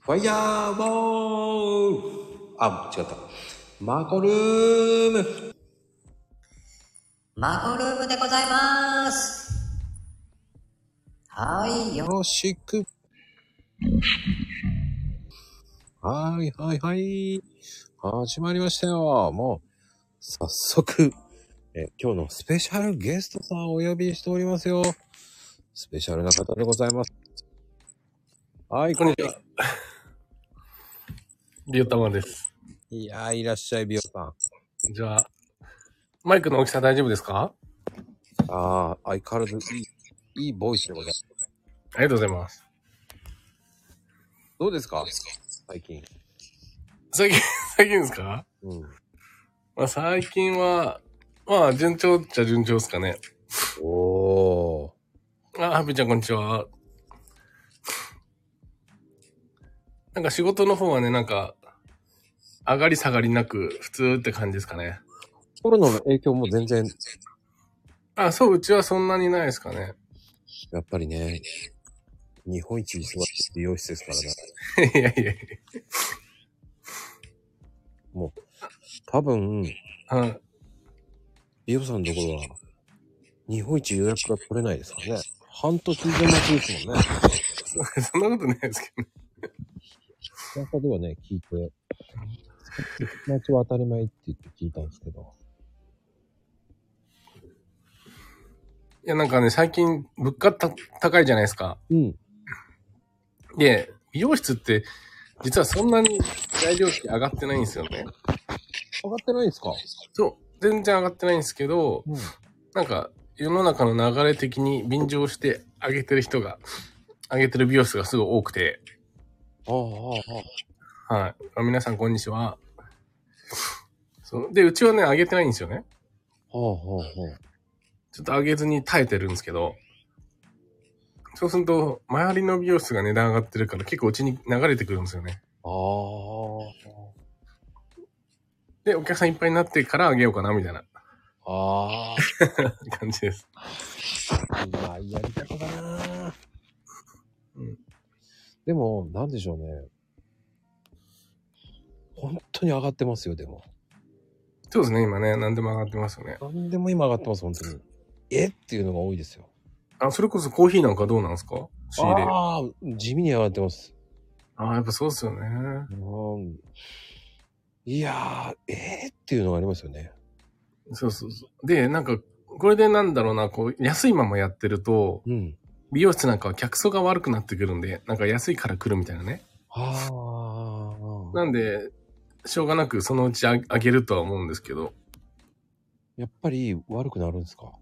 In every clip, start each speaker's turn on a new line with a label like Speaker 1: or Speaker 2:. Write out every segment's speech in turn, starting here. Speaker 1: ファイヤーボールあ、違った。マコルーム
Speaker 2: マコルームでございます。はい、よ
Speaker 1: よろしく。はいはいはい。始まりましたよ。もう、早速、えー今日のスペシャルゲストさんをお呼びしておりますよ。スペシャルな方でございます。はい、こんにちは。
Speaker 3: リオタマンです。
Speaker 1: いやー、いらっしゃい、ビオさん。
Speaker 3: じゃあ、マイクの大きさ大丈夫ですか
Speaker 1: ああ、相変わらずいい、いいボイスでございます。
Speaker 3: ありがとうございます。
Speaker 1: どうですか最近。
Speaker 3: 最近、 最近ですか
Speaker 1: うん。
Speaker 3: まあ最近は、まあ順調っちゃ順調ですかね。
Speaker 1: おー。
Speaker 3: あ、ハッピーちゃんこんにちは。なんか仕事の方はね、なんか、上がり下がりなく普通って感じですかね。
Speaker 1: コロナの影響も全然、
Speaker 3: あ、そう、うちはそんなにないですかね。
Speaker 1: やっぱりね、日本一忙しい美容室ですからね。
Speaker 3: いやいやい
Speaker 1: 多分、
Speaker 3: や。うん。
Speaker 1: 美容さんのところは、日本一予約が取れないですからね。半年以上待ちですもんね。
Speaker 3: そんなことないですけど。
Speaker 1: 噂ではね、聞いて、 待ちは当たり前って言って聞いたんですけど。
Speaker 3: いや、なんかね、最近物価た高いじゃないですか。
Speaker 1: うん。
Speaker 3: で、美容室って、実はそんなに材料費上がってないんですよね。
Speaker 1: 上がってないんですか
Speaker 3: そう。全然上がってないんですけど、
Speaker 1: うん。
Speaker 3: なんか、世の中の流れ的に便乗して上げてる人が、上げてる美容室がすごい多くて、
Speaker 1: ああ、ああ、
Speaker 3: はい。あ皆さん、こんにちは。そう。で、うちはね、上げてないんですよね。
Speaker 1: ああ、は
Speaker 3: ちょっと上げずに耐えてるんですけど、そうすると、周りの美容室が値段上がってるから、結構うちに流れてくるんですよね。
Speaker 1: あ、はあ。ああ。
Speaker 3: で、お客さんいっぱいになってから上げようかな、みたいな
Speaker 1: あ
Speaker 3: 感じです。
Speaker 1: あ、うわ、やりたくだな、
Speaker 3: うん
Speaker 1: でも、なんでしょうね。本当に上がってますよ、でも。
Speaker 3: そうですね、今ね、何でも上がってますよね。
Speaker 1: 何でも今上がってます、本当に。えっていうのが多いですよ。
Speaker 3: あ、それこそコーヒーなんかどうなんですか仕入れ。あ
Speaker 1: ああ、地味に上がってます。
Speaker 3: あー、やっぱそうですよね。
Speaker 1: うん。いやー、えー、っていうのがありますよね。
Speaker 3: そうそうそう。で、なんか、これでなんだろうな、こう、安いままやってると、
Speaker 1: うん。
Speaker 3: 美容室なんかは客層が悪くなってくるんで、なんか安いから来るみたいなね。
Speaker 1: ああ。
Speaker 3: なんで、しょうがなくそのうちああげるとは思うんですけど、
Speaker 1: やっぱり悪くなるんですか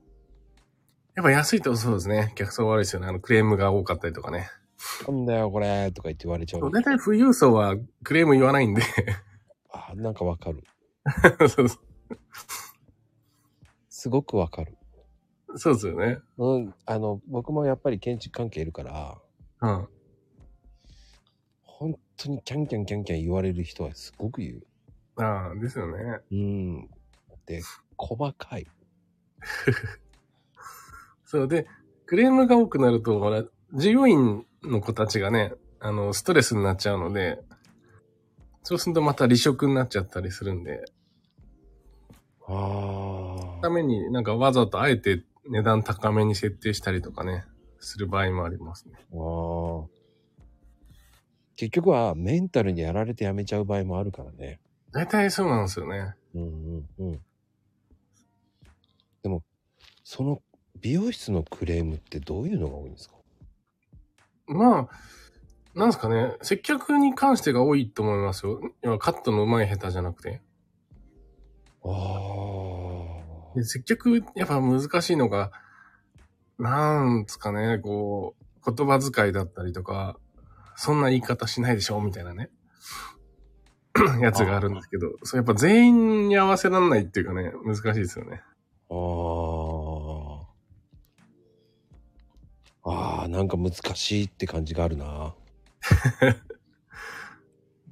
Speaker 3: やっぱ安いとそうですね、客層悪いですよね。あの、クレームが多かったりとかね。
Speaker 1: なんだよ、これとか言って言われちゃう
Speaker 3: そう。大体富裕層はクレーム言わないんで。
Speaker 1: あーなんかわかる。
Speaker 3: そうそ
Speaker 1: すごくわかる。
Speaker 3: うそうですよね。
Speaker 1: うん、あの、僕もやっぱり建築関係いるから、
Speaker 3: うん。
Speaker 1: 本当にキャンキャンキャンキャン言われる人はすごく言う。
Speaker 3: ああ、ですよね。
Speaker 1: うん。で、細かい。
Speaker 3: そうで、クレームが多くなると、ほら、従業員の子たちがね、あの、ストレスになっちゃうので、そうするとまた離職になっちゃったりするんで、
Speaker 1: あ
Speaker 3: ためになんかわざとあえて値段高めに設定したりとかね、する場合もありますね。
Speaker 1: あ。結局はメンタルにやられてやめちゃう場合もあるからね。
Speaker 3: 大体そうなんですよね。
Speaker 1: うんうんうん。でも、その美容室のクレームってどういうのが多いんですか
Speaker 3: まあ、なんですかね、接客に関してが多いと思いますよ。要はカットの上手い下手じゃなくて。
Speaker 1: ああ。
Speaker 3: で接客、やっぱ難しいのが、なんですかね、こう、言葉遣いだったりとか、そんな言い方しないでしょ、みたいなね。 やつがあるんですけど、そうやっぱ全員に合わせらんないっていうかね、難しいですよね。
Speaker 1: ああ。ああ、なんか難しいって感じがあるな。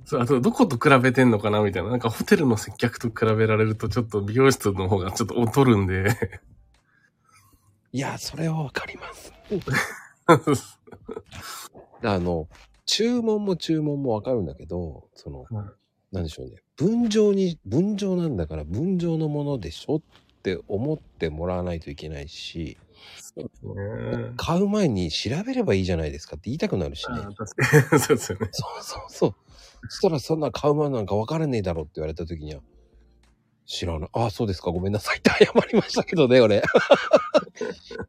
Speaker 3: そう、あとどこと比べてんのかな、みたいな。なんかホテルの接客と比べられると、ちょっと美容室の方がちょっと劣るんで。
Speaker 1: いや、それはわかります。あの、注文も注文もわかるんだけど、その、
Speaker 3: はい
Speaker 1: なんでしょうね。分譲に、分譲なんだから分譲のものでしょって思ってもらわないといけないし、
Speaker 3: ね
Speaker 1: 買う前に調べればいいじゃないですかって言いたくなるし
Speaker 3: あ
Speaker 1: ね。
Speaker 3: ー確かに。そうですよね。
Speaker 1: そうそうそう。そしたらそんな買う前なんかわからねえだろって言われた時には、知らない。ああ、そうですか。ごめんなさいって謝りましたけどね、 俺。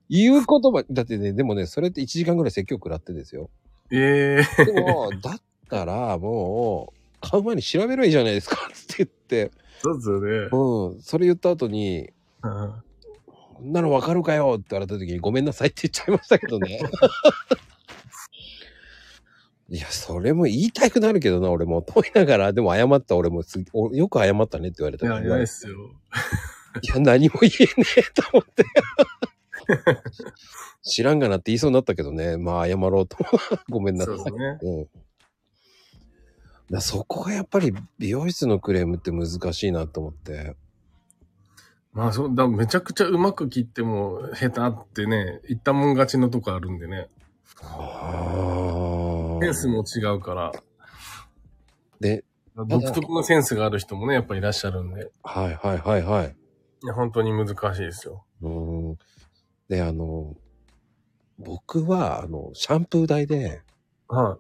Speaker 1: 言う言葉、だってね、でもね、それって1時間ぐらい説教食らってですよ。
Speaker 3: ええ
Speaker 1: でも、だったらもう、買う前に調べればいいじゃないですかって言って、
Speaker 3: そうですよね。
Speaker 1: うん、それ言った後に、
Speaker 3: あ
Speaker 1: こんなのわかるかよって言われた時にごめんなさいって言っちゃいましたけど ね。いや、それも言いたくなるけどな、俺も。と思いながら、でも謝った俺もすおよく謝ったねって言われ
Speaker 3: ー
Speaker 1: た
Speaker 3: い
Speaker 1: か
Speaker 3: や、
Speaker 1: ら
Speaker 3: いないですよ。
Speaker 1: いや、何も言えねえと思っ て。知らんがなって言いそうになったけどね。まあ謝ろうと。ごめんなさ
Speaker 3: そ
Speaker 1: い。
Speaker 3: うですね。
Speaker 1: うん。だからそこがやっぱり美容室のクレームって難しいなと思って。
Speaker 3: まあ、そう、だめちゃくちゃうまく切っても、下手ってね、言ったもん勝ちのとこあるんでね。
Speaker 1: あ
Speaker 3: センスも違うから。
Speaker 1: で、
Speaker 3: 独特のセンスがある人もね、やっぱいらっしゃるんで。
Speaker 1: はいはいはいはい。
Speaker 3: いや、本当に難しいですよ。
Speaker 1: うーん。で、あの、僕は、あの、シャンプー台で、
Speaker 3: は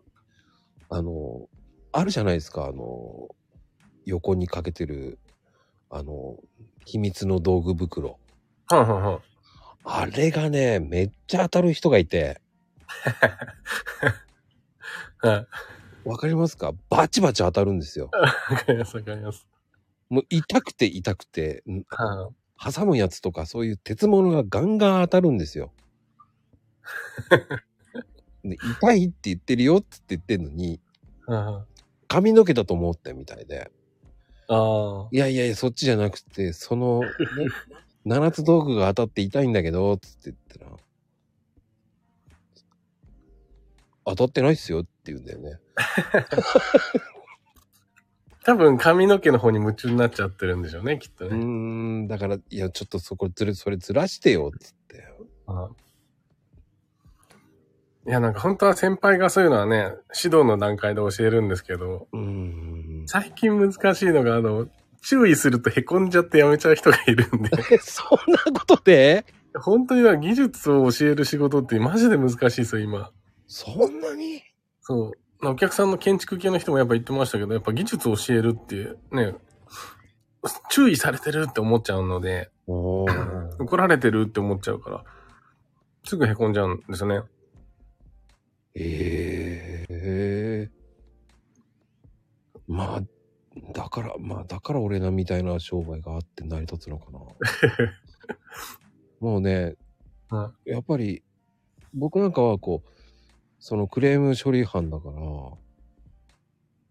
Speaker 1: あの、あるじゃないですか、あの、横にかけてる、あの、秘密の道具袋。
Speaker 3: い。はいはいはい。
Speaker 1: あれがね、めっちゃ当たる人がいて、
Speaker 3: はい。
Speaker 1: わかりますかバチバチ当たるんですよ。
Speaker 3: わかります、わかります。
Speaker 1: もう痛くて痛くて、ん
Speaker 3: は
Speaker 1: 挟むやつとかそういう鉄物がガンガン当たるんですよ。で痛いって言ってるよって言ってんのに、
Speaker 3: い。はい。
Speaker 1: 髪の毛だと思ってみたいで。
Speaker 3: ああ。
Speaker 1: いやいやいや、そっちじゃなくて、その、ね、七つ道具が当たって痛いんだけど、つって言ったら、当たってないっすよって言うんだよね。
Speaker 3: 多分髪の毛の方に夢中になっちゃってるんでしょうね、きっと
Speaker 1: うー
Speaker 3: ね。
Speaker 1: ん、だから、いや、ちょっとそこずる、それずらしてよ、つって。
Speaker 3: はいいや、なんか本当は先輩がそういうのはね、指導の段階で教えるんですけど、
Speaker 1: うー ん。
Speaker 3: 最近難しいのが、あの、注意すると凹んじゃってやめちゃう人がいる んで、
Speaker 1: え、そんなことで
Speaker 3: 本当にだから技術を教える仕事ってマジで難しいですよ、今。
Speaker 1: そんなに
Speaker 3: そう。お客さんの建築系の人もやっぱ言ってましたけど、やっぱ技術を教えるっていう、ね、注意されてるって思っちゃうので、
Speaker 1: おー
Speaker 3: 怒られてるって思っちゃうから、すぐ凹んじゃうんで すよね。
Speaker 1: ええまあ、だから、まあ、だから俺らみたいな商売があって成り立つのかな。もうね、
Speaker 3: は
Speaker 1: やっぱり、僕なんかはこう、そのクレーム処理班だから、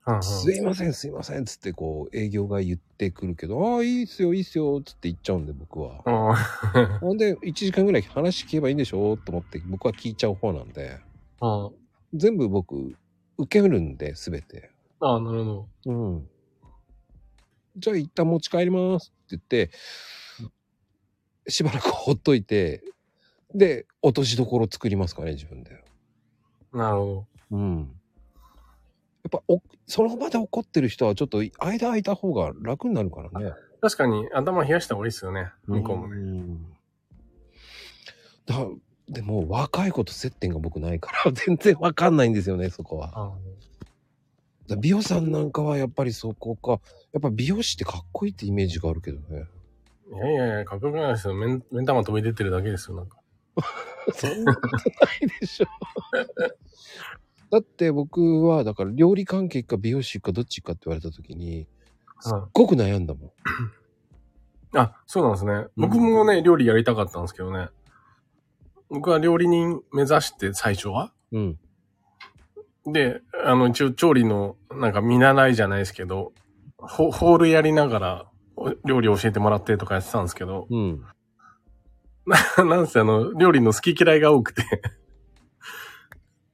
Speaker 3: うんうん
Speaker 1: すいません、すいません、つってこう、営業が言ってくるけど、ああ、いいっすよ、いいっすよ、つって言っちゃうんで、僕は。
Speaker 3: あ
Speaker 1: ほんで、1時間ぐらい話聞けばいいんでしょと思って、僕は聞いちゃう方なんで、
Speaker 3: あ、
Speaker 1: 全部僕、受けるんで、すべて。
Speaker 3: ああ、なるほど。
Speaker 1: うん。じゃあ一旦持ち帰りますって言って、しばらくほっといて、で、落としどころ作りますからね、自分で。
Speaker 3: なるほ
Speaker 1: うん。やっぱお、その場で怒ってる人はちょっと間空いた方が楽になるからね。
Speaker 3: ど。確かに頭冷やした方がいいですよね。向こうもね。
Speaker 1: ね。だでも若い子と接点が僕ないから 全然わかんないんですよねそこは。
Speaker 3: あ
Speaker 1: だ美容さんなんかはやっぱりそこかやっぱ美容師ってかっこいいってイメージがあるけどね
Speaker 3: あいやいやいや、かっこよくないですよ。目ん目ん玉飛び出てるだけですよ、なんか。
Speaker 1: そんなことないでしょだって僕はだから料理関係か美容師かどっちかって言われた時にすっ
Speaker 3: は
Speaker 1: ごく悩んだもん
Speaker 3: い。あ、そうなんですね。僕もね、料理やりたかったんですけどね。僕は料理人目指して、最初は。
Speaker 1: うん
Speaker 3: で、あの、一応調理の、なんか見習いじゃないですけど、ホホールやりながら、お料理教えてもらってとかやってたんですけど、
Speaker 1: うん
Speaker 3: なんせあの、料理の好き嫌いが多くて、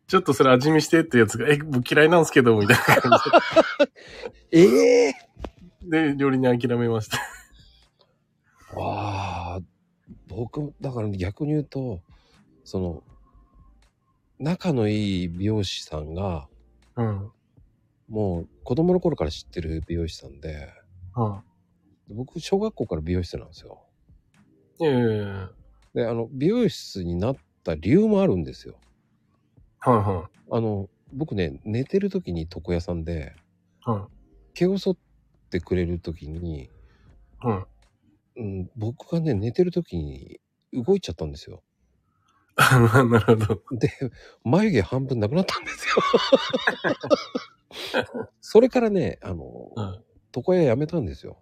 Speaker 3: ちょっとそれ味見してってやつが、え、僕嫌いなんですけど、みたいな感
Speaker 1: ええ
Speaker 3: じで、で料理に諦めました。
Speaker 1: ああ、僕、だから逆に言うと、その、仲のいい美容師さんが、
Speaker 3: うん。
Speaker 1: もう子供の頃から知ってる美容師さんで、
Speaker 3: は
Speaker 1: 僕、小学校から美容室なんですよ。
Speaker 3: い。いやいやいやはい
Speaker 1: で、あの、美容室になった理由もあるんですよ。
Speaker 3: は
Speaker 1: あの、僕ね、寝てる時に床屋さんで、
Speaker 3: い。は
Speaker 1: 毛を剃ってくれる時に、
Speaker 3: い。はい。
Speaker 1: うん、僕がね、寝てる時に動いちゃったんですよ。
Speaker 3: あ なるほど。
Speaker 1: で、眉毛半分なくなったんです よ。それからね、あの、
Speaker 3: うん
Speaker 1: 床屋やめたんですよ。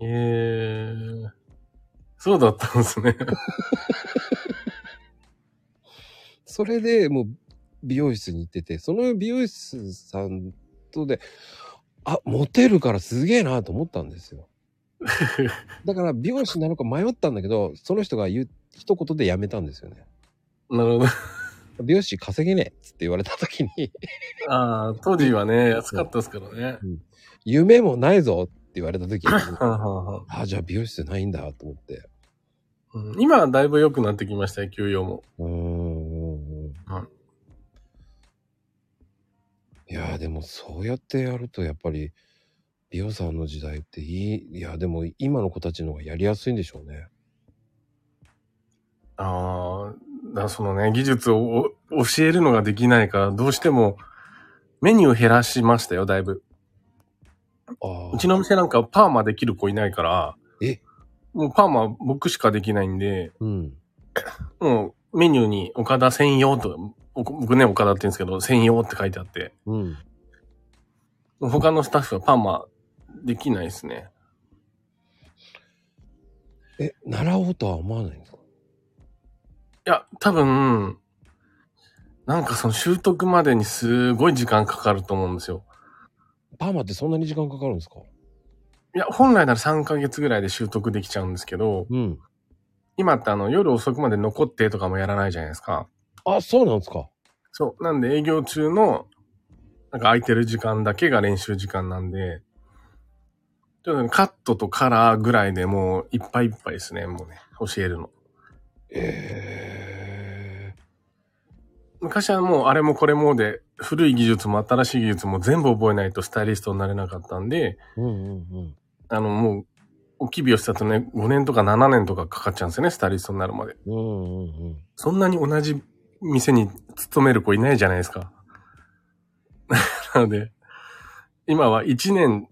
Speaker 3: ええー。そうだったんですね。
Speaker 1: それでもう美容室に行ってて、その美容室さんとで、あ、モテるからすげえなと思ったんですよ。だから美容師なのか迷ったんだけど、その人が言う、一言で辞めたんですよね。
Speaker 3: なるほど。
Speaker 1: 美容師稼げねえっつって言われた時に、
Speaker 3: ああ、当時はね、安かったですからね。
Speaker 1: 夢もないぞって言われた時に、
Speaker 3: はんはんはん
Speaker 1: あ、じゃあ美容室ないんだと思って。
Speaker 3: うん今はだいぶ良くなってきましたよ、給与も。
Speaker 1: うーん。
Speaker 3: はい
Speaker 1: やーでもそうやってやるとやっぱり美容さんの時代っていいいやでも今の子たちの方がやりやすいんでしょうね
Speaker 3: ああ、だからそのね、技術をお教えるのができないから、どうしてもメニュー減らしましたよ、だいぶ。
Speaker 1: あ
Speaker 3: うちの店なんかパーマできる子いないから、
Speaker 1: え
Speaker 3: もうパーマ僕しかできないんで、
Speaker 1: うん
Speaker 3: もうメニューに岡田専用と、お僕ね、岡田って言うんですけど、専用って書いてあって、
Speaker 1: うん
Speaker 3: もう他のスタッフはパーマできないですね。
Speaker 1: え習おうとは思わないんですか
Speaker 3: いや、多分、なんかその習得までにすごい時間かかると思うんですよ。
Speaker 1: パーマってそんなに時間かかるんですか
Speaker 3: いや、本来なら3ヶ月ぐらいで習得できちゃうんですけど、
Speaker 1: うん
Speaker 3: 今ってあの夜遅くまで残ってとかもやらないじゃないですか。
Speaker 1: あそうなんですか
Speaker 3: そう。なんで営業中の、なんか空いてる時間だけが練習時間なんで、ちょっとカットとカラーぐらいでもういっぱいいっぱいですね、もうね、教えるの。
Speaker 1: ええ
Speaker 3: 昔はもうあれもこれもで、古い技術も新しい技術も全部覚えないとスタイリストになれなかったんで、
Speaker 1: うんうんうん
Speaker 3: あのもう、おきびをしたとね、5年とか7年とかかかっちゃうんですよね、スタイリストになるまで。
Speaker 1: うんうんうん
Speaker 3: そんなに同じ店に勤める子いないじゃないですか。 なので、今は1年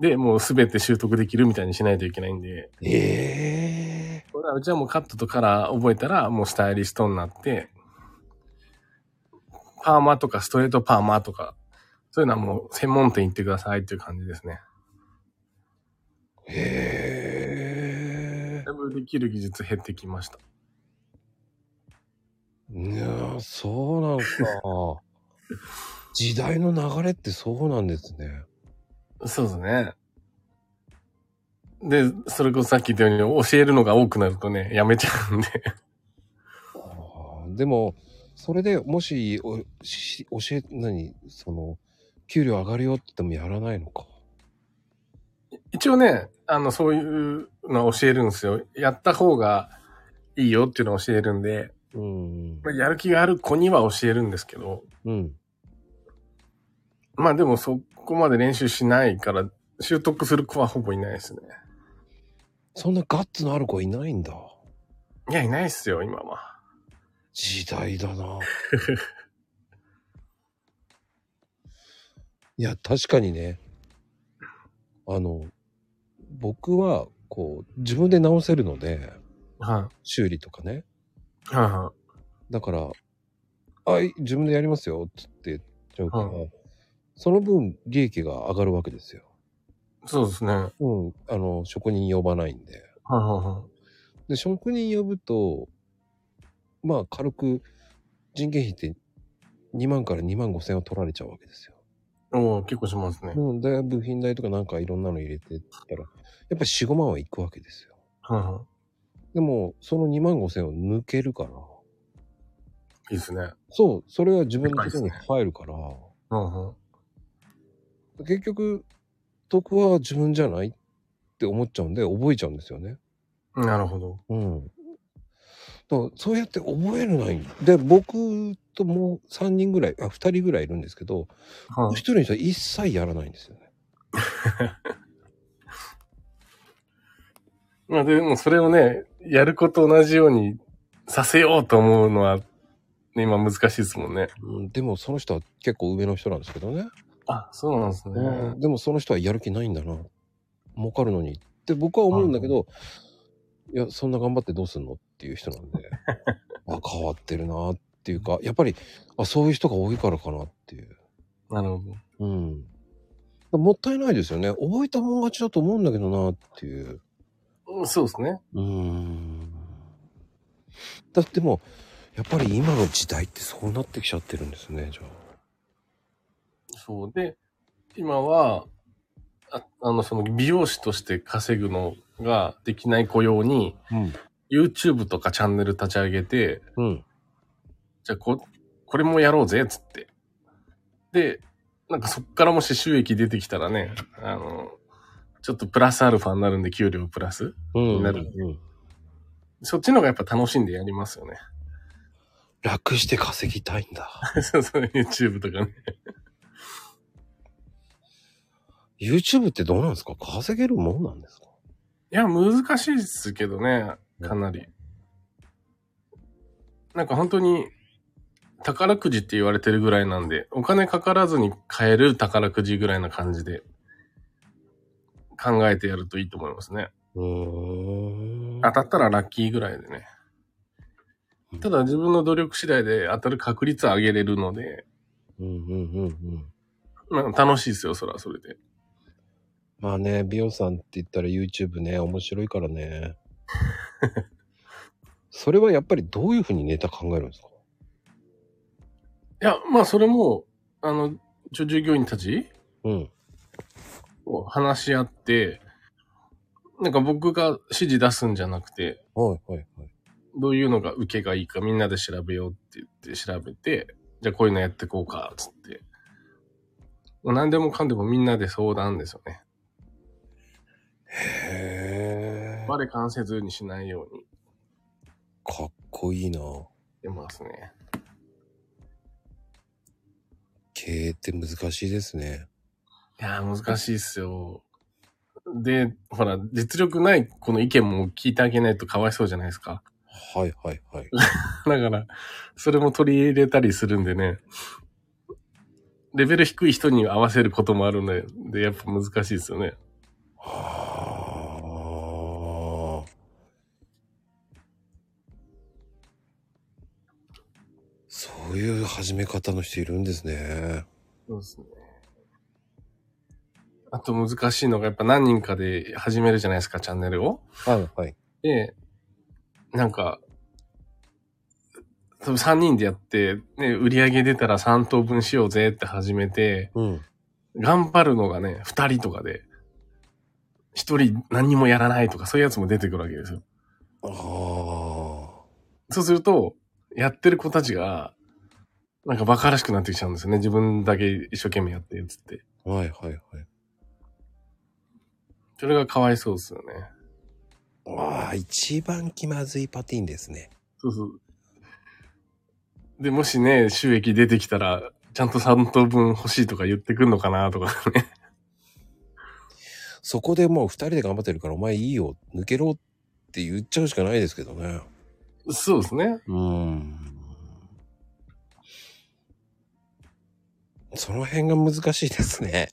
Speaker 3: でもう全て習得できるみたいにしないといけないんで、
Speaker 1: ええ
Speaker 3: これはうちはもうカットとカラー覚えたらもうスタイリストになって、パーマとかストレートパーマとか、そういうのはもう専門店行ってくださいっていう感じですね。
Speaker 1: ええ
Speaker 3: だいぶできる技術減ってきました。
Speaker 1: いやーそうなんか時代の流れってそうなんですね
Speaker 3: そうですね。で、それこそさっき言ったように教えるのが多くなるとね、やめちゃうんで。
Speaker 1: あーでもそれでもしおし教え何その給料上がるよって言ってもやらないのか
Speaker 3: 一応ね、あの、そういうのは教えるんですよ。やった方がいいよっていうのを教えるんで、
Speaker 1: うん
Speaker 3: まあやる気がある子には教えるんですけど、
Speaker 1: うん
Speaker 3: まあでもそこまで練習しないから、習得する子はほぼいないですね。
Speaker 1: そんなガッツのある子いないんだ
Speaker 3: いや、いないっすよ、今は。
Speaker 1: 時代だないや確かにねあの僕はこう自分で直せるので
Speaker 3: は
Speaker 1: 修理とかね
Speaker 3: い、はい、はい。
Speaker 1: だから、あ、い自分でやりますよ、つって言っちゃうから、
Speaker 3: う
Speaker 1: その分利益が上がるわけですよ。
Speaker 3: そうですね。はい、
Speaker 1: うん。あの、職人呼ばないんで。
Speaker 3: はい、はい。
Speaker 1: で、職人呼ぶと、まあ、軽く人件費って2万から2万5千は取られちゃうわけですよ。
Speaker 3: おー結構しますね。
Speaker 1: うん。で、部品代とかなんかいろんなの入れてったら、やっぱり4、5万はいくわけですよ。
Speaker 3: はい、は
Speaker 1: でも、その2万5千を抜けるから、
Speaker 3: い。いいですね。はい、
Speaker 1: そう、それは自分のことに入るから、
Speaker 3: はい。
Speaker 1: 結局得は自分じゃないって思っちゃうんで覚えちゃうんですよね。
Speaker 3: なるほど。
Speaker 1: うん。とそうやって覚えるのに。で、僕ともう3人ぐらい、あ、2人ぐらいいるんですけど、もう1
Speaker 3: はい。
Speaker 1: 人の人は一切やらないんですよね。
Speaker 3: まあでもそれをね、やること同じようにさせようと思うのは、ね、今難しいですもんね。
Speaker 1: うん、でもその人は結構上の人なんですけどね。
Speaker 3: あ、そうなんですね。
Speaker 1: うんでもその人はやる気ないんだな。儲かるのにって僕は思うんだけど、いや、そんな頑張ってどうすんのっていう人なん で、あ、変わってるなっていうか、やっぱり、あ、そういう人が多いからかなっていう。
Speaker 3: なるほど。
Speaker 1: うん。もったいないですよね。覚えたもん勝ちだと思うんだけどなっていう。
Speaker 3: うんそうですね。
Speaker 1: うん。だってもう、やっぱり今の時代ってそうなってきちゃってるんですね、じゃあ。
Speaker 3: そうで、今は、ああの、その美容師として稼ぐのができない雇用に、
Speaker 1: うん。
Speaker 3: YouTube とかチャンネル立ち上げて、
Speaker 1: うん。
Speaker 3: じゃあこ、これもやろうぜ、つって。で、なんかそっからもし収益出てきたらね、あの、ちょっとプラスアルファになるんで、給料プラス。
Speaker 1: うん。
Speaker 3: なる
Speaker 1: うん
Speaker 3: そっちの方がやっぱ楽しんでやりますよね。
Speaker 1: 楽して稼ぎたいんだ。
Speaker 3: そうそう、YouTube とかね。
Speaker 1: YouTube ってどうなんですか稼げるもんなんですか
Speaker 3: いや、難しいですけどね、かなり。なんか本当に、宝くじって言われてるぐらいなんで、お金かからずに買える宝くじぐらいな感じで、考えてやるといいと思いますね。
Speaker 1: うーん。
Speaker 3: 当たったらラッキーぐらいでね。ただ自分の努力次第で当たる確率は上げれるので、
Speaker 1: うんうんうんうん。
Speaker 3: まあ、楽しいですよ、それはそれで。
Speaker 1: まあね、美容さんって言ったら YouTube ね、面白いからね。それはやっぱりどういうふうにネタ考えるんですか
Speaker 3: いや、まあそれも、あの、ちょ従業員たち
Speaker 1: うん。
Speaker 3: を話し合って、なんか僕が指示出すんじゃなくて、
Speaker 1: はいはいはい。
Speaker 3: どういうのが受けがいいかみんなで調べようって言って調べて、じゃあこういうのやってこうか、つって。まあ何でもかんでもみんなで相談ですよね。
Speaker 1: へえ。
Speaker 3: 我関せずにしないように
Speaker 1: かっこいいな。
Speaker 3: 出ますね。
Speaker 1: 経営って難しいですね。
Speaker 3: いやー、難しいっすよ。で、ほら、実力ない子の意見も聞いてあげないとかわいそうじゃないですか。
Speaker 1: はいはい はい。
Speaker 3: だから、それも取り入れたりするんでね。レベル低い人に合わせることもあるので、やっぱ難しいですよね。
Speaker 1: はあ。そういう始め方の人いるんですね。
Speaker 3: そうですね。あと難しいのが、やっぱ何人かで始めるじゃないですか、チャンネルを。
Speaker 1: はいはい。
Speaker 3: で、なんか、多分3人でやって、ね、売り上げ出たら3等分しようぜって始めて、
Speaker 1: うん。
Speaker 3: 頑張るのがね、二人とかで、一人何もやらないとか、そういうやつも出てくるわけですよ。
Speaker 1: ああ。
Speaker 3: そうすると、やってる子たちが、なんか馬鹿らしくなってきちゃうんですよね。自分だけ一生懸命やって、つって。
Speaker 1: はいはいはい。
Speaker 3: それがかわいそうですよね。
Speaker 1: ああ、一番気まずいパティーンですね。
Speaker 3: そうそう。で、もしね、収益出てきたら、ちゃんと3等分欲しいとか言ってくんのかなとかね。
Speaker 1: そこでもう二人で頑張ってるからお前いいよ、抜けろって言っちゃうしかないですけどね。
Speaker 3: そうですね。
Speaker 1: うん。その辺が難しいですね。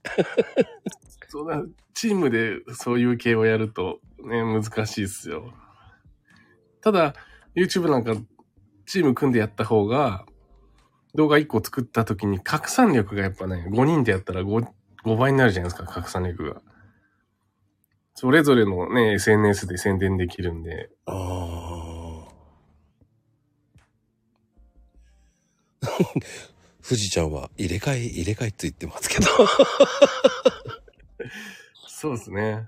Speaker 3: そうだ、チームでそういう系をやるとね、難しいっすよ。ただ、YouTube なんかチーム組んでやった方が、動画1個作った時に拡散力がやっぱね、5人でやったら 5, 5倍になるじゃないですか、拡散力が。それぞれのね、SNS で宣伝できるんで、
Speaker 1: ああ。富士ちゃんは入れ替え入れ替えって言ってますけど。
Speaker 3: そうですね。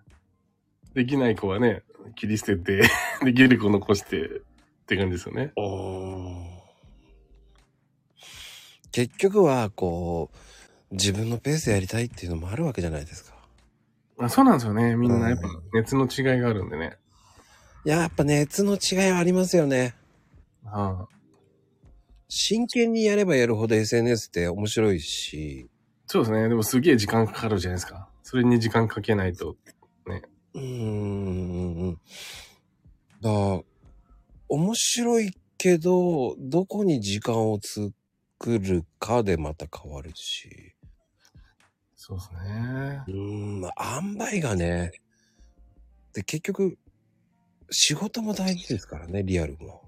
Speaker 3: できない子はね、切り捨て て、できる子残してって感じですよね。
Speaker 1: 結局は、こう、自分のペースでやりたいっていうのもあるわけじゃないですか。
Speaker 3: あそうなんですよね。みんなやっぱ
Speaker 1: うん
Speaker 3: 熱の違いがあるんでね。
Speaker 1: いや、やっぱ熱の違いはありますよね。
Speaker 3: ああ
Speaker 1: 真剣にやればやるほど SNS って面白いし、
Speaker 3: そうですね。でもすげえ時間かかるじゃないですか。それに時間かけないと。
Speaker 1: うーん。だから面白いけど、どこに時間を作るかでまた変わるし。
Speaker 3: そうですね
Speaker 1: う。ーん、まあ塩梅がね。で、結局、仕事も大事ですからね、リアルも。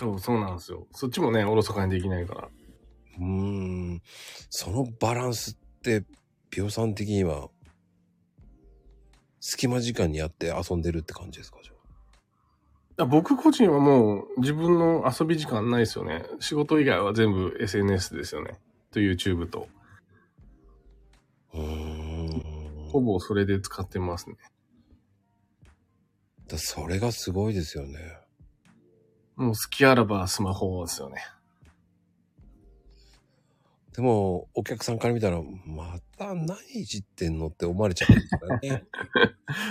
Speaker 3: そう、そうなんですよ。そっちもね、おろそかにできないから。
Speaker 1: うーん。そのバランスって、ピオさん的には、隙間時間にやって遊んでるって感じですか、じゃあ
Speaker 3: いや僕個人はもう自分の遊び時間ないですよね。仕事以外は全部 SNS ですよね。と YouTube と。
Speaker 1: うーん。
Speaker 3: ほぼそれで使ってますね。
Speaker 1: だそれがすごいですよね。
Speaker 3: もう好きあらばスマホですよね。
Speaker 1: でも、お客さんから見たら、また何いじってんのって思われちゃうんですから ね。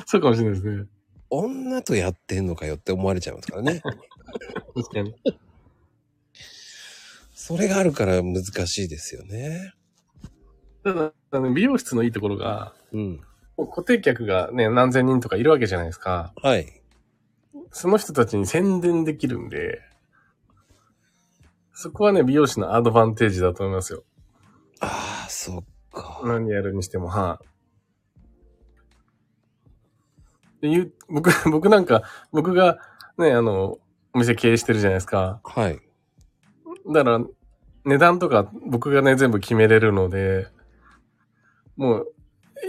Speaker 3: そうかもしれないですね。
Speaker 1: 女とやってんのかよって思われちゃいますからね。
Speaker 3: 確かに。
Speaker 1: それがあるから難しいですよね。
Speaker 3: ただ、あの美容室のいいところが、
Speaker 1: うん。
Speaker 3: もう固定客がね、何千人とかいるわけじゃないですか。
Speaker 1: はい。
Speaker 3: その人たちに宣伝できるんで、そこはね、美容師のアドバンテージだと思いますよ。
Speaker 1: ああ、そっか。
Speaker 3: 何やるにしても、はい、で言う 僕、僕なんか、僕がね、あの、お店経営してるじゃないですか。
Speaker 1: はい。
Speaker 3: だから、値段とか僕がね、全部決めれるので、もう、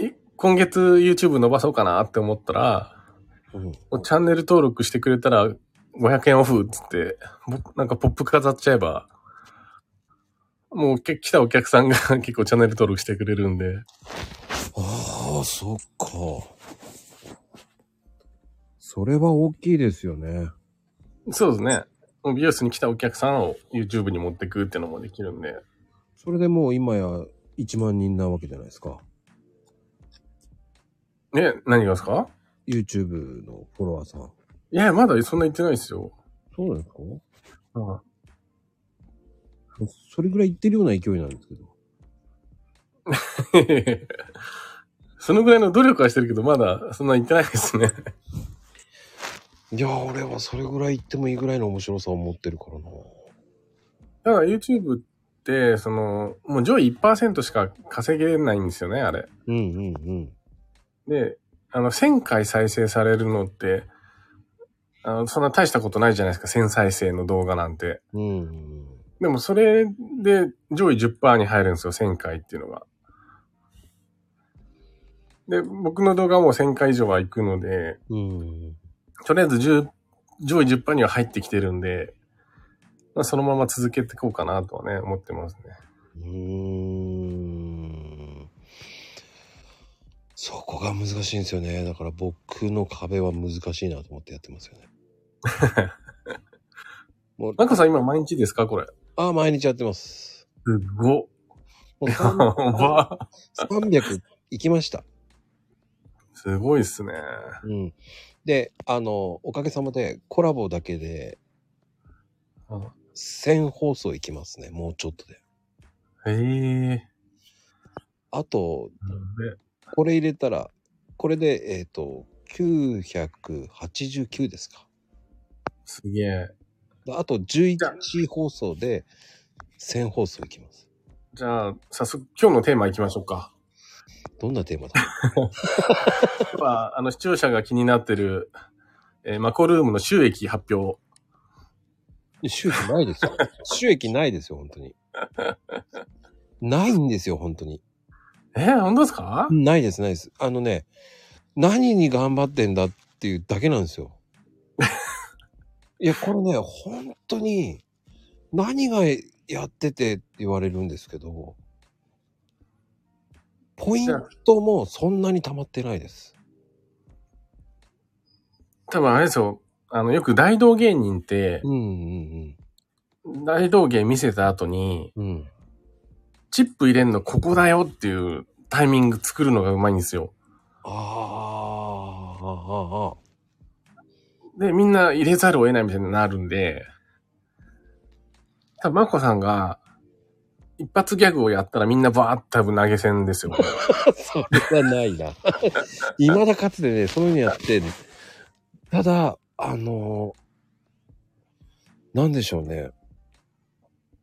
Speaker 3: い今月 YouTube 伸ばそうかなって思ったら、
Speaker 1: うん、
Speaker 3: もうチャンネル登録してくれたら500円オフっつって、僕なんかポップ飾っちゃえば、もうけ来たお客さんが 結構チャンネル登録してくれるんで、
Speaker 1: ああ、そっか。それは大きいですよね。
Speaker 3: そうですね。もう美容室に来たお客さんを YouTube に持ってくっていうのもできるんで、
Speaker 1: それでもう今や1万人なわけじゃないですか。
Speaker 3: ね、何がですか
Speaker 1: YouTube のフォロワーさん。
Speaker 3: いや、まだそんな言ってないですよ。
Speaker 1: そうですか
Speaker 3: うん
Speaker 1: それぐらい言ってるような勢いなんですけど。
Speaker 3: そのぐらいの努力はしてるけど、まだそんな言ってないですね。
Speaker 1: いや、俺はそれぐらい言ってもいいぐらいの面白さを持ってるからな。
Speaker 3: ただ YouTube って、その、もう上位1%しか稼げないんですよね、あれ。
Speaker 1: うんうんうん。
Speaker 3: で、あの、1000回再生されるのって、あの、そんな大したことないじゃないですか、1000再生の動画なんて。
Speaker 1: うんうん。
Speaker 3: でもそれで上位10%に入るんですよ、1000回っていうのが。で、僕の動画はもう1000回以上は行くので、
Speaker 1: うん。
Speaker 3: とりあえず10上位10%には入ってきてるんで、まあ、そのまま続けていこうかなとはね、思ってますね。
Speaker 1: うーん。そこが難しいんですよね。だから僕の壁は難しいなと思ってやってますよね。もう、
Speaker 3: なんかさん今毎日ですかこれ。
Speaker 1: ああ、毎日やってます。
Speaker 3: すごっ。
Speaker 1: もう
Speaker 3: やばっ
Speaker 1: 300行きました。
Speaker 3: すごいっすね。
Speaker 1: うん。で、あの、おかげさまでコラボだけで
Speaker 3: あ
Speaker 1: 1000放送行きますね。もうちょっとで。
Speaker 3: へえ。
Speaker 1: あと、これ入れたら、これで、えっ、と、989ですか。
Speaker 3: すげえ。
Speaker 1: あと11放送で1000放送いきます。
Speaker 3: じゃあ、早速今日のテーマいきましょうか。
Speaker 1: どんなテーマだ
Speaker 3: やっぱ、あの、視聴者が気になってる、えーマコルームの収益発表。
Speaker 1: 収益ないですよ。収益ないですよ、本当に。ないんですよ、本当に。
Speaker 3: えー、本当ですか、
Speaker 1: ないです、ないです。あのね、何に頑張ってんだっていうだけなんですよ。いや、これね、本当に、何がやっててって言われるんですけど、ポイントもそんなに溜まってないです。
Speaker 3: 多分あれですよ。あの、よく大道芸人って
Speaker 1: う、んうん
Speaker 3: 大道芸見せた後に、
Speaker 1: うん。うん。
Speaker 3: チップ入れんのここだよっていうタイミング作るのがうまいんですよ。
Speaker 1: ああ、ああ、ああ。
Speaker 3: で、みんな入れざるを得ないみたいになるんで、たぶん、まこさんが、一発ギャグをやったらみんなバーッと多分投げ銭ですよ。
Speaker 1: それはないな。未だかつてね、そういうのやって、ただ、あの、なんでしょうね。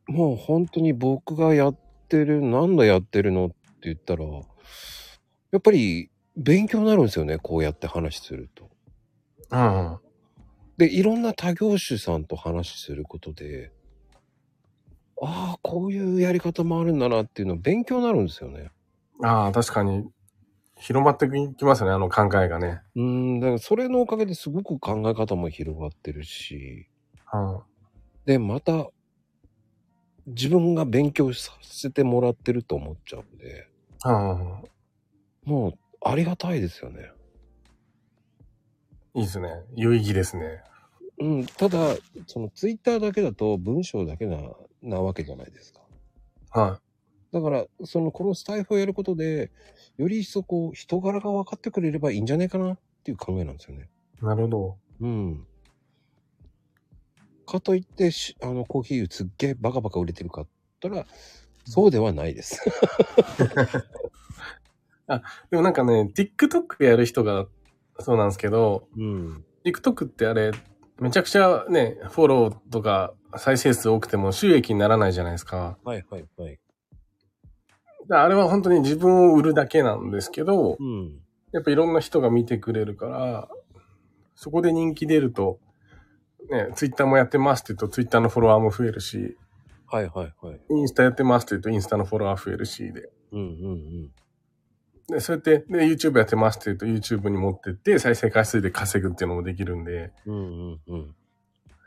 Speaker 1: もう本当に僕がやってる、なんだやってるのって言ったら、やっぱり勉強になるんですよね、こうやって話すると。
Speaker 3: うん。
Speaker 1: で、いろんな他業種さんと話することで、ああ、こういうやり方もあるんだなっていうの勉強になるんですよね。
Speaker 3: ああ、確かに、広まってきますね、あの考えがね。
Speaker 1: うーん、だからそれのおかげですごく考え方も広がってるし、
Speaker 3: うん。
Speaker 1: で、また、自分が勉強させてもらってると思っちゃうんで、
Speaker 3: うん。
Speaker 1: もう、ありがたいですよね。
Speaker 3: いいですね。有意義ですね。
Speaker 1: うん、ただ、そのツイッターだけだと文章だけな、なわけじゃないですか。
Speaker 3: は
Speaker 1: だから、その、このスタイフをやることで、より一層こう、人柄が分かってくれればいいんじゃないかなっていう考えなんですよね。
Speaker 3: い。なるほど。
Speaker 1: うん。かといってし、あの、コーヒーすっげえバカバカ売れてるかって言ったら、そうではないです。
Speaker 3: でもなんかね、TikTok やる人がそうなんですけど、
Speaker 1: うん。
Speaker 3: TikTok ってあれ、めちゃくちゃね、フォローとか再生数多くても収益にならないじゃないですか。
Speaker 1: はいはいはい。
Speaker 3: であれは本当に自分を売るだけなんですけど、
Speaker 1: うん。
Speaker 3: やっぱいろんな人が見てくれるから、そこで人気出ると、ね、Twitter もやってますって言うと Twitter のフォロワーも増えるし、
Speaker 1: はいはいはい。
Speaker 3: インスタやってますって言うとインスタのフォロワー増えるしで。
Speaker 1: うんうん
Speaker 3: で、そうやって、で、YouTube やってますって言うと YouTube に持ってって再生回数で稼ぐっていうのもできるんで、
Speaker 1: うん。うんうんうん。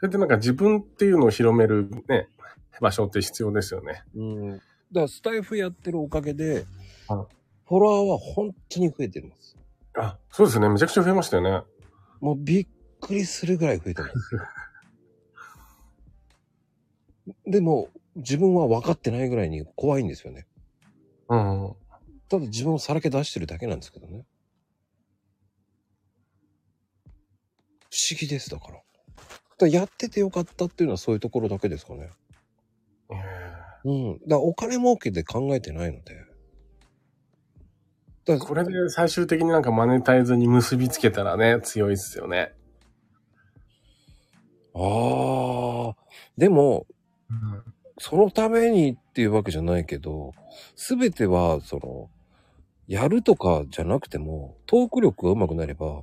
Speaker 3: それってなんか自分っていうのを広めるね、場所って必要ですよね。
Speaker 1: うん。だから、スタイフやってるおかげで、
Speaker 3: うん
Speaker 1: フォロワーは本当に増えてます。
Speaker 3: あ、そうですね。めちゃくちゃ増えましたよね。
Speaker 1: もうびっくりするぐらい増えて ます。でも、自分は分かってないぐらいに怖いんですよね。
Speaker 3: うん。
Speaker 1: ただ自分をさらけ出してるだけなんですけどね。不思議です、だから。だからやっててよかったっていうのはそういうところだけですかね。
Speaker 3: え
Speaker 1: うん。だからお金儲けで考えてないので。だ
Speaker 3: ーこれで最終的になんかマネタイズに結びつけたらね、強いですよね。
Speaker 1: ああ。でも、
Speaker 3: うん。
Speaker 1: そのためにっていうわけじゃないけど、すべては、その、やるとかじゃなくても、トーク力が上手くなれば、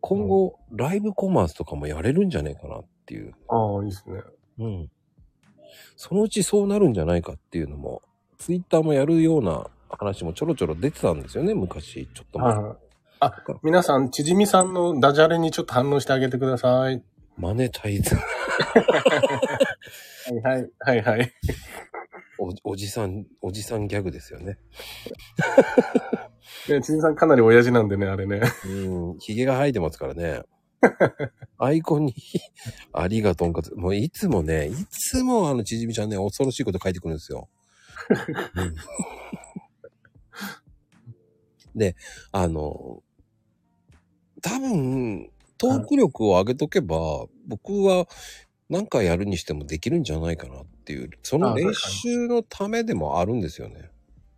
Speaker 1: 今後、ライブコマースとかもやれるんじゃねえかなっていう。
Speaker 3: ああ、いいですね。
Speaker 1: うん。そのうちそうなるんじゃないかっていうのも、ツイッターもやるような話もちょろちょろ出てたんですよね、昔、ちょっと前。
Speaker 3: はい。あ、皆さん、ちじみさんのダジャレにちょっと反応してあげてください。
Speaker 1: マネタイズ。
Speaker 3: はいはい。はいはい。
Speaker 1: おおじさん、おじさんギャグですよね。
Speaker 3: ね、ちじみさんかなり親父なんでね、あれね。
Speaker 1: うん、ひげが生えてますからね。アイコンに、ありがとんかつ。もういつもね、いつもあの、ちじみちゃんね、恐ろしいこと書いてくるんですよ。うんで、あの、多分、トーク力を上げとけば、僕は何かやるにしてもできるんじゃないかなっていう、その練習のためでもあるんですよね。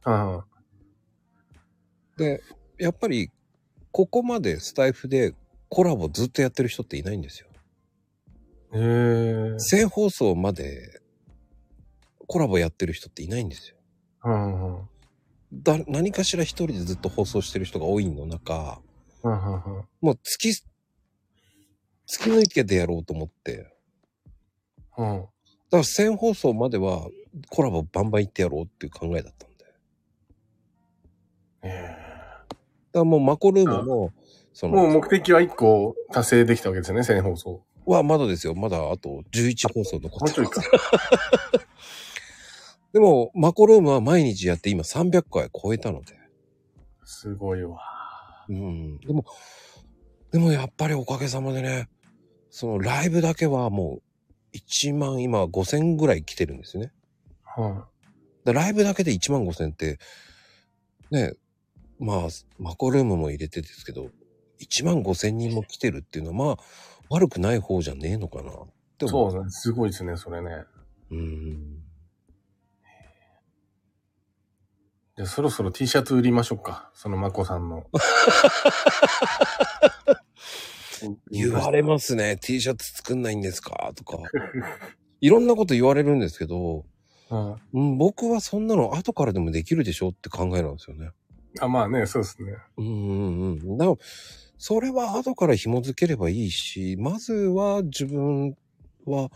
Speaker 3: うん。
Speaker 1: で、やっぱり、ここまでスタイフでコラボずっとやってる人っていないんですよ。
Speaker 3: へえ。
Speaker 1: 全放送までコラボやってる人っていないんですよ。
Speaker 3: うんうん。
Speaker 1: だ何かしら一人でずっと放送してる人が多いの中、
Speaker 3: うんうんうん
Speaker 1: もう突き、突き抜けてやろうと思って、だ
Speaker 3: うん。
Speaker 1: から全放送まではコラボバンバン行ってやろうっていう考えだったんで。
Speaker 3: へえ
Speaker 1: だからもうマコルームも、そ
Speaker 3: もう
Speaker 1: の、
Speaker 3: 目的は1個達成できたわけですよね、全放送。
Speaker 1: はまだですよ。まだあと11放送残
Speaker 3: も
Speaker 1: っ
Speaker 3: う
Speaker 1: て
Speaker 3: ちょいか。
Speaker 1: でも、マコルームは毎日やって今300回超えたので。
Speaker 3: すごいわ。
Speaker 1: うん。でも、でもやっぱりおかげさまでね、そのライブだけはもう1万今5000ぐらい来てるんですね。
Speaker 3: は
Speaker 1: だライブだけで1万5000って、ね、まあ、マコルームも入れてですけど、1万5000人も来てるっていうのは、まあ、悪くない方じゃねえのかなって
Speaker 3: そう
Speaker 1: 思
Speaker 3: ですね。すごいですね、それね。
Speaker 1: う。うん。
Speaker 3: じゃあそろそろ T シャツ売りましょうか。そのまこさんの。
Speaker 1: 言われますね。T シャツ作んないんですかとか。いろんなこと言われるんですけど、
Speaker 3: うん
Speaker 1: うん、僕はそんなの後からでもできるでしょって考えなんですよね。
Speaker 3: あ、まあね、そうですね。
Speaker 1: うんうんうん。だからそれは後から紐づければいいし、まずは自分は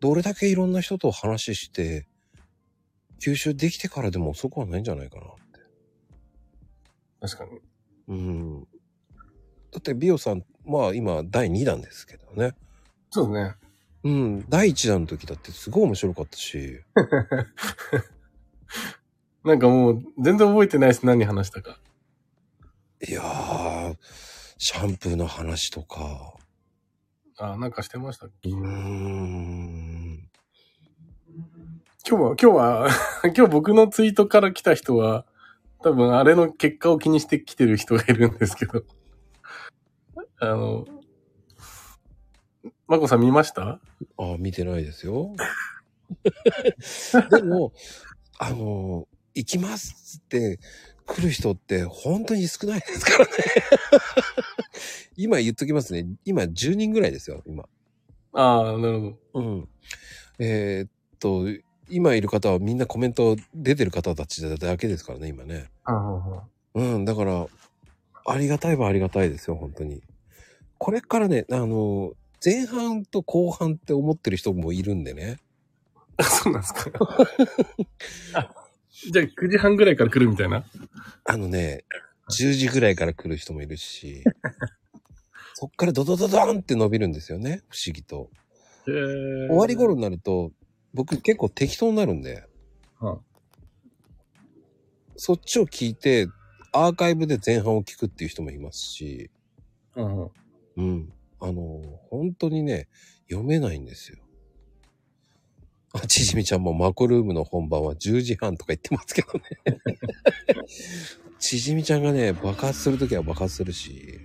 Speaker 1: どれだけいろんな人と話して、吸収できてからでも遅くはないんじゃないかなって。
Speaker 3: 確かに。
Speaker 1: うん。だってビオさん、まあ今第2弾ですけどね。
Speaker 3: そうですね。
Speaker 1: うん。第1弾の時だってすごい面白かったし。
Speaker 3: なんかもう、全然覚えてないです。何話したか。
Speaker 1: いやー、シャンプーの話とか。
Speaker 3: あ、なんかしてましたっけ
Speaker 1: うー
Speaker 3: 今
Speaker 1: ん。
Speaker 3: 日は、今日は、 今日僕のツイートから来た人は、多分あれの結果を気にして来てる人がいるんですけど。 あの、まこさん見ました
Speaker 1: あ、見てないですよ。 でも、あの、行きますって来る人って本当に少ないですからね。 今言っときますね。今10人ぐらいですよ、今。
Speaker 3: ああ、なるほど。
Speaker 1: うん。えーっと、今いる方はみんなコメント出てる方たちだけですからね、今ね。
Speaker 3: ああ
Speaker 1: うん、だから、ありがたいはありがたいですよ、本当に。これからね、あの、前半と後半って思ってる人もいるんでね。
Speaker 3: あ、 そうなんですか。あ じゃあ9時半ぐらいから来るみたいな。
Speaker 1: あのね、10時ぐらいから来る人もいるし、そっからドドドドンって伸びるんですよね、不思議と。
Speaker 3: 終
Speaker 1: 終わり頃になると、僕結構適当になるんで、
Speaker 3: うん
Speaker 1: そっちを聞いて、アーカイブで前半を聞くっていう人もいますし、
Speaker 3: うん。
Speaker 1: うん。あの、本当にね、読めないんですよ。あ、ちじみちゃんもマコルームの本番は10時半とか言ってますけどね。ちじみちゃんがね、爆発するときは爆発するし、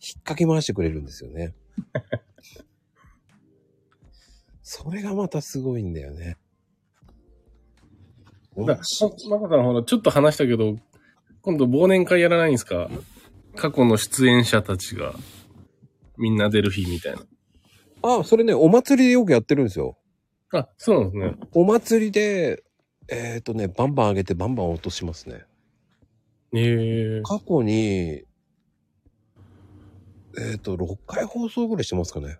Speaker 1: 引っかき回してくれるんですよね。それがまたすごいんだよね。
Speaker 3: だままこさんほら、ちょっと話したけど、今度忘年会やらないんですか過去の出演者たちが、みんな出る日みたいな。
Speaker 1: あ、それね、お祭りでよくやってるんですよ。
Speaker 3: あ、そうなんですね。
Speaker 1: お祭りで、えっ、とね、バンバン上げてバンバン落としますね。
Speaker 3: ええ
Speaker 1: 過去に、えっ、と、6回放送ぐらいしてますかね。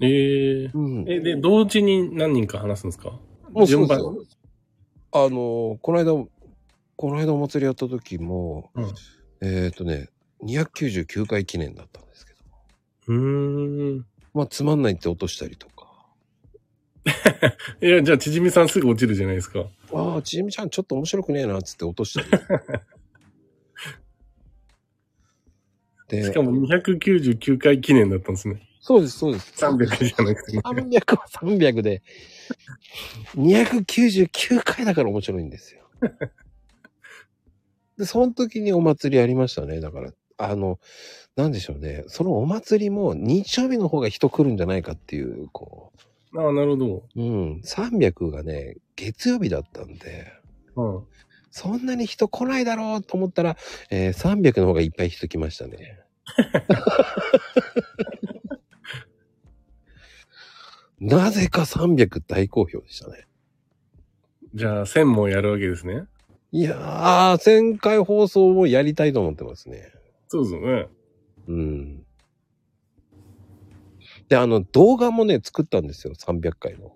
Speaker 3: ええ
Speaker 1: うん。
Speaker 3: え、で、同時に何人か話すんですか
Speaker 1: もう
Speaker 3: 順
Speaker 1: そうで
Speaker 3: 番
Speaker 1: すよ。あのー、この間、この間お祭りやった時も、
Speaker 3: うん
Speaker 1: えっ、とね、299回記念だったんですけど、
Speaker 3: うーん。
Speaker 1: まあ、つまんないって落としたりとか、
Speaker 3: いや、じゃあ、ちじみさんすぐ落ちるじゃないですか。
Speaker 1: ああ、ちじみちゃんちょっと面白くねえな、っつって落とした り。で
Speaker 3: しかも299回記念だったんですね。
Speaker 1: そうです、そうです。
Speaker 3: 300じゃなくてね。
Speaker 1: 300は300で、299回だから面白いんですよ。で、その時にお祭りありましたね。だから、あの、なんでしょうね。そのお祭りも日曜日の方が人来るんじゃないかっていう、こ
Speaker 3: ああ、なるほ
Speaker 1: う、うん、300がね、月曜日だったんで、
Speaker 3: ど。
Speaker 1: そんなに人来ないだろうと思ったら、えー300の方がいっぱい人来ました ね。なぜか300大好評でしたね。
Speaker 3: うん。じゃあ、1000もやるわけですね。
Speaker 1: いやー、1000回放送もやりたいと思ってますね。
Speaker 3: そうですよね。
Speaker 1: うん。で、あの、動画もね、作ったんですよ、300回の。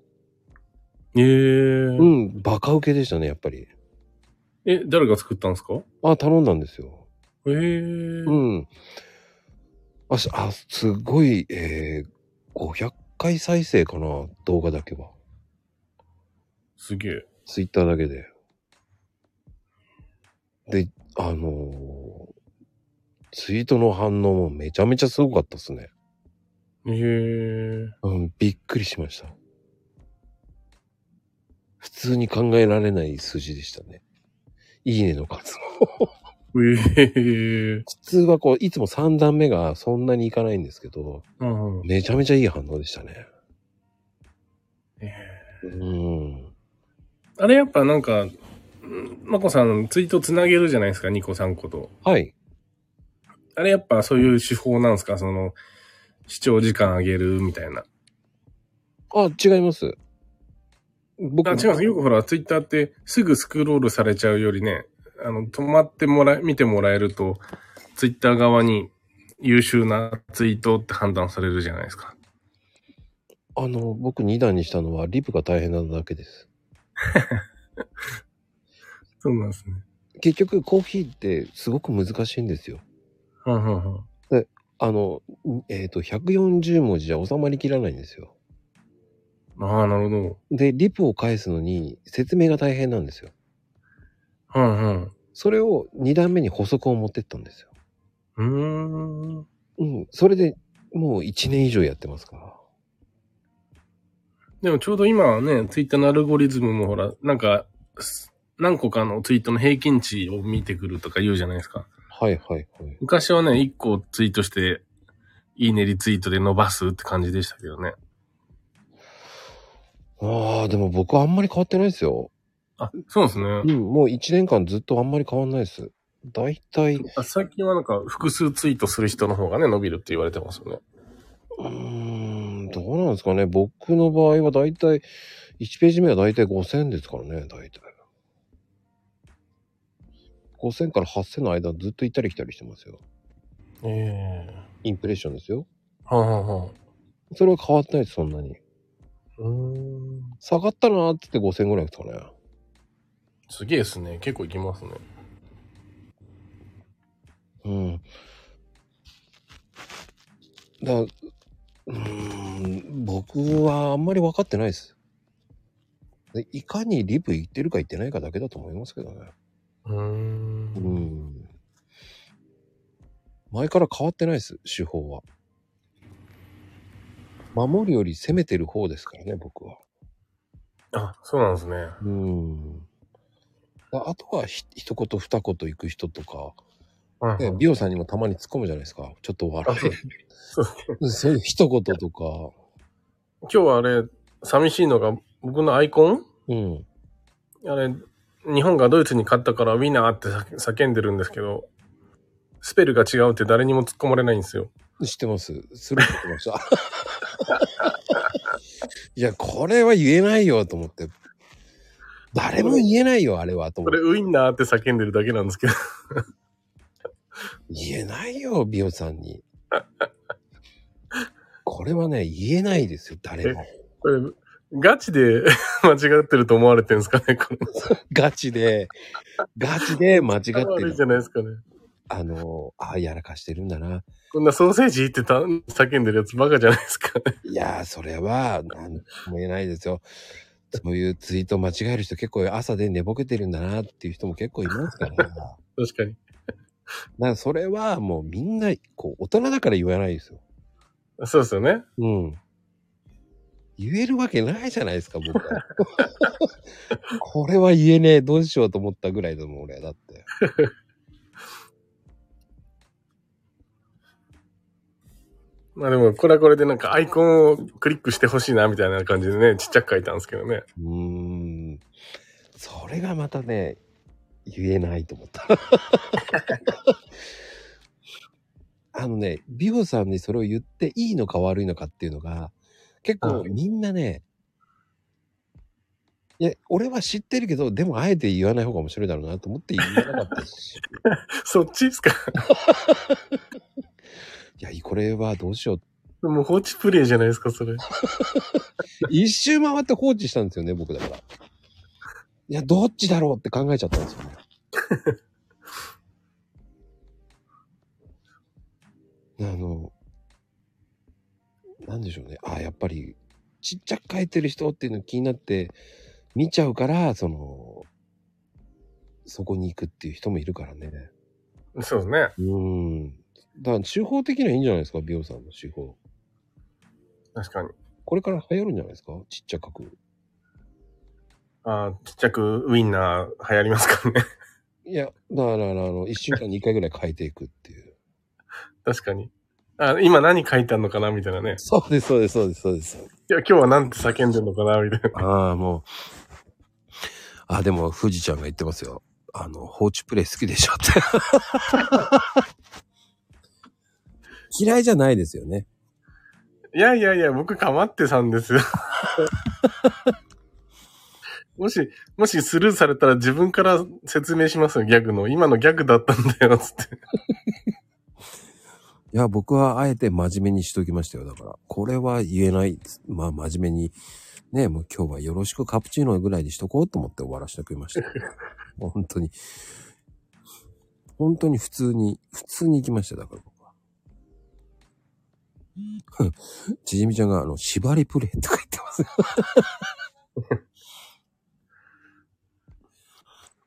Speaker 3: ええ
Speaker 1: う。ん、バカウケでしたね、やっぱり。
Speaker 3: え、誰が作ったんですか
Speaker 1: あ、頼んだんですよ。
Speaker 3: ええ
Speaker 1: うん。あ、しあすごい、えー、500回再生かな、動画だけは。
Speaker 3: すげえ。
Speaker 1: ツイッターだけで。で、あのーツイートの反応もめちゃめちゃすごかったっすね。
Speaker 3: へえ。
Speaker 1: うん、びっくりしました。普通に考えられない数字でしたね。いいねの数も。
Speaker 3: ええ
Speaker 1: 普通はこう、いつも3段目がそんなにいかないんですけど、
Speaker 3: うんうん。
Speaker 1: めちゃめちゃいい反応でしたね。
Speaker 3: ええ
Speaker 1: うん。
Speaker 3: あれやっぱなんか、うんまこさんツイートつなげるじゃないですか、2個3個と。
Speaker 1: はい。
Speaker 3: あれやっぱそういう手法なんですかその、視聴時間上げるみたいな。
Speaker 1: あ、違います。僕
Speaker 3: あ、違います。よくほら、ツイッターってすぐスクロールされちゃうよりね、あの、止まってもらえ、見てもらえると、ツイッター側に優秀なツイートって判断されるじゃないですか。
Speaker 1: あの、僕2段にしたのは、リプが大変なだけです。
Speaker 3: そうなんですね。
Speaker 1: 結局、コーヒーってすごく難しいんですよ。
Speaker 3: はんはんはん。
Speaker 1: あの、えっ、と、140文字じゃ収まりきらないんですよ。
Speaker 3: ああ、なるほど。
Speaker 1: で、リプを返すのに説明が大変なんですよ。
Speaker 3: はん
Speaker 1: それを2段目に補足を持ってったんですよ。
Speaker 3: はん。うーん。
Speaker 1: うん。それでもう1年以上やってますから。
Speaker 3: でもちょうど今はね、ツイッターのアルゴリズムもほら、なんか、す何個かのツイートの平均値を見てくるとか言うじゃないですか。
Speaker 1: はいはいはい。
Speaker 3: 昔はね、1個ツイートして、いいねリツイートで伸ばすって感じでしたけどね。
Speaker 1: ああ、でも僕はあんまり変わってないですよ。
Speaker 3: あ、そうですね
Speaker 1: う。ん。もう1年間ずっとあんまり変わんないです。大体、う
Speaker 3: あ最近はなんか複数ツイートする人の方がね、伸びるって言われてますよね。
Speaker 1: ーん、どうなんですかね。僕の場合は大体、1ページ目は大体5000ですからね、大体。5000から8000の間ずっと行ったり来たりしてますよ。
Speaker 3: ええ
Speaker 1: インプレッションですよ。
Speaker 3: はんはんはん。
Speaker 1: それは変わってないです、そんなに。
Speaker 3: うーん。
Speaker 1: 下がったなーって言って5000ぐらいですかね。
Speaker 3: すげえですね。結構いきますね。
Speaker 1: うん。だ、うーん、僕はあんまり分かってないです。でいかにリプ行ってるか行ってないかだけだと思いますけどね。
Speaker 3: うーん。
Speaker 1: うん。前から変わってないです、手法は。守るより攻めてる方ですからね、僕は。
Speaker 3: あ、そうなんですね。
Speaker 1: うん。ああとはひ、一言二言行く人とか、
Speaker 3: はいはい
Speaker 1: ね美容さんにもたまに突っ込むじゃないですか。ちょっと笑う。うんそういう一言とか。
Speaker 3: 今日はあれ、寂しいのが、僕のアイコン
Speaker 1: うん。
Speaker 3: あれ、日本がドイツに勝ったからウィナーって叫叫んでるんですけど、スペルが違うって誰にも突っ込まれないんですよ。
Speaker 1: 知ってます。スルーしてました。 いや、これは言えないよと思って。誰も言えないよ、あれはと
Speaker 3: こ
Speaker 1: 思っ
Speaker 3: れ
Speaker 1: て。
Speaker 3: ウィンナーって叫んでるだけなんですけど。
Speaker 1: 言えないよ、美容さんに。これはね、言えないですよ、誰も。
Speaker 3: これ、ガチで 間違ってると思われてるんですかねこれ。
Speaker 1: ガチで、ガチで間違って
Speaker 3: 悪い
Speaker 1: る
Speaker 3: じ。ゃないですかね。
Speaker 1: あの、ああ、やらかしてるんだな。
Speaker 3: こんなソーセージってた叫んでるやつバカじゃないですかね。
Speaker 1: いやー、それは、なんとも言えないですよ。そういうツイート間違える人結構朝で寝ぼけてるんだなっていう人も結構いますから。だか
Speaker 3: 確かに。
Speaker 1: らそれはもうみんな、こう、大人だから言わないですよ。
Speaker 3: そうですよね。
Speaker 1: うん。言えるわけないじゃないですか、僕は。これは言えねえ、どうしようと思ったぐらいだもん、俺は。だって。
Speaker 3: まあでも、これはこれでなんかアイコンをクリックしてほしいなみたいな感じでね、ちっちゃく書いたんですけどね。
Speaker 1: うーん。それがまたね、言えないと思 った。あのね、美穂さんにそれを言っていいのか悪いのかっていうのが、結構
Speaker 3: はい
Speaker 1: みんなね、いや、俺は知ってるけど、でもあえて言わない方が面白いだろうなと思って言わなか ったし、
Speaker 3: そっちですか
Speaker 1: いや、これはどうしよう。
Speaker 3: もう放置プレイじゃないですか、それ。
Speaker 1: 一周回って放置したんですよね、僕だから。いや、どっちだろうって考えちゃったんですよね。 あの、なんでしょうね。あやっぱり、ちっちゃく書いてる人っていうの気になって、見ちゃうから、その、そこに行くっていう人もいるからね。
Speaker 3: そうですね。
Speaker 1: うん。だから、手法的にはいいんじゃないですか、美容さんの手法。
Speaker 3: 確かに。
Speaker 1: これから流行るんじゃないですかちっちゃく書く。
Speaker 3: ああ、ちっちゃくウインナー流行りますからね。
Speaker 1: いや、だから、あの、一週間に一回ぐらい変えていくっていう。
Speaker 3: 確かに。あ、今何書いてあんのかなみたいなね。
Speaker 1: そうです、そうです、そうです、そうです。
Speaker 3: いや、今日はなんて叫んでんのかなみたいな。
Speaker 1: ああ、もう。あ、でも、富士ちゃんが言ってますよ。あの、放置プレイ好きでしょって。 嫌いじゃないですよね。
Speaker 3: いやいやいや、僕、かまってさんですよ。もし、もしスルーされたら自分から説明しますよ、ギャグの。今のギャグだったんだよ、つって。
Speaker 1: いや、僕はあえて真面目にしときましたよ。だから、これは言えない。まあ、真面目に。ねもう今日はよろしくカプチーノぐらいにしとこうと思って終わらしてきました。本当に。本当に普通に、普通に行きましたよだから僕は。 ちじみちゃんが、あの、縛りプレイとか言ってます。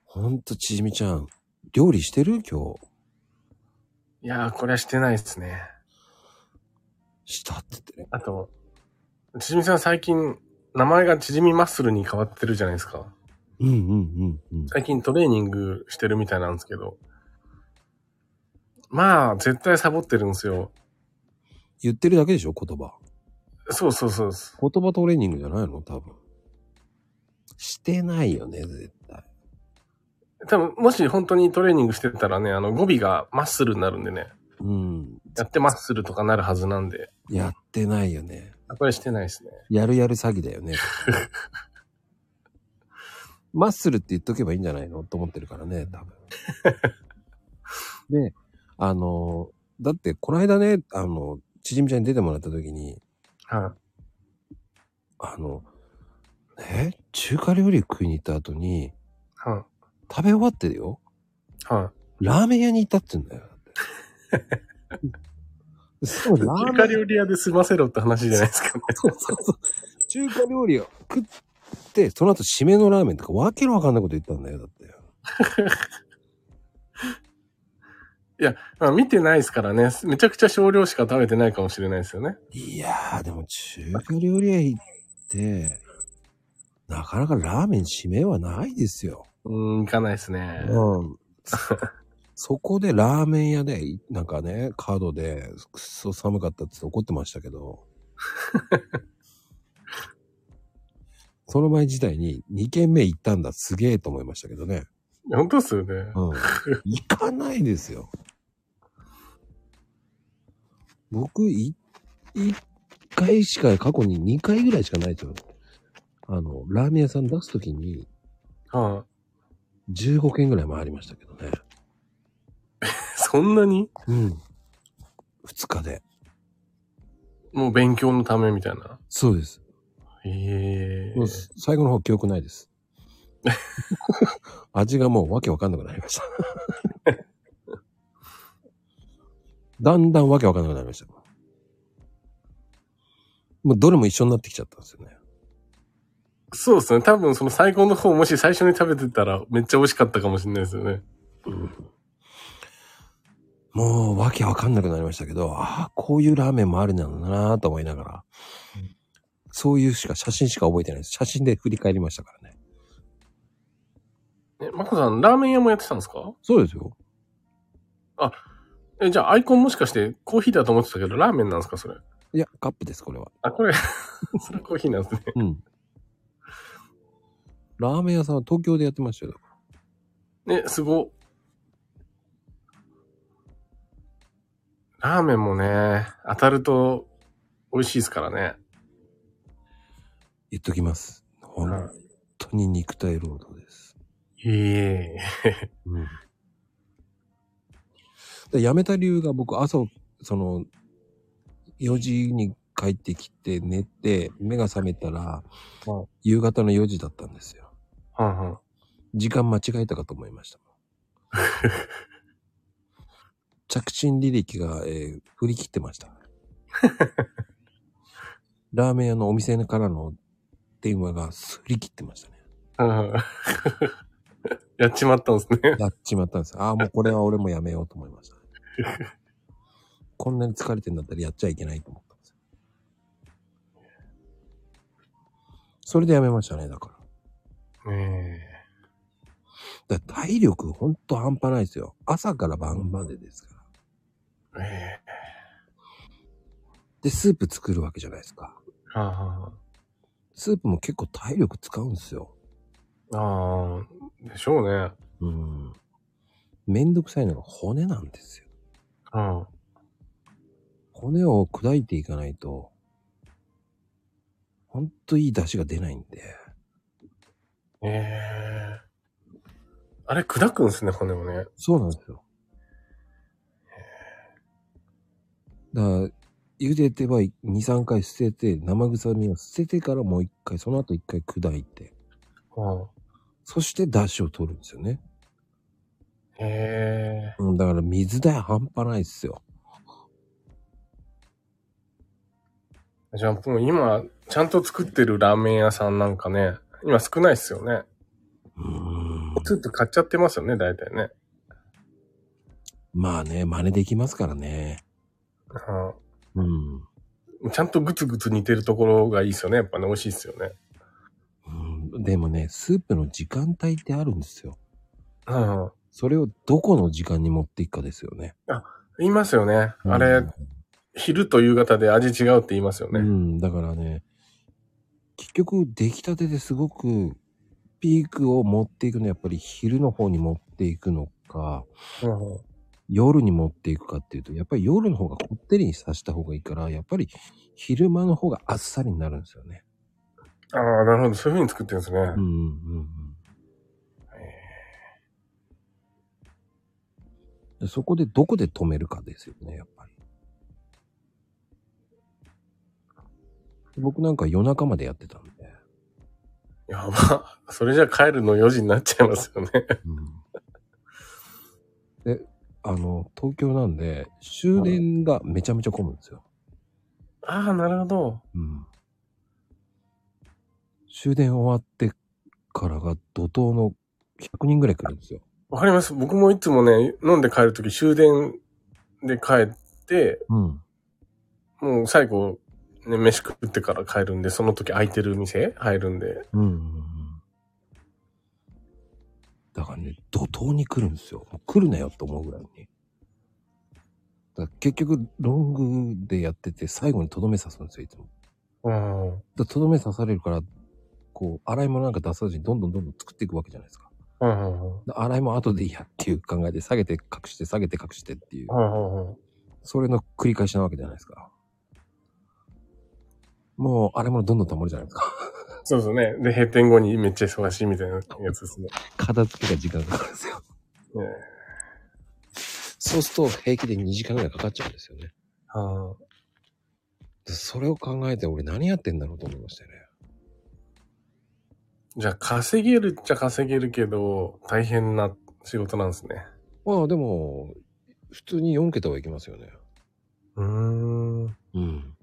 Speaker 1: ほんと、ちじみちゃん。料理してる今日。
Speaker 3: いやー、これはしてないですね。
Speaker 1: したって言ってね。
Speaker 3: あと、ちじみさん最近、名前がちじみマッスルに変わってるじゃないですか。
Speaker 1: うんうんうんうん。
Speaker 3: 最近トレーニングしてるみたいなんですけど。まあ、絶対サボってるんですよ。
Speaker 1: 言ってるだけでしょ言葉。
Speaker 3: そうそうそうです。
Speaker 1: 言葉トレーニングじゃないの多分。してないよね、絶対。
Speaker 3: 多分、もし本当にトレーニングしてたらね、あの、語尾がマッスルになるんでね。
Speaker 1: うん。
Speaker 3: やってマッスルとかなるはずなんで。
Speaker 1: やってないよね。
Speaker 3: あこれしてないですね。
Speaker 1: やるやる詐欺だよね。マッスルって言っとけばいいんじゃないのと思ってるからね、多分。で、あの、だって、この間ね、あの、ちじみちゃんに出てもらった時に、
Speaker 3: は
Speaker 1: あの、え中華料理食いに行った後に、
Speaker 3: い。はい。
Speaker 1: 食べ終わってよ、
Speaker 3: は
Speaker 1: ラーメン屋に行ったって言うんだよ。だってそう、ラ
Speaker 3: い。
Speaker 1: ー
Speaker 3: 中
Speaker 1: メ
Speaker 3: 華
Speaker 1: ン
Speaker 3: 料理屋で済ませろって話じゃないですかね。
Speaker 1: そうそうそう。中華料理を食って、その後締めのラーメンとか、わけのわかんないこと言ったんだよ、だって。
Speaker 3: まあ、見てないですからね。めちゃくちゃ少量しか食べてないかもしれないですよね。
Speaker 1: いやー、でも中華料理屋行って、なかなかラーメン締めはないですよ。
Speaker 3: うーん、いかないですね。
Speaker 1: うん。そこでラーメン屋で、なんかね、カードで、くっそ寒かったっつって怒ってましたけど、その前自体に2軒目行ったんだ、すげえと思いましたけどね。
Speaker 3: 本当っすよね。
Speaker 1: うん行かないですよ。僕、い、一回しか、過去に二回ぐらいしかないと思う。あの、ラーメン屋さん出すときに
Speaker 3: は
Speaker 1: 15軒ぐらい回りましたけどね。
Speaker 3: い。そんなに
Speaker 1: うん。二日で。
Speaker 3: もう勉強のためみたいな。
Speaker 1: そうです。
Speaker 3: ええ
Speaker 1: もう最後の方記憶ない です。味がもうわけわかんなくなりました。 だんだんわけわかんなくなりました。もうどれも一緒になってきちゃったんですよね。
Speaker 3: そうですね。多分その最高の方、もし最初に食べてたらめっちゃ美味しかったかもしれないですよね。
Speaker 1: もうわけわかんなくなりましたけど、ああ、こういうラーメンもあるんだなぁと思いながら、そういうしか写真しか覚えてないです。写真で振り返りましたからね。
Speaker 3: え、マコさん、ラーメン屋もやってたんですか
Speaker 1: そうですよ。
Speaker 3: え、じゃあアイコンもしかしてコーヒーだと思ってたけど、ラーメンなんですかそれ。
Speaker 1: いや、カップです、これは。
Speaker 3: あ、これ、 それコーヒーなんですね。
Speaker 1: うん。ラーメン屋さんは東京でやってましたよ。
Speaker 3: ね、すご。ラーメンもね、当たると美味しいですからね。
Speaker 1: 言っときます。本当に肉体労働です。
Speaker 3: ええ
Speaker 1: うん。で辞めた理由が僕朝、その、4時に帰ってきて寝て、目が覚めたら、
Speaker 3: うん
Speaker 1: 夕方の4時だったんですよ。
Speaker 3: はんはん。
Speaker 1: 時間間違えたかと思いました。着信履歴が、えー振り切ってました。ラーメン屋のお店からの電話が振り切ってましたね。
Speaker 3: はいはい やっちまったんですね。
Speaker 1: やっちまったんです。ああ、もうこれは俺もやめようと思いました。こんなに疲れてんだったらやっちゃいけないと思ったんですよ。それでやめましたね、だから。
Speaker 3: ええ
Speaker 1: だから体力ほんと半端ないですよ。朝から晩までですから。
Speaker 3: ええ
Speaker 1: で、スープ作るわけじゃないですか。
Speaker 3: はあは
Speaker 1: スープも結構体力使うんですよ。
Speaker 3: あはあ。ああ、でしょうね。
Speaker 1: うん。めんどくさいのが骨なんですよ。
Speaker 3: うん。
Speaker 1: 骨を砕いていかないと、ほんといい出汁が出ないんで。
Speaker 3: ええあれ、砕くんですね、骨もね。
Speaker 1: そうなんですよ。だから、茹でては2、3回捨てて、生臭みを捨ててからもう1回、その後1回砕いて、
Speaker 3: うん。
Speaker 1: そして出汁を取るんですよね。
Speaker 3: ええ
Speaker 1: うん、だから水代半端ないっすよ。
Speaker 3: じゃあ、もう今、ちゃんと作ってるラーメン屋さんなんかね、今少ないっすよね。
Speaker 1: うーん。
Speaker 3: スープ買っちゃってますよね、大体ね。
Speaker 1: まあね、真似できますからね。
Speaker 3: う
Speaker 1: うん。
Speaker 3: ん。ちゃんとグツグツ煮てるところがいいっすよね。やっぱね、美味しいっすよね。
Speaker 1: うん、でもね、スープの時間帯ってあるんですよ。
Speaker 3: うん。
Speaker 1: それをどこの時間に持っていくかですよね。
Speaker 3: 言いますよね。あれ、
Speaker 1: うん
Speaker 3: 昼と夕方で味違うって言いますよね。
Speaker 1: うん、だからね、結局出来たてですごくピークを持っていくのはやっぱり昼の方に持っていくのか、
Speaker 3: うん。
Speaker 1: 夜に持っていくかっていうと、やっぱり夜の方がこってりにさした方がいいから、やっぱり昼間の方があっさりになるんですよね。
Speaker 3: ああ、なるほど。そういう風に作ってるんですね。
Speaker 1: うんうんうんで。そこでどこで止めるかですよね、やっぱり。僕なんか夜中までやって たんで。
Speaker 3: やば。それじゃ帰るの4時になっちゃいますよね。
Speaker 1: で、あの、東京なんで、終電がめちゃめちゃ混むんですよ。
Speaker 3: ああ、なるほど。
Speaker 1: うん。終電終わってからが怒涛の100人ぐらい来るんですよ。
Speaker 3: わかります。僕もいつもね、飲んで帰るとき終電で帰って、
Speaker 1: うん。
Speaker 3: もう最後、ね、飯食ってから帰るんで、その時空いてる店入るんで。
Speaker 1: うんうんうん。だからね、怒涛に来るんですよ。もう来るなよと思うぐらいに。だから結局、ロングでやってて、最後にとどめ刺すんですよ、いつも。
Speaker 3: うん。
Speaker 1: だからとどめ刺されるから、こう、洗い物なんか出さずにどんどんどんどん作っていくわけじゃないですか。
Speaker 3: うん。うん。
Speaker 1: だから洗いも後でいいやっていう考えで下げて隠して下げて隠してっていう
Speaker 3: う、ん。うん。
Speaker 1: それの繰り返しなわけじゃないですか。もう洗い物どんどん溜まるじゃないですか。
Speaker 3: そうですね。で、閉店後にめっちゃ忙しいみたいなやつですね。
Speaker 1: 片付けが時間かかるんですよ。
Speaker 3: ね
Speaker 1: そうすると平気で2時間ぐらいかかっちゃうんですよね。
Speaker 3: ああ
Speaker 1: でそれを考えて俺何やってんだろうと思いましたよね。
Speaker 3: じゃあ、稼げるっちゃ稼げるけど、大変な仕事なんですね。
Speaker 1: まあでも、普通に4桁はいきますよね。
Speaker 3: うーん。
Speaker 1: うん。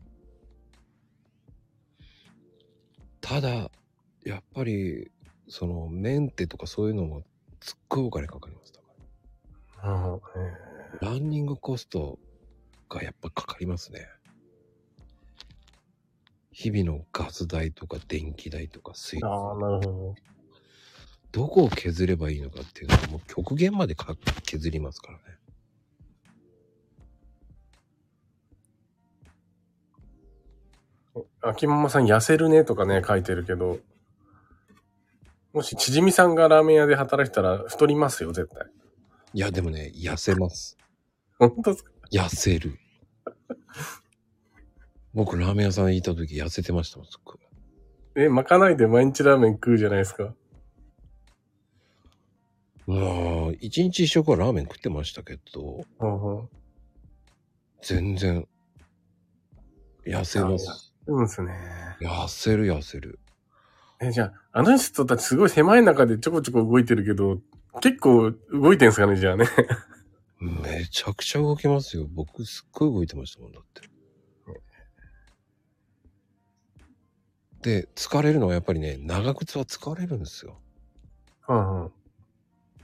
Speaker 1: ただ、やっぱり、その、メンテとかそういうのも、すっごいお金かかります。だか
Speaker 3: うんえ
Speaker 1: らランニングコストがやっぱかかりますね。日々のガス代とか電気代とか水
Speaker 3: えああ、なるほ
Speaker 1: どこを削ればいいのかっていうのはもう極限までか削りますからね。
Speaker 3: ど。秋ママさん痩せるねとかね、書いてるけど、もし、ちじみさんがラーメン屋で働いてたら太りますよ、絶対。
Speaker 1: いや、でもね、痩せます。
Speaker 3: 本当ですか
Speaker 1: 痩せる。 僕、ラーメン屋さんにいた時痩せてましたもん、すっごい。
Speaker 3: え、まかないで毎日ラーメン食うじゃないですか。
Speaker 1: まあ、一日一食はラーメン食ってましたけど、
Speaker 3: うんうん。
Speaker 1: 全然、痩せます。
Speaker 3: そうですね。
Speaker 1: 痩せる痩せる。
Speaker 3: え、じゃあ、あの人たちすごい狭い中でちょこちょこ動いてるけど、結構動いてんすかね、じゃあね。
Speaker 1: めちゃくちゃ動きますよ。僕、すっごい動いてましたもんだって。で、疲れるのはやっぱりね、長靴は疲れるんですよ。
Speaker 3: うんうん。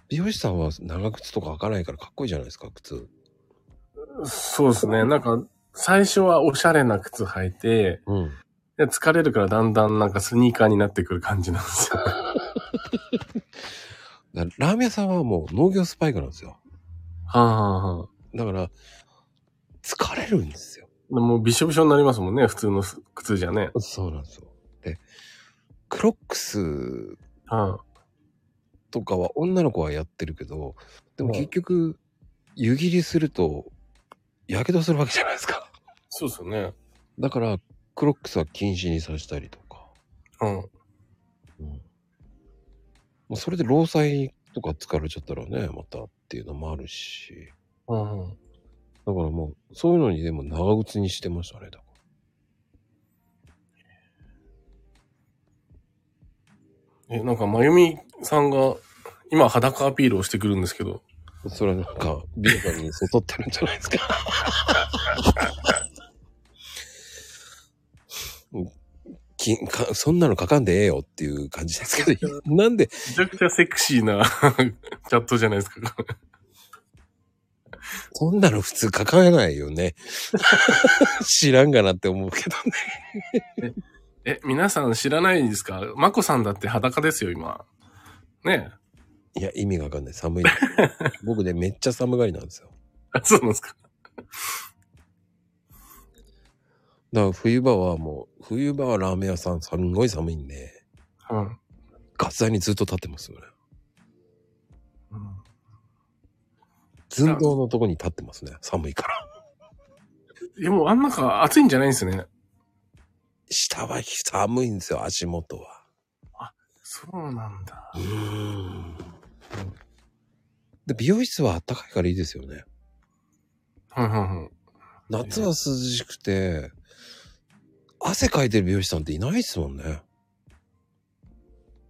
Speaker 1: 美容師さんは長靴とか履かないからかっこいいじゃないですか、靴。
Speaker 3: そうですね。なんか、最初はおしゃれな靴履いて、
Speaker 1: うん。
Speaker 3: で疲れるからだんだんなんかスニーカーになってくる感じなんですよ。
Speaker 1: だラーメン屋さんはもう農業スパイクなんですよ。
Speaker 3: はあ、はあはあ、
Speaker 1: だから、疲れるんですよ。
Speaker 3: もうびしょびしょになりますもんね、普通のす靴じゃね。
Speaker 1: そうなんですよ。で、クロックス
Speaker 3: は
Speaker 1: とかは女の子はやってるけど、でも
Speaker 3: はい
Speaker 1: 結局、湯切りすると、やけどするわけじゃないですか。
Speaker 3: あ、そうですよね。
Speaker 1: だから、クロックスは禁止にさせたりとか。
Speaker 3: うん。
Speaker 1: うん。もうそれで労災とか疲れちゃったらね、またっていうのもあるし。
Speaker 3: うんうん、
Speaker 1: だからもう、そういうのにでも長靴にしてましたね、だから。
Speaker 3: え、なんか、まゆみさんが、今、裸アピールをしてくるんですけど、
Speaker 1: それはなんか、ビーバーにそそってるんじゃないですか。きかそんなの書かんでええよっていう感じですけど、なんで、
Speaker 3: めちゃくちゃセクシーな チャットじゃないですか。
Speaker 1: そんなの普通書かないよね。 知らんがなって思うけどね。
Speaker 3: え、皆さん知らないんですかまこさんだって裸ですよ、今。ねえ。
Speaker 1: いや、意味がわかんない。寒い。僕ね、めっちゃ寒がりなんですよ。
Speaker 3: あそうなんですか。
Speaker 1: だから冬場はもう、冬場はラーメン屋さん、すんごい寒いんで、
Speaker 3: うん。
Speaker 1: ガス台にずっと立ってますよね。寸胴のとこに立ってますね。寒いから。
Speaker 3: でも、あん中暑いんじゃないんですね。
Speaker 1: 下は寒いんですよ、足元は。
Speaker 3: そうなんだ。
Speaker 1: で、美容室は暖かいからいいですよね。
Speaker 3: うんうんうん。
Speaker 1: 夏は涼しくて、汗かいてる美容師さんっていないですもんね。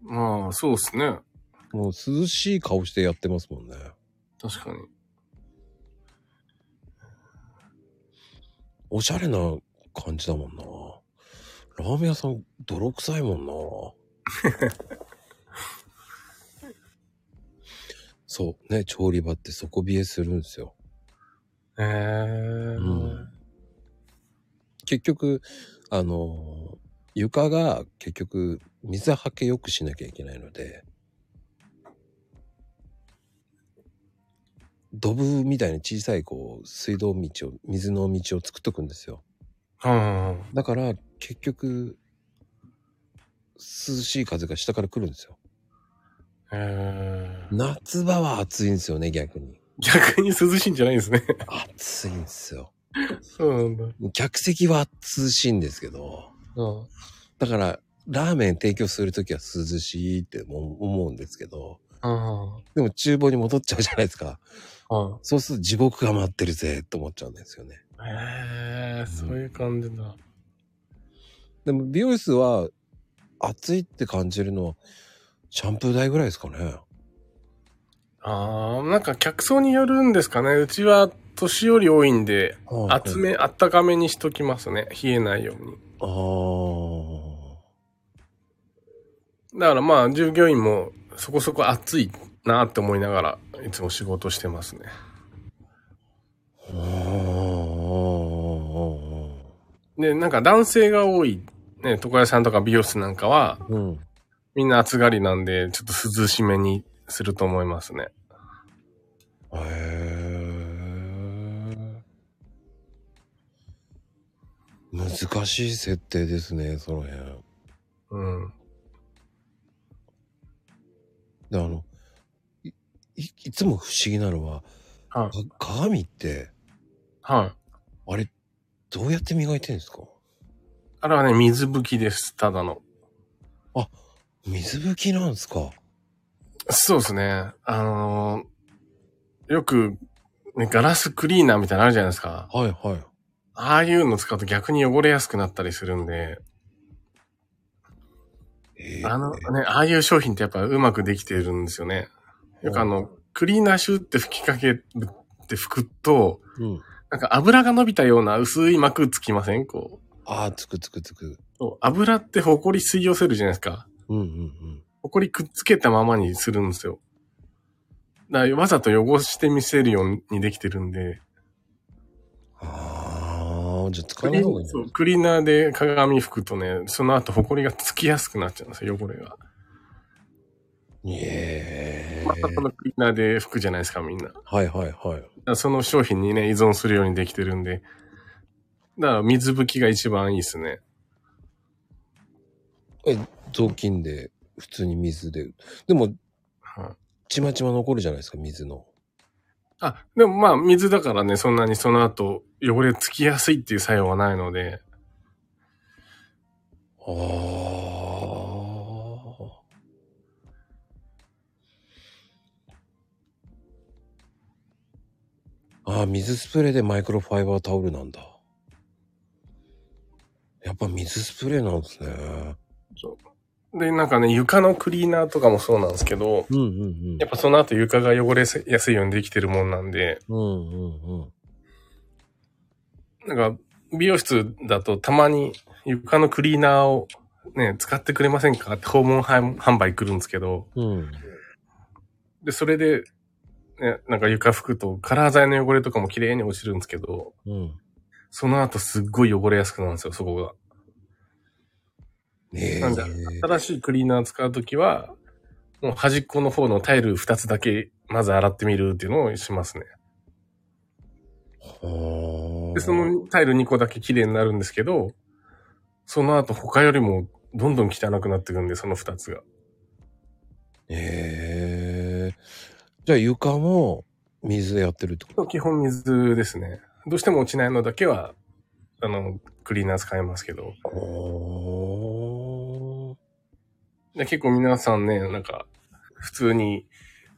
Speaker 3: まあ、そうですね。
Speaker 1: もう涼しい顔してやってますもんね。
Speaker 3: 確かに。
Speaker 1: おしゃれな感じだもんな。ラーメン屋さん泥臭いもんな。そうね、調理場って底冷えするんですよ。
Speaker 3: ええー。
Speaker 1: うん結局あの床が結局水はけよくしなきゃいけないのでドブみたいな小さいこう水道道を水の道を作っとくんですよ
Speaker 3: うんうん
Speaker 1: だから結局涼しい風が下から来るんですよ
Speaker 3: えー
Speaker 1: 夏場は暑いんですよね逆に
Speaker 3: 逆に涼しいんじゃないんですね。
Speaker 1: 暑いんですよ
Speaker 3: そうなんだ。
Speaker 1: 客席は涼しいんですけど
Speaker 3: うん。
Speaker 1: だから、ラーメン提供するときは涼しいっても思うんですけど、
Speaker 3: うん。はい。
Speaker 1: でも厨房に戻っちゃうじゃないですか。そうすると地獄が待ってるぜと思っちゃうんですよね。
Speaker 3: ええー、そういう感じだ。
Speaker 1: でも美容室は暑いって感じるのはシャンプー代ぐらいですかね。
Speaker 3: ああ、なんか客層によるんですかね。うちは年寄り多いんで、厚め、あったかめにしときますね。冷えないように。
Speaker 1: あー
Speaker 3: だからまあ、従業員もそこそこ暑いなって思いながら、いつも仕事してますね。
Speaker 1: あー。
Speaker 3: で、なんか男性が多い、ね、床屋さんとか美容室なんかは、
Speaker 1: うん。
Speaker 3: みんな暑がりなんで、ちょっと涼しめにすると思いますね。
Speaker 1: へー難しい設定ですね、その辺。
Speaker 3: うん。
Speaker 1: であのいいいつも不思議なのは
Speaker 3: は
Speaker 1: か
Speaker 3: い。
Speaker 1: 鏡って
Speaker 3: はい。
Speaker 1: あれどうやって磨いてんですか
Speaker 3: あれはね、水拭きです。ただの。
Speaker 1: 水拭きなんですか
Speaker 3: そうですね。あのーよく、ね、ガラスクリーナーみたいなのあるじゃないですか。
Speaker 1: はいはい
Speaker 3: ああいうの使うと逆に汚れやすくなったりするんで、
Speaker 1: えー
Speaker 3: あのね、ああいう商品ってやっぱうまくできてるんですよね。よくあの、クリーナーシュって吹きかけて拭くと、
Speaker 1: うん、
Speaker 3: なんか油が伸びたような薄い膜つきませんこう
Speaker 1: ああつくつくつく
Speaker 3: そう。油ってホコリ吸い寄せるじゃないですか。
Speaker 1: うんうんうん
Speaker 3: ホコリくっつけたままにするんですよ。だからわざと汚して見せるようにできてるんで、
Speaker 1: ああじゃあ使
Speaker 3: ク
Speaker 1: わ
Speaker 3: リ
Speaker 1: ない方がい
Speaker 3: ー
Speaker 1: いね
Speaker 3: そうクリーナーで鏡拭くとね、その後ホコリがつきやすくなっちゃうんですよ、汚れが。
Speaker 1: え
Speaker 3: パパのクリーナーで拭くじゃないですか、みんな。だか
Speaker 1: はいはいはい。
Speaker 3: らその商品にね、依存するようにできてるんで。だから水拭きが一番いいですね。
Speaker 1: 雑巾で、普通に水で。でも、
Speaker 3: はい
Speaker 1: ちまちま残るじゃないですか、水の。
Speaker 3: あ、でもまあ水だからね、そんなにその後汚れつきやすいっていう作用はないので。
Speaker 1: ああ。ああ、水スプレーでマイクロファイバータオルなんだ。やっぱ水スプレーなんですね。
Speaker 3: で、なんかね、床のクリーナーとかもそうなんですけど、
Speaker 1: うんうん
Speaker 3: やっぱその後床が汚れやすいようにできてるもんなんで、
Speaker 1: うん。うんうんうん。
Speaker 3: なんか美容室だとたまに床のクリーナーをね、使ってくれませんかって訪問販販売来るんですけど、
Speaker 1: うん。
Speaker 3: で、それで、ね、なんか床拭くとカラー剤の汚れとかも綺麗に落ちるんですけど、
Speaker 1: うん。
Speaker 3: その後すっごい汚れやすくなるんですよ、そこが。
Speaker 1: ええ
Speaker 3: なんで新しいクリーナー使うときは、もう端っこの方のタイル2つだけ、まず洗ってみるっていうのをしますね。
Speaker 1: はあ
Speaker 3: で、そのタイル2個だけ綺麗になるんですけど、その後他よりもどんどん汚くなってくんで、その2つが。
Speaker 1: ええじゃあ床も水でやってるってこと
Speaker 3: 基本水ですね。どうしても落ちないのだけは、あの、クリーナー使いますけど。
Speaker 1: おー
Speaker 3: で結構皆さんね、なんか、普通に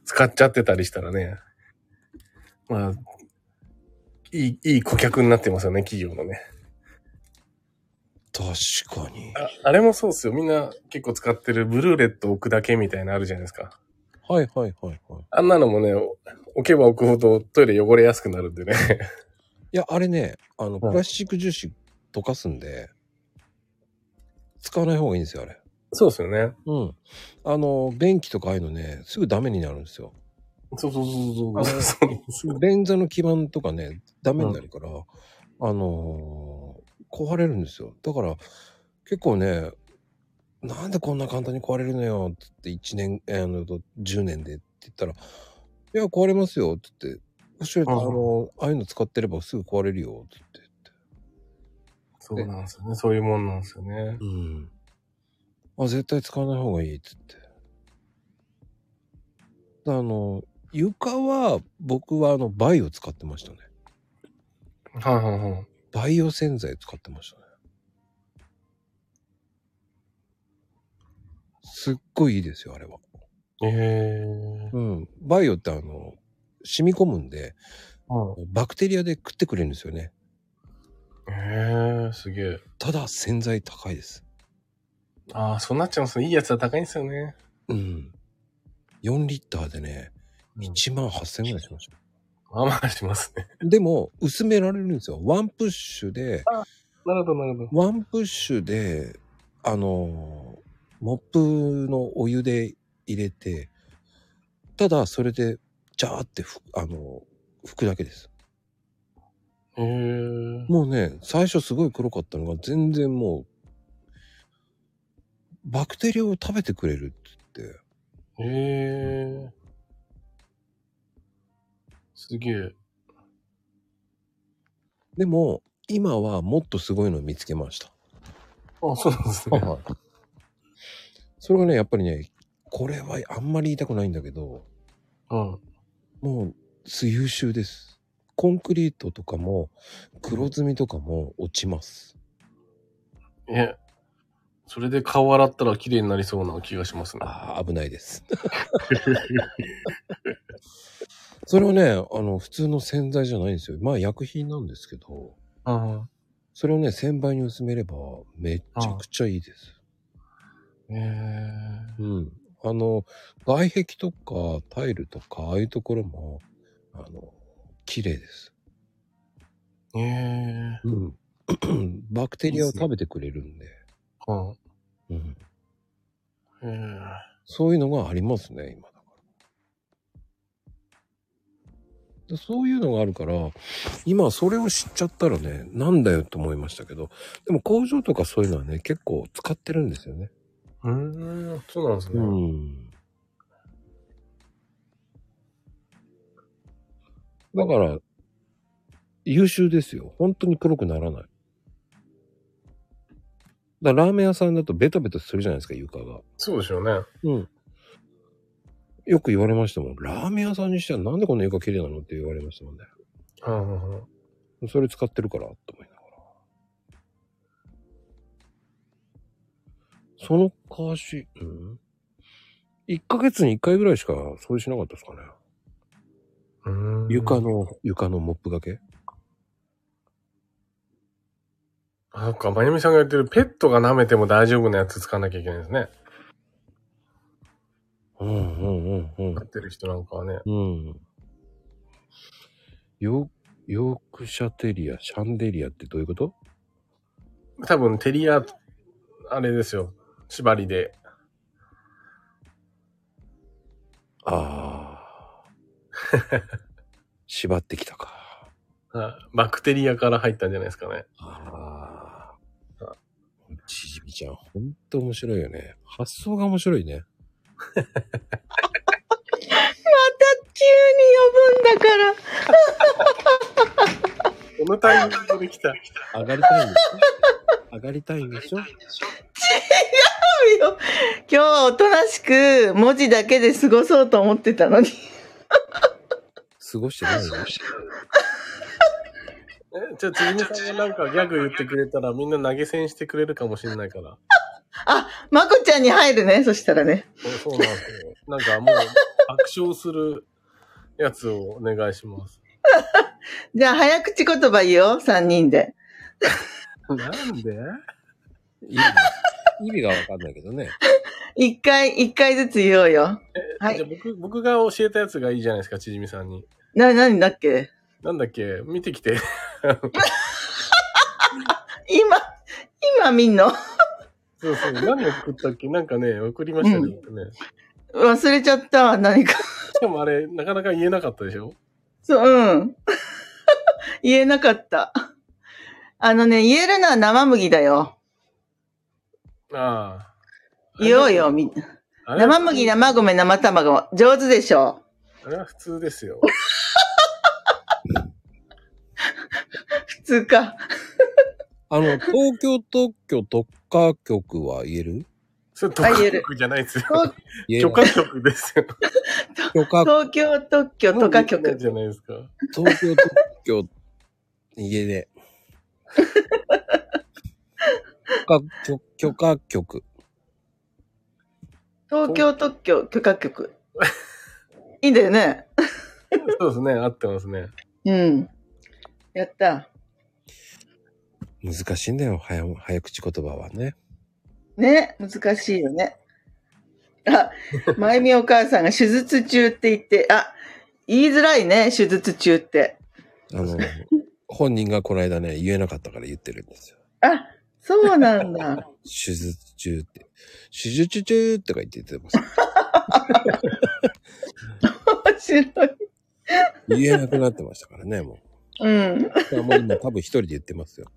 Speaker 3: 使っちゃってたりしたらね、まあ、いい、いい顧客になってますよね、企業のね。
Speaker 1: 確かに。
Speaker 3: ああれもそうっすよ。みんな結構使ってるブルーレット置くだけみたいなのあるじゃないですか。
Speaker 1: はいはいはいはい。
Speaker 3: あんなのもね、お置けば置くほどトイレ汚れやすくなるんでね。
Speaker 1: いや、あれね、あの、
Speaker 3: ん
Speaker 1: プラスチック樹脂溶かすんで、使わない方がいいんですよ、あれ。
Speaker 3: そうっすよね。
Speaker 1: うん。あの、便器とかああいうのね、すぐダメになるんですよ。
Speaker 3: そうそうそうそ
Speaker 1: そうう
Speaker 3: そうなんですよ。
Speaker 1: 便座の基板とかね、ダメになるから、あのー壊れるんですよ。だから、結構ね、なんでこんな簡単に壊れるのよって言って、1年、えーあの、10年でって言ったら、いや、壊れますよって言って、後ろで、あ
Speaker 3: うん
Speaker 1: のーああいうの使ってればすぐ壊れるよって言って。
Speaker 3: そうなんですよね。そういうもんなんですよね。
Speaker 1: うん。あ、絶対使わない方がいいっつって。あの、床は、僕はあの、バイオ使ってましたね。
Speaker 3: はいはいはい。
Speaker 1: バイオ洗剤使ってましたね。すっごいいいですよ、あれは。
Speaker 3: え
Speaker 1: うん。バイオってあの、染み込むんで、
Speaker 3: ー。うん
Speaker 1: バクテリアで食ってくれるんですよね。
Speaker 3: えー、すげえ。
Speaker 1: ただ、洗剤高いです。
Speaker 3: ああ、そうなっちゃうんですよ。いいやつは高いんですよね。
Speaker 1: うん。4リッターでね、
Speaker 3: うん
Speaker 1: 1万8000円ぐらいしました。
Speaker 3: まあまあしますね。
Speaker 1: でも、薄められるんですよ。ワンプッシュで、
Speaker 3: なるほど、なるほど。
Speaker 1: ワンプッシュで、あのー、モップのお湯で入れて、ただそれで、ジャーってふ、あのー、拭くだけです。
Speaker 3: えー。
Speaker 1: もうね、最初すごい黒かったのが、全然もう、バクテリアを食べてくれるって言って、
Speaker 3: えー。すげえ。
Speaker 1: でも、今はもっとすごいのを見つけました。
Speaker 3: あ、そうなんですね。
Speaker 1: それがね、やっぱりね、これはあんまり言いたくないんだけど、
Speaker 3: うん。
Speaker 1: もう優秀です。コンクリートとかも黒ずみとかも落ちます。
Speaker 3: え、それで顔洗ったら綺麗になりそうな気がしますね。
Speaker 1: ああ、危ないです。それはね、あの、普通の洗剤じゃないんですよ。まあ薬品なんですけど、
Speaker 3: うん。
Speaker 1: それをね、1000倍に薄めればめっちゃくちゃいいです。
Speaker 3: えー。
Speaker 1: うん。あの、外壁とかタイルとか、ああいうところも、あの、綺麗です。
Speaker 3: えー。
Speaker 1: うん。 バクテリアを食べてくれるんで。
Speaker 3: うん。
Speaker 1: うん。
Speaker 3: えー。
Speaker 1: そういうのがありますね、今だから。でそういうのがあるから、今それを知っちゃったらね、なんだよと思いましたけど、でも工場とかそういうのはね、結構使ってるんですよね。
Speaker 3: うーん、そうなんですね。
Speaker 1: ん。だから、優秀ですよ。本当に黒くならない。だからラーメン屋さんだとベタベタするじゃないですか、床が。
Speaker 3: そうでしょうね。
Speaker 1: うん。よく言われましたもん。ラーメン屋さんにしてはなんでこんな床綺麗なのって言われましたもんね。
Speaker 3: うんうんうん。
Speaker 1: それ使ってるから、と思いながら。そのかわし、うん。1ヶ月に1回ぐらいしか掃除しなかったですかね。
Speaker 3: うーん
Speaker 1: 床。の、床のモップがけ。
Speaker 3: あそっか、まゆみさんが言ってるペットが舐めても大丈夫なやつ使わなきゃいけないですね。
Speaker 1: うんうんうん
Speaker 3: 飼ってる人なんかはね。
Speaker 1: うん。うん。ヨーヨークシャテリア、シャンデリアってどういうこと
Speaker 3: 多分、テリア、あれですよ。縛りで。
Speaker 1: ああ。縛ってきたか。
Speaker 3: あバクテリアから入ったんじゃないですかね。
Speaker 1: ああ。ちじみちゃん、ほんと面白いよね。発想が面白いね。
Speaker 4: 急に呼ぶんだから。
Speaker 3: このタイミングで来た。
Speaker 1: 上がりたいんでしょ上がりたいんでしょ
Speaker 4: 今日はおとなしく文字だけで過ごそうと思ってたのに。
Speaker 1: 過ごしてないよ。
Speaker 3: えじゃあ、つぐみさんがなんかギャグ言ってくれたら、みんな投げ銭してくれるかもしれないから。
Speaker 4: まこちゃんに入るね、そしたらね。
Speaker 3: そうそうなんですよ。なんかもう、爆笑するやつをお願いします。
Speaker 4: じゃあ早口言葉言おう、3人で。
Speaker 3: なんで
Speaker 1: 意味が意味がわかんないけどね。
Speaker 4: 一回、一回ずつ言おうよ。はい
Speaker 3: じゃあ僕、僕が教えたやつがいいじゃないですか、ちじみさんに。
Speaker 4: な、なにだっけ
Speaker 3: なんだっけ見てき て。
Speaker 4: 今、今見んの
Speaker 3: そうそう。何送ったっけなんかね、送りましたね。ね
Speaker 4: 忘れちゃったわ、何か。
Speaker 3: しかもあれ、なかなか言えなかったでしょ
Speaker 4: そう、うん。 言えなかった。あのね、言えるのは生麦だよ。
Speaker 3: ああ。
Speaker 4: 言おうよ、みんな。
Speaker 3: あれは。
Speaker 4: 生麦、生米、生卵。上手でしょ
Speaker 3: あれは普通です よ。
Speaker 4: 普通か。
Speaker 1: あの、東京特許特化局は言える
Speaker 3: それ、特
Speaker 4: あ言える
Speaker 3: 許じゃないですよ。
Speaker 4: 東
Speaker 1: 言え
Speaker 3: 許
Speaker 1: ない
Speaker 3: 可局ですよ。
Speaker 1: 許可、
Speaker 4: 東京特許許可
Speaker 3: もう言えな
Speaker 4: 局
Speaker 3: い。じゃないですか。
Speaker 1: 東京特許、言えねえ。許可許許可局。
Speaker 4: 東京特許許可局。いいんだよね。
Speaker 3: そうですね、合ってますね。
Speaker 4: うん。やった。
Speaker 1: 難しいんだよ、早早口言葉はね。
Speaker 4: ね、難しいよね。あ、まゆみお母さんが手術中って言って、あ、言いづらいね、手術中って。
Speaker 1: あの、本人がこの間ね、言えなかったから言ってるんですよ。
Speaker 4: あ、そうなんだ。
Speaker 1: 手術中って。手術中とか言って言ってます。
Speaker 4: 面白い。
Speaker 1: 言えなくなってましたからね、も
Speaker 4: うん
Speaker 1: う。。だからもう今多分一人で言ってますよ。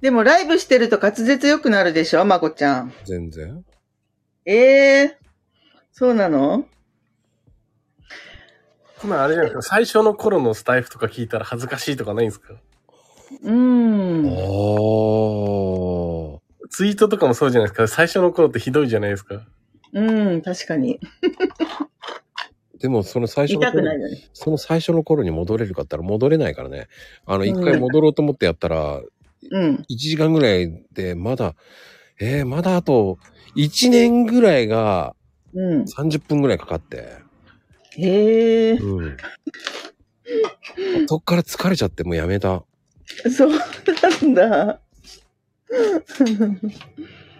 Speaker 4: でもライブしてると滑舌良くなるでしょ、まこちゃん。
Speaker 1: 全然。
Speaker 4: ええそうなの
Speaker 3: 今、あれじゃないですか。最初の頃のスタイフとか聞いたら恥ずかしいとかないんですか
Speaker 4: うん。
Speaker 1: おー。
Speaker 3: ツイートとかもそうじゃないですか。最初の頃ってひどいじゃないですか。
Speaker 4: うん、確かに。
Speaker 1: でもその最初
Speaker 4: 痛
Speaker 1: の
Speaker 4: く
Speaker 1: 頃
Speaker 4: ないよね。
Speaker 1: その最初の頃に戻れるかって言ったら戻れないからね。あの、一回戻ろうと思ってやったら、
Speaker 4: うん。
Speaker 1: 1時間ぐらいでまだ、えー、まだあと1年ぐらいが
Speaker 4: うん。
Speaker 1: 30分ぐらいかかって。
Speaker 4: へえ、
Speaker 1: うん。そっから疲れちゃってもうやめた。
Speaker 4: そうなんだ。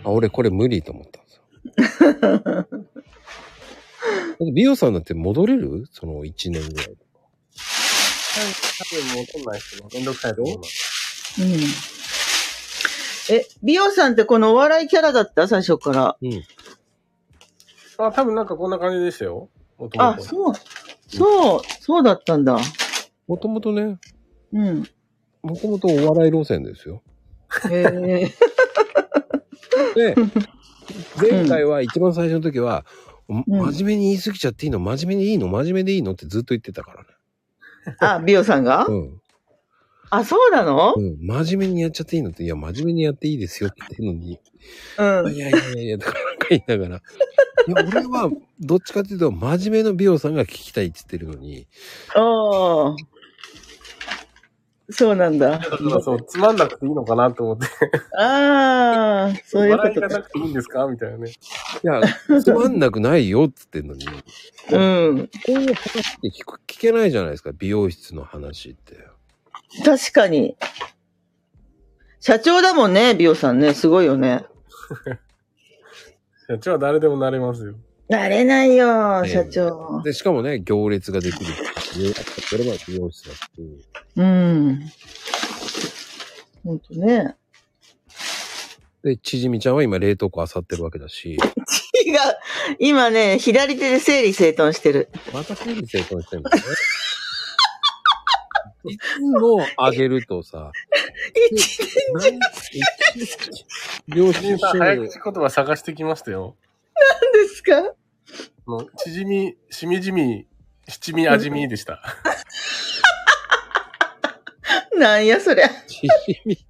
Speaker 1: あ、俺これ無理と思ったんですよ。だって美容さんだって戻れるその1年ぐらい。
Speaker 3: 多分もうわかんないですけど、めんどくさいと思います。
Speaker 4: うん。え、美容さんってこのお笑いキャラだった最初から。
Speaker 1: うん。
Speaker 3: あ、多分なんかこんな感じでしたよ。もとも
Speaker 4: あ、
Speaker 3: と。
Speaker 4: そう。そう、そうだったんだ。
Speaker 1: もともとね、
Speaker 4: うん。
Speaker 1: もともとお笑い路線ですよ。
Speaker 4: へえ。
Speaker 1: で、前回は一番最初の時は、真
Speaker 4: うん
Speaker 1: 面目に言い過ぎちゃっていいの真面目にいいの真面目でいいのってずっと言ってたからね。
Speaker 4: あ、ビオさんが
Speaker 1: うん。
Speaker 4: あ、そうなの
Speaker 1: うん。真面目にやっちゃっていいのって、いや、真面目にやっていいですよって言ってんのに、
Speaker 4: うん。
Speaker 1: いやいやいやいや、とかなんか言いながら。いや、俺は、どっちかっていうと、真面目の美容さんが聞きたいって言ってるのに、
Speaker 4: おー。そうなんだ。
Speaker 3: だからそう、つまんなくていいのかなと思って、
Speaker 4: ああ、そういうこ
Speaker 3: 笑い
Speaker 4: と
Speaker 3: が
Speaker 4: か
Speaker 3: な。くていいんですかみたいなね。
Speaker 1: いや、つまんなくないよって言ってんのに、こ
Speaker 4: うん。
Speaker 1: ういう話って聞く聞けないじゃないですか、美容室の話って。
Speaker 4: 確かに。社長だもんね、ビオさんね。すごいよね。
Speaker 3: 社長は誰でもなれますよ。
Speaker 4: なれないよ、
Speaker 1: ええ
Speaker 4: 社長。
Speaker 1: で、しかもね、行列ができる。予約取れば美容室だし。
Speaker 4: うん。ほんとね。
Speaker 1: で、ちじみちゃんは今冷凍庫漁ってるわけだ し、
Speaker 4: 違う。 今ね、左手で整理整頓してる。
Speaker 1: また整理整頓してんだね。いつもあげるとさ、何両
Speaker 3: ちじ
Speaker 1: 親
Speaker 3: みさん、
Speaker 1: 週
Speaker 3: 早口言葉探してきましたよ。
Speaker 4: 何ですか
Speaker 3: あの、ちじみ、しみじみ、七味味見でした。
Speaker 4: なんやそりゃ。
Speaker 1: ちじみ、
Speaker 3: し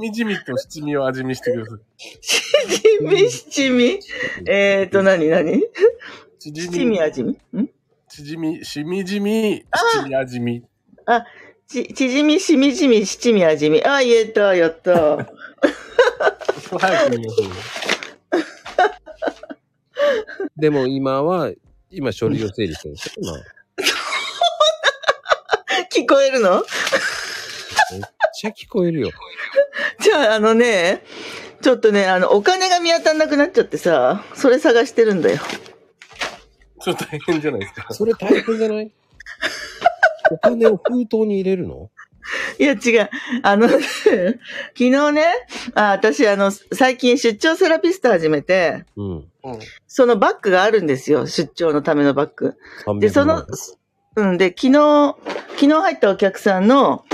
Speaker 3: みじみと七味を味見してください。
Speaker 4: 七味七味。えーと、何何
Speaker 3: ちじ
Speaker 4: 七
Speaker 3: み
Speaker 4: 味、味見ん
Speaker 3: ちじみ、しみじみ、七味味見。
Speaker 4: ち、縮み、しみじみ、七味、味見。あ、言えた、や った。
Speaker 3: 早く見ますよ。
Speaker 1: でも今は、今書類を整理してるんですよ、今。
Speaker 4: 聞こえるの
Speaker 1: めっちゃ聞こえるよ。
Speaker 4: じゃあ、あのね、ちょっとね、あの、お金が見当たんなくなっちゃってさ、それ探してるんだよ。
Speaker 3: ちょっと大変じゃないですか。
Speaker 1: それ大変じゃないお金を封筒に入れるの
Speaker 4: いや、違う。あの、 昨日ね、あ、私、あの、最近出張セラピスト始めて、
Speaker 1: うん。
Speaker 3: うん。
Speaker 4: そのバッグがあるんですよ。出張のためのバッグ。
Speaker 1: 300
Speaker 4: で、その、うん、で、昨日、昨日入ったお客さんの、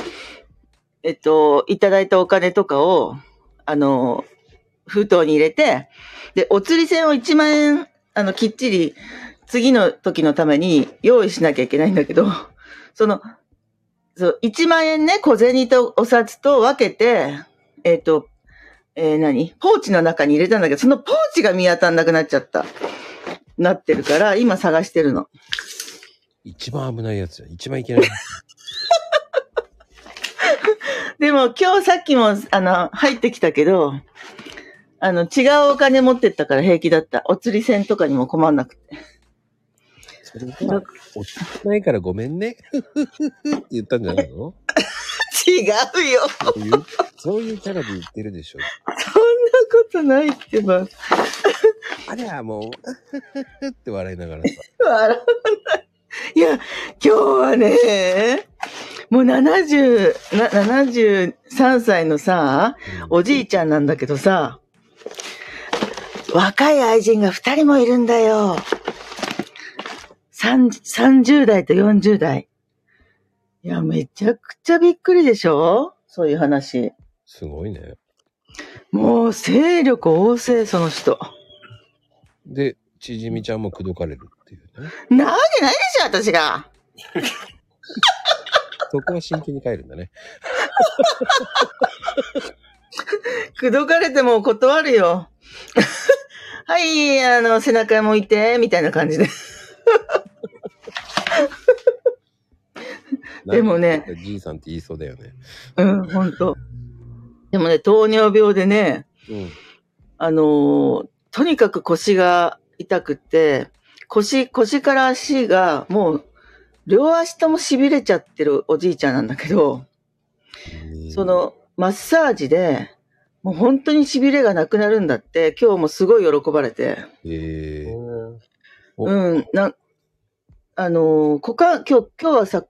Speaker 4: えっと、いただいたお金とかを、あの、封筒に入れて、で、お釣り銭を1万円、あの、きっちり、次の時のために用意しなきゃいけないんだけど、その、そう、1万円ね、小銭とお札と分けて、えっと、えー何ポーチの中に入れたんだけど、そのポーチが見当たんなくなっちゃった。なってるから、今探してるの。
Speaker 1: 一番危ないやつじゃん。一番いけない。
Speaker 4: でも今日さっきも、あの、入ってきたけど、あの、違うお金持ってったから平気だった。お釣り銭とかにも困んなくて。
Speaker 1: それが落ちてないからごめんね。 ふふふふって言ったんじゃないの
Speaker 4: 違うよ。
Speaker 1: そういう、そういうキャラで言ってるでしょ。
Speaker 4: そんなことないってば。
Speaker 1: ありゃもう、 ふふふって笑いながらさ。
Speaker 4: 笑わない。いや、今日はね、もう70、な73歳のさ、おじいちゃんなんだけどさ、若い愛人が2人もいるんだよ。30, 30代と40代。いや、めちゃくちゃびっくりでしょそういう話。
Speaker 1: すごいね。
Speaker 4: もう、勢力旺盛、その人。
Speaker 1: で、ちじみちゃんも口説かれるっていうね。
Speaker 4: なわけないでしょ、私が。
Speaker 1: そこは真剣に帰るんだね。
Speaker 4: 口説かれても断るよ。 はい、あの、背中向いて、みたいな感じで。 でもね。
Speaker 1: じいさんって言いそうだよね。
Speaker 4: うん、ほんと。でもね、糖尿病でね、
Speaker 1: うん。
Speaker 4: あのーとにかく腰が痛くて、腰、腰から足がもう、両足とも痺れちゃってるおじいちゃんなんだけど、そ、の、マッサージで、もう本当に痺れがなくなるんだって、今日もすごい喜ばれて。
Speaker 1: えー、お
Speaker 4: うん、な、あのー股関、今日、今日はさ、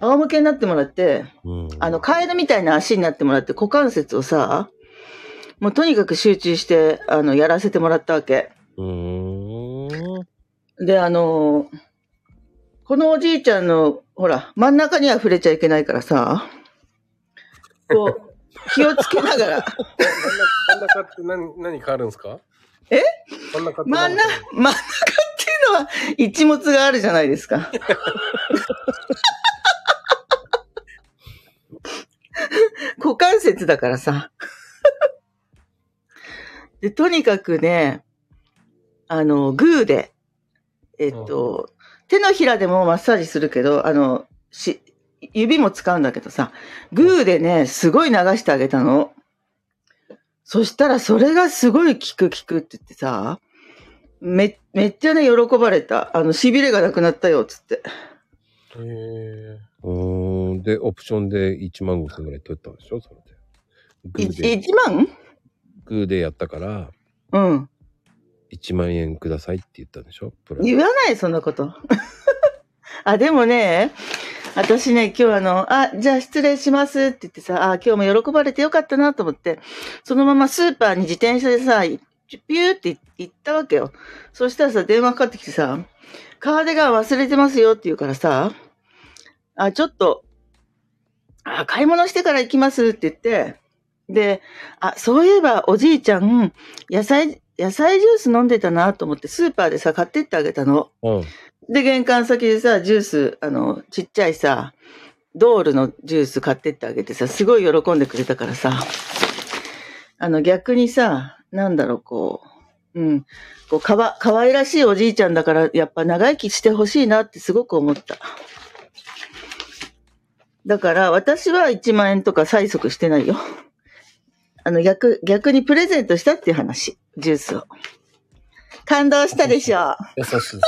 Speaker 4: 仰向けになってもらって、
Speaker 1: うん、
Speaker 4: あの、カエルみたいな足になってもらって、股関節をさ、もうとにかく集中して、あの、やらせてもらったわけ。
Speaker 1: うーん。
Speaker 4: で、あのーこのおじいちゃんの、ほら、真ん中には触れちゃいけないからさ、こう、気をつけながら、
Speaker 3: 真ん中って何、何変わるんですか真ん中って
Speaker 4: 真ん中、真ん中っていうのは一物があるじゃないですか。股関節だからさ。で、とにかくね、あの、グーで、えっと、手のひらでもマッサージするけど、あの、し、指も使うんだけどさ、グーでね、すごい流してあげたの。そしたら、それがすごい効く効くって言ってさ、め、めっちゃね、喜ばれた。あの、痺れがなくなったよ、つって。
Speaker 3: へえ。
Speaker 1: うーん。で、オプションで1万5千ぐらい取ったんでしょそれで。グーで、
Speaker 4: 1万
Speaker 1: グーでやったから、
Speaker 4: うん。
Speaker 1: 1万円くださいって言ったんでしょプラス
Speaker 4: 言わない、そんなこと。 あ、でもね、私ね、今日あの、あ、じゃあ失礼しますって言ってさ、あ、今日も喜ばれてよかったなと思って、そのままスーパーに自転車でさ、ピューって行ったわけよ。そしたらさ、電話かかってきてさ、カーデが忘れてますよって言うからさ、あ、ちょっと、あ、買い物してから行きますって言って、で、あ、そういえばおじいちゃん、野菜、野菜ジュース飲んでたなと思って、スーパーでさ、買ってってあげたの。
Speaker 1: うん。
Speaker 4: で、玄関先でさ、ジュース、あの、ちっちゃいさ、ドールのジュース買ってってあげてさ、すごい喜んでくれたからさ、あの、逆にさ、なんだろう、こう、うん、こう、かわ、可愛らしいおじいちゃんだから、やっぱ長生きしてほしいなってすごく思った。だから、私は1万円とか催促してないよ。あの、逆、逆にプレゼントしたっていう話、ジュースを。感動したでしょ。
Speaker 3: 優しいですね。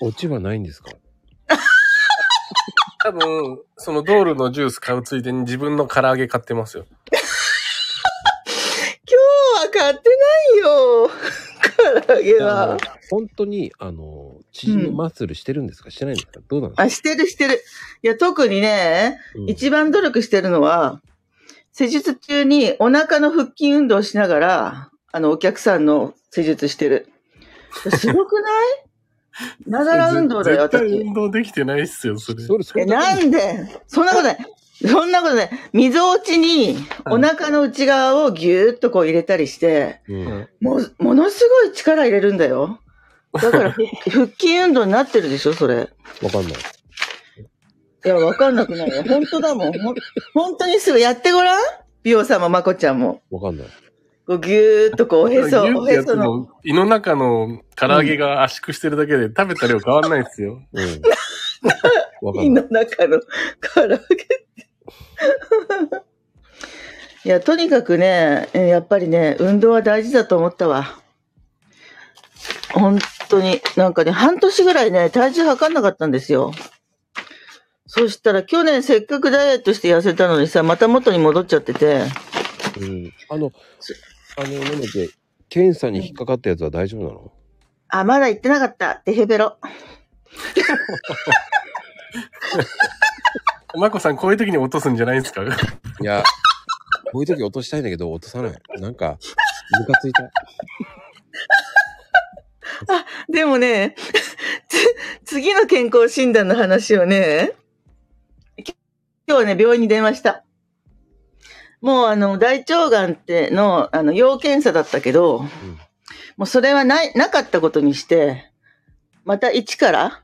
Speaker 1: 落ちはないんですか
Speaker 3: 多分、そのドールのジュース買うついでに自分の唐揚げ買ってますよ。
Speaker 4: 今日は買ってないよ。唐揚げ
Speaker 1: あ
Speaker 4: は
Speaker 1: の。本当に、あの、チームマッスルしてるんですか、してないんですかどうなんですか
Speaker 4: あ、してるしてる。いや、特にね、
Speaker 1: うん
Speaker 4: 一番努力してるのは、施術中にお腹の腹筋運動しながら、あの、お客さんの施術してる。すごくない ながら運動だよ、
Speaker 3: 絶対
Speaker 4: 私。
Speaker 3: 運動できてないっすよ、それ。
Speaker 1: それ、そ
Speaker 4: え、
Speaker 1: れだ
Speaker 4: な
Speaker 1: け
Speaker 4: んでそんなことない。そんなことない。溝落ちにお腹の内側をぎゅーっとこう入れたりして、
Speaker 1: うん。
Speaker 4: もう、ものすごい力入れるんだよ。だから、ふ腹筋運動になってるでしょ、それ。
Speaker 1: わかんない。
Speaker 4: いや、わかんなくないよ。本当だもん。ほん本当にすぐやってごらん美容さんもまこちゃんも。
Speaker 1: わかんない。
Speaker 4: こうぎゅーっとこう、おへそ、
Speaker 3: ギュッ
Speaker 4: お
Speaker 3: てや
Speaker 4: へ
Speaker 3: って
Speaker 4: その。
Speaker 3: も、胃の中の唐揚げが圧縮してるだけで食べた量変わんないっすよ。
Speaker 1: うん。わか
Speaker 4: 胃
Speaker 1: んない。
Speaker 4: の中の唐揚げって。 いや、とにかくね、えやっぱりね、運動は大事だと思ったわ。本当に、なんかね、半年ぐらいね、体重測んなかったんですよ。そしたら去年せっかくダイエットして痩せたのにさ、また元に戻っちゃってて、
Speaker 1: うん。あの、あの、なので、検査に引っかかったやつは大丈夫なの
Speaker 4: あ、まだ行ってなかった、デヘベロ。
Speaker 3: まこさん、こういう時に落とすんじゃないんですか
Speaker 1: いや、こういう時落としたいんだけど、落とさない。なんか、ムカついた。
Speaker 4: でもね、つ次の健康診断の話をね、き今日ね、病院に電話した。もうあの、大腸がんっての、あの、要検査だったけど、もうそれはない、なかったことにして、また一から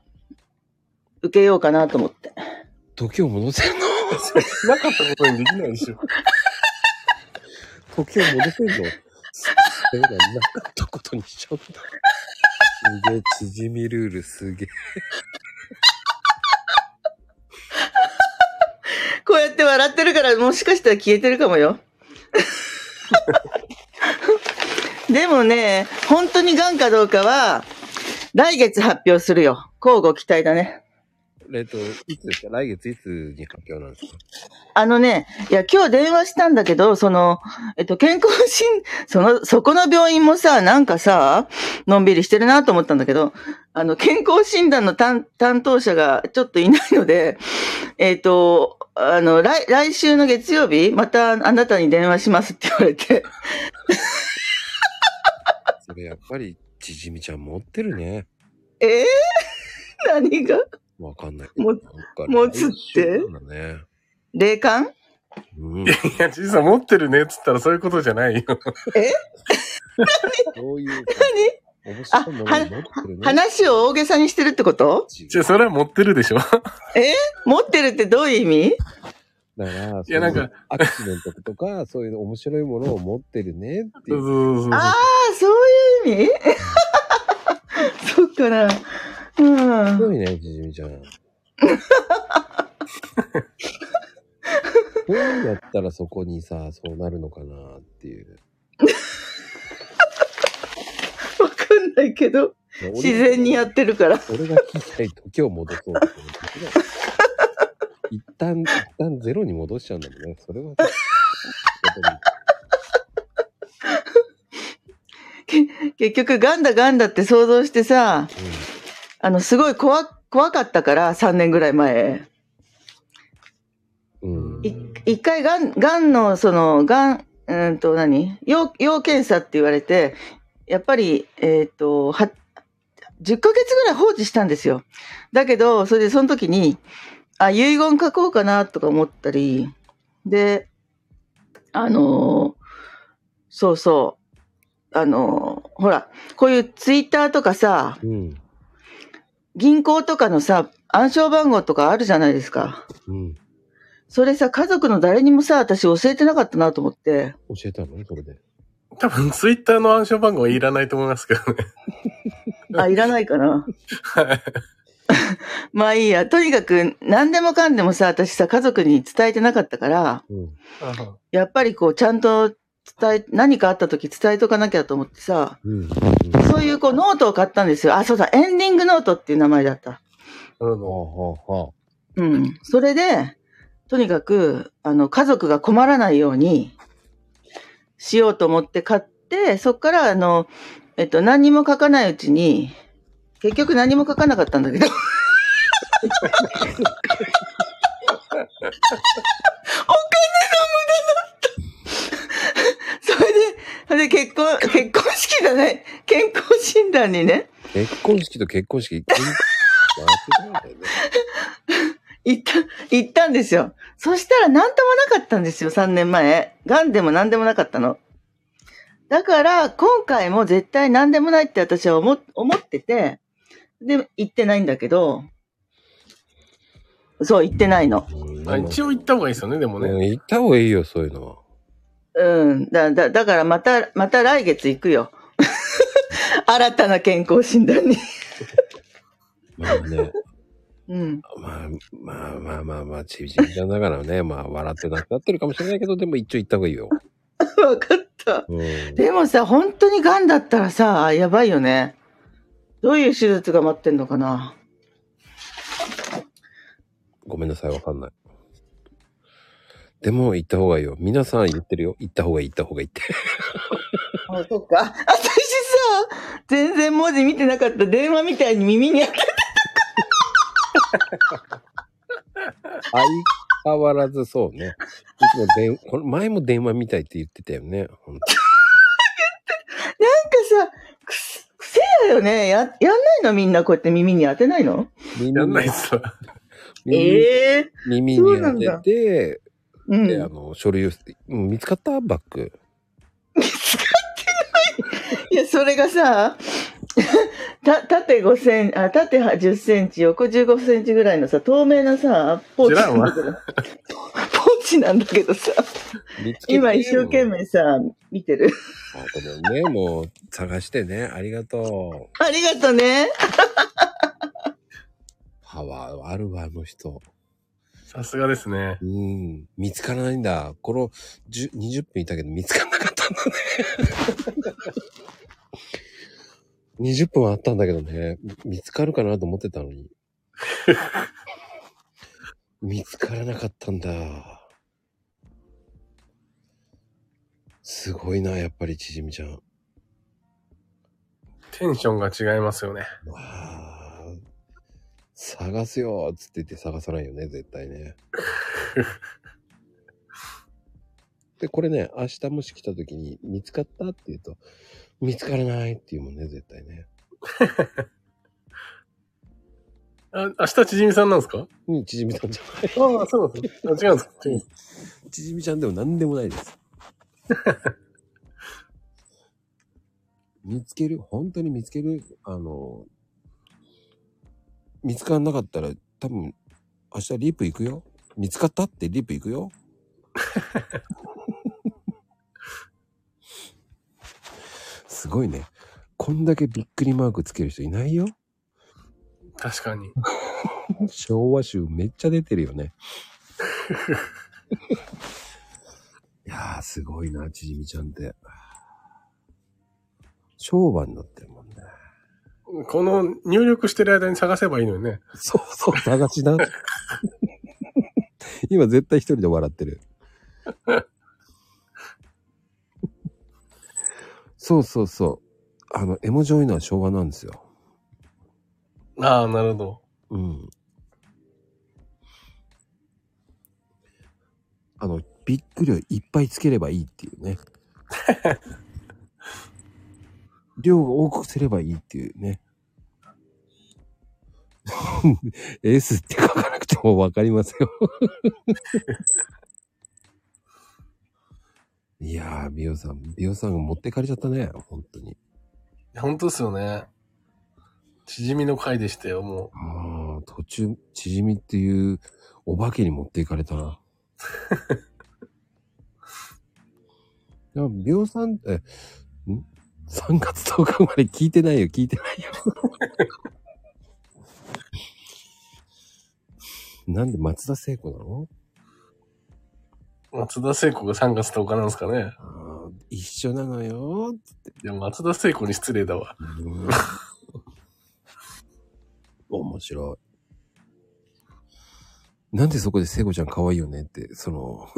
Speaker 4: 受けようかなと思って。
Speaker 1: 時を戻せ、
Speaker 3: なかったことにできないでしょ。
Speaker 1: 時を戻せんのそれがなかったことにしちゃうんだ。すげえ、縮みルールすげえ。
Speaker 4: こうやって笑ってるから、もしかしたら消えてるかもよ。 でもね、本当に癌かどうかは、来月発表するよ。交互期待だね。
Speaker 1: えっと、いつですか来月いつに発表なんですか
Speaker 4: あのね、いや、今日電話したんだけど、その、えっと、健康診、その、そこの病院もさ、なんかさ、のんびりしてるなと思ったんだけど、あの、健康診断の担担当者がちょっといないので、えっと、あの、来、来週の月曜日、またあなたに電話しますって言われて、
Speaker 1: それやっぱり、縮みちゃん持ってるね。
Speaker 4: ええ何が
Speaker 1: わかんない。
Speaker 4: も
Speaker 1: なんか
Speaker 4: 持つって
Speaker 1: 来週なんだね。
Speaker 4: 霊感
Speaker 1: うん。
Speaker 3: いや、じいさん持ってるねっつったらそういうことじゃないよ。
Speaker 1: そういうか、
Speaker 4: 何
Speaker 1: 面白いものを持ってるね。
Speaker 4: 話を大げさにしてるってこと
Speaker 3: じゃあ、それは持ってるでしょ
Speaker 4: 持ってるってどういう意味
Speaker 1: だから、
Speaker 3: いやなんか
Speaker 1: そううアクシデントとか、そういう面白いものを持ってるねってい
Speaker 3: そう
Speaker 1: う。
Speaker 3: そうそうそう。
Speaker 4: ああ、そういう意味 そうかな。うん
Speaker 1: す。ごいね、じじみち ゃん。どうやったらそこにさ、そうなるのかなっていう。
Speaker 4: わかんないけど、自然にやってるから。
Speaker 1: 俺が聞きたい時を戻そうと思ったけど、一旦、一旦ゼロに戻しちゃうんだもんね。それは。
Speaker 4: 結局、ガンダガンダって想像してさ、あの、すごい怖、怖かったから、3年ぐらい前。
Speaker 1: うん。うん。
Speaker 4: い一回がん、がんの、その、がん、うーんと何、要、要検査って言われて、やっぱり、えっ、と、は、10ヶ月ぐらい放置したんですよ。だけど、それでその時に、あ、遺言書こうかなとか思ったり、で、あのーそうそう、あのーほら、こういうツイッターとかさ、
Speaker 1: うん。
Speaker 4: 銀行とかのさ、暗証番号とかあるじゃないですか。
Speaker 1: うん。
Speaker 4: それさ、家族の誰にもさ、私教えてなかったなと思って。
Speaker 1: 教えたのそれで。
Speaker 3: 多分、ツイッターの暗証番号はいらないと思いますけどね。
Speaker 4: あ、いらないかな。
Speaker 3: はい。
Speaker 4: まあいいや。とにかく、何でもかんでもさ、私さ、家族に伝えてなかったから、
Speaker 1: うん。
Speaker 4: やっぱりこう、ちゃんと伝え、何かあった時伝えとかなきゃと思ってさ、
Speaker 1: うん。うん。
Speaker 4: そういうこう、ノートを買ったんですよ。あ、そうだ、エンディングノートっていう名前だった。
Speaker 3: なるほ
Speaker 1: はあはあはあ。
Speaker 4: うん。それで、とにかく、あの、家族が困らないようにしようと思って買って、そっから、あの、えっと、何にも書かないうちに、結局何も書かなかったんだけど。おか金の無駄だった。それで、それで結婚、結婚式じゃない、健康診断にね、
Speaker 1: 結婚式と結婚式、結婚式なんだ よね。
Speaker 4: 行った、行ったんですよ。そしたら何ともなかったんですよ、3年前。癌でも何でもなかったの。だから、今回も絶対何でもないって私は思、思ってて、で、行ってないんだけど、そう、行ってないの。
Speaker 1: うん
Speaker 3: どあ一応行った方がいいですよね、でも
Speaker 1: う
Speaker 3: ね。
Speaker 1: ん行った方がいいよ、そういうのは。
Speaker 4: うん。だ、だ、だからまた、また来月行くよ。 新たな健康診断に。
Speaker 1: まあね、
Speaker 4: うん。
Speaker 1: まあまあまあまあまあ、ちびちびちゃんだからね、まあ笑ってなくなってるかもしれないけど、でも一応行った方がいいよ。
Speaker 4: わかった。
Speaker 1: うん。
Speaker 4: でもさ、本当に癌だったらさ、やばいよね。どういう手術が待ってんのかな。
Speaker 1: ごめんなさい、わかんない。でも行った方がいいよ。皆さん言ってるよ。行った方がいい、行った方がいいって。
Speaker 4: あ、そっか。私さ、全然文字見てなかった。電話みたいに耳に当たっ
Speaker 1: 相変わらずそうね。いつも電これ前も電話みたいって言ってたよね。ほんと
Speaker 4: なんかさ、くす、癖だよね。や、やんないのみんなこうやって耳に当てないの
Speaker 1: 耳
Speaker 3: やんない
Speaker 1: に
Speaker 3: っすわ。
Speaker 1: 耳
Speaker 4: ええ
Speaker 1: 耳
Speaker 4: そうな
Speaker 1: に
Speaker 4: ん
Speaker 1: 当
Speaker 4: だ
Speaker 1: てて、
Speaker 4: う
Speaker 1: であ
Speaker 4: ん。
Speaker 1: の、書類を、うん見つかったバッグ。
Speaker 4: いや、それがさ、 た、縦5センあ、縦10センチ、横15センチぐらいのさ、透明なさ、ポーチ
Speaker 3: 知らんわ
Speaker 4: ポーチなんだけどさ、
Speaker 1: 見つけて
Speaker 4: 今一生懸命さ、見てる。
Speaker 1: あごめんね、もう探してね。ありがとう。
Speaker 4: ありがとね。
Speaker 1: パワーあるわ、あの人。
Speaker 3: さすがですね。
Speaker 1: うん。見つからないんだ。この10 20分いたけど見つからなかったんだね。20分はあったんだけどね。見つかるかなと思ってたのに。 見つからなかったんだ。すごいな、やっぱり、ちじみちゃん。わ
Speaker 3: テンションが違いますよね。
Speaker 1: あ。探すよっつって言って探さないよね、絶対ね。で、これね、明日もし来た時に、見つかったって言うと、見つからないっていうもんね、絶対ね。
Speaker 3: あ、明日ちじみさんなんですか
Speaker 1: うん、ちじみさんじゃな
Speaker 3: ああ、そうなんですね。あ違うんですか
Speaker 1: い。ちじみちゃんでも何でもないです。見つける、本当に見つける、あの、見つからなかったら、多分、明日リープ行くよ。見つかったってリープ行くよ。すごいね。こんだけびっくりマークつける人いないよ。
Speaker 3: 確かに。
Speaker 1: 昭和集めっちゃ出てるよね。 いやー、すごいな、ちじみちゃんって。昭和になってるもんね。
Speaker 3: この入力してる間に探せばいいのにね。
Speaker 1: そうそう、探しな。 今絶対一人で笑ってる。そうそうそう。あの、エモジョイのは昭和なんですよ。
Speaker 3: ああ、なるほど。
Speaker 1: うん。あの、びっくりをいっぱいつければいいっていうね。量が多くすればいいっていうね。 エースって書かなくてもわかりますよ。いやー、美容さん、美容さんが持ってかれちゃったね、本当に。
Speaker 3: 本当ですよね。縮みの回でしたよ、も
Speaker 1: ああ、途中、チヂミっていうお化けに持っていかれたな。いや、秒さん、え、ん ?3 月10日生まれ聞いてないよ、聞いてないよ。 なんで松田聖子なの
Speaker 3: う。松田聖子が3月10日なんですかね。
Speaker 1: あー一緒なのよ。
Speaker 3: いや、松田聖子に失礼だわ。
Speaker 1: うん 面白い。なんでそこで聖子ちゃん可愛いよねって、そ の。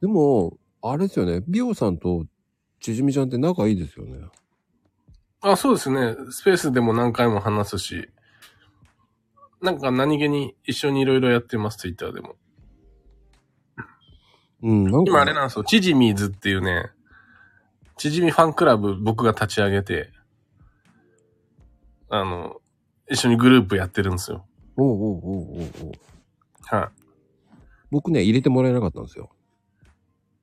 Speaker 1: でも、あれですよね。ビオさんとちじみちゃんって仲いいですよね。
Speaker 3: あ、そうですね。スペースでも何回も話すし。なんか何気に一緒にいろいろやってます、ツイッターでも。
Speaker 1: うん、なんか。
Speaker 3: 今あれなんですよ。チヂミーズっていうね、チヂミファンクラブ僕が立ち上げて、あの、一緒にグループやってるんですよ。
Speaker 1: おうおうおうおうおう
Speaker 3: は
Speaker 1: 僕ね、入れてもらえなかったんですよ。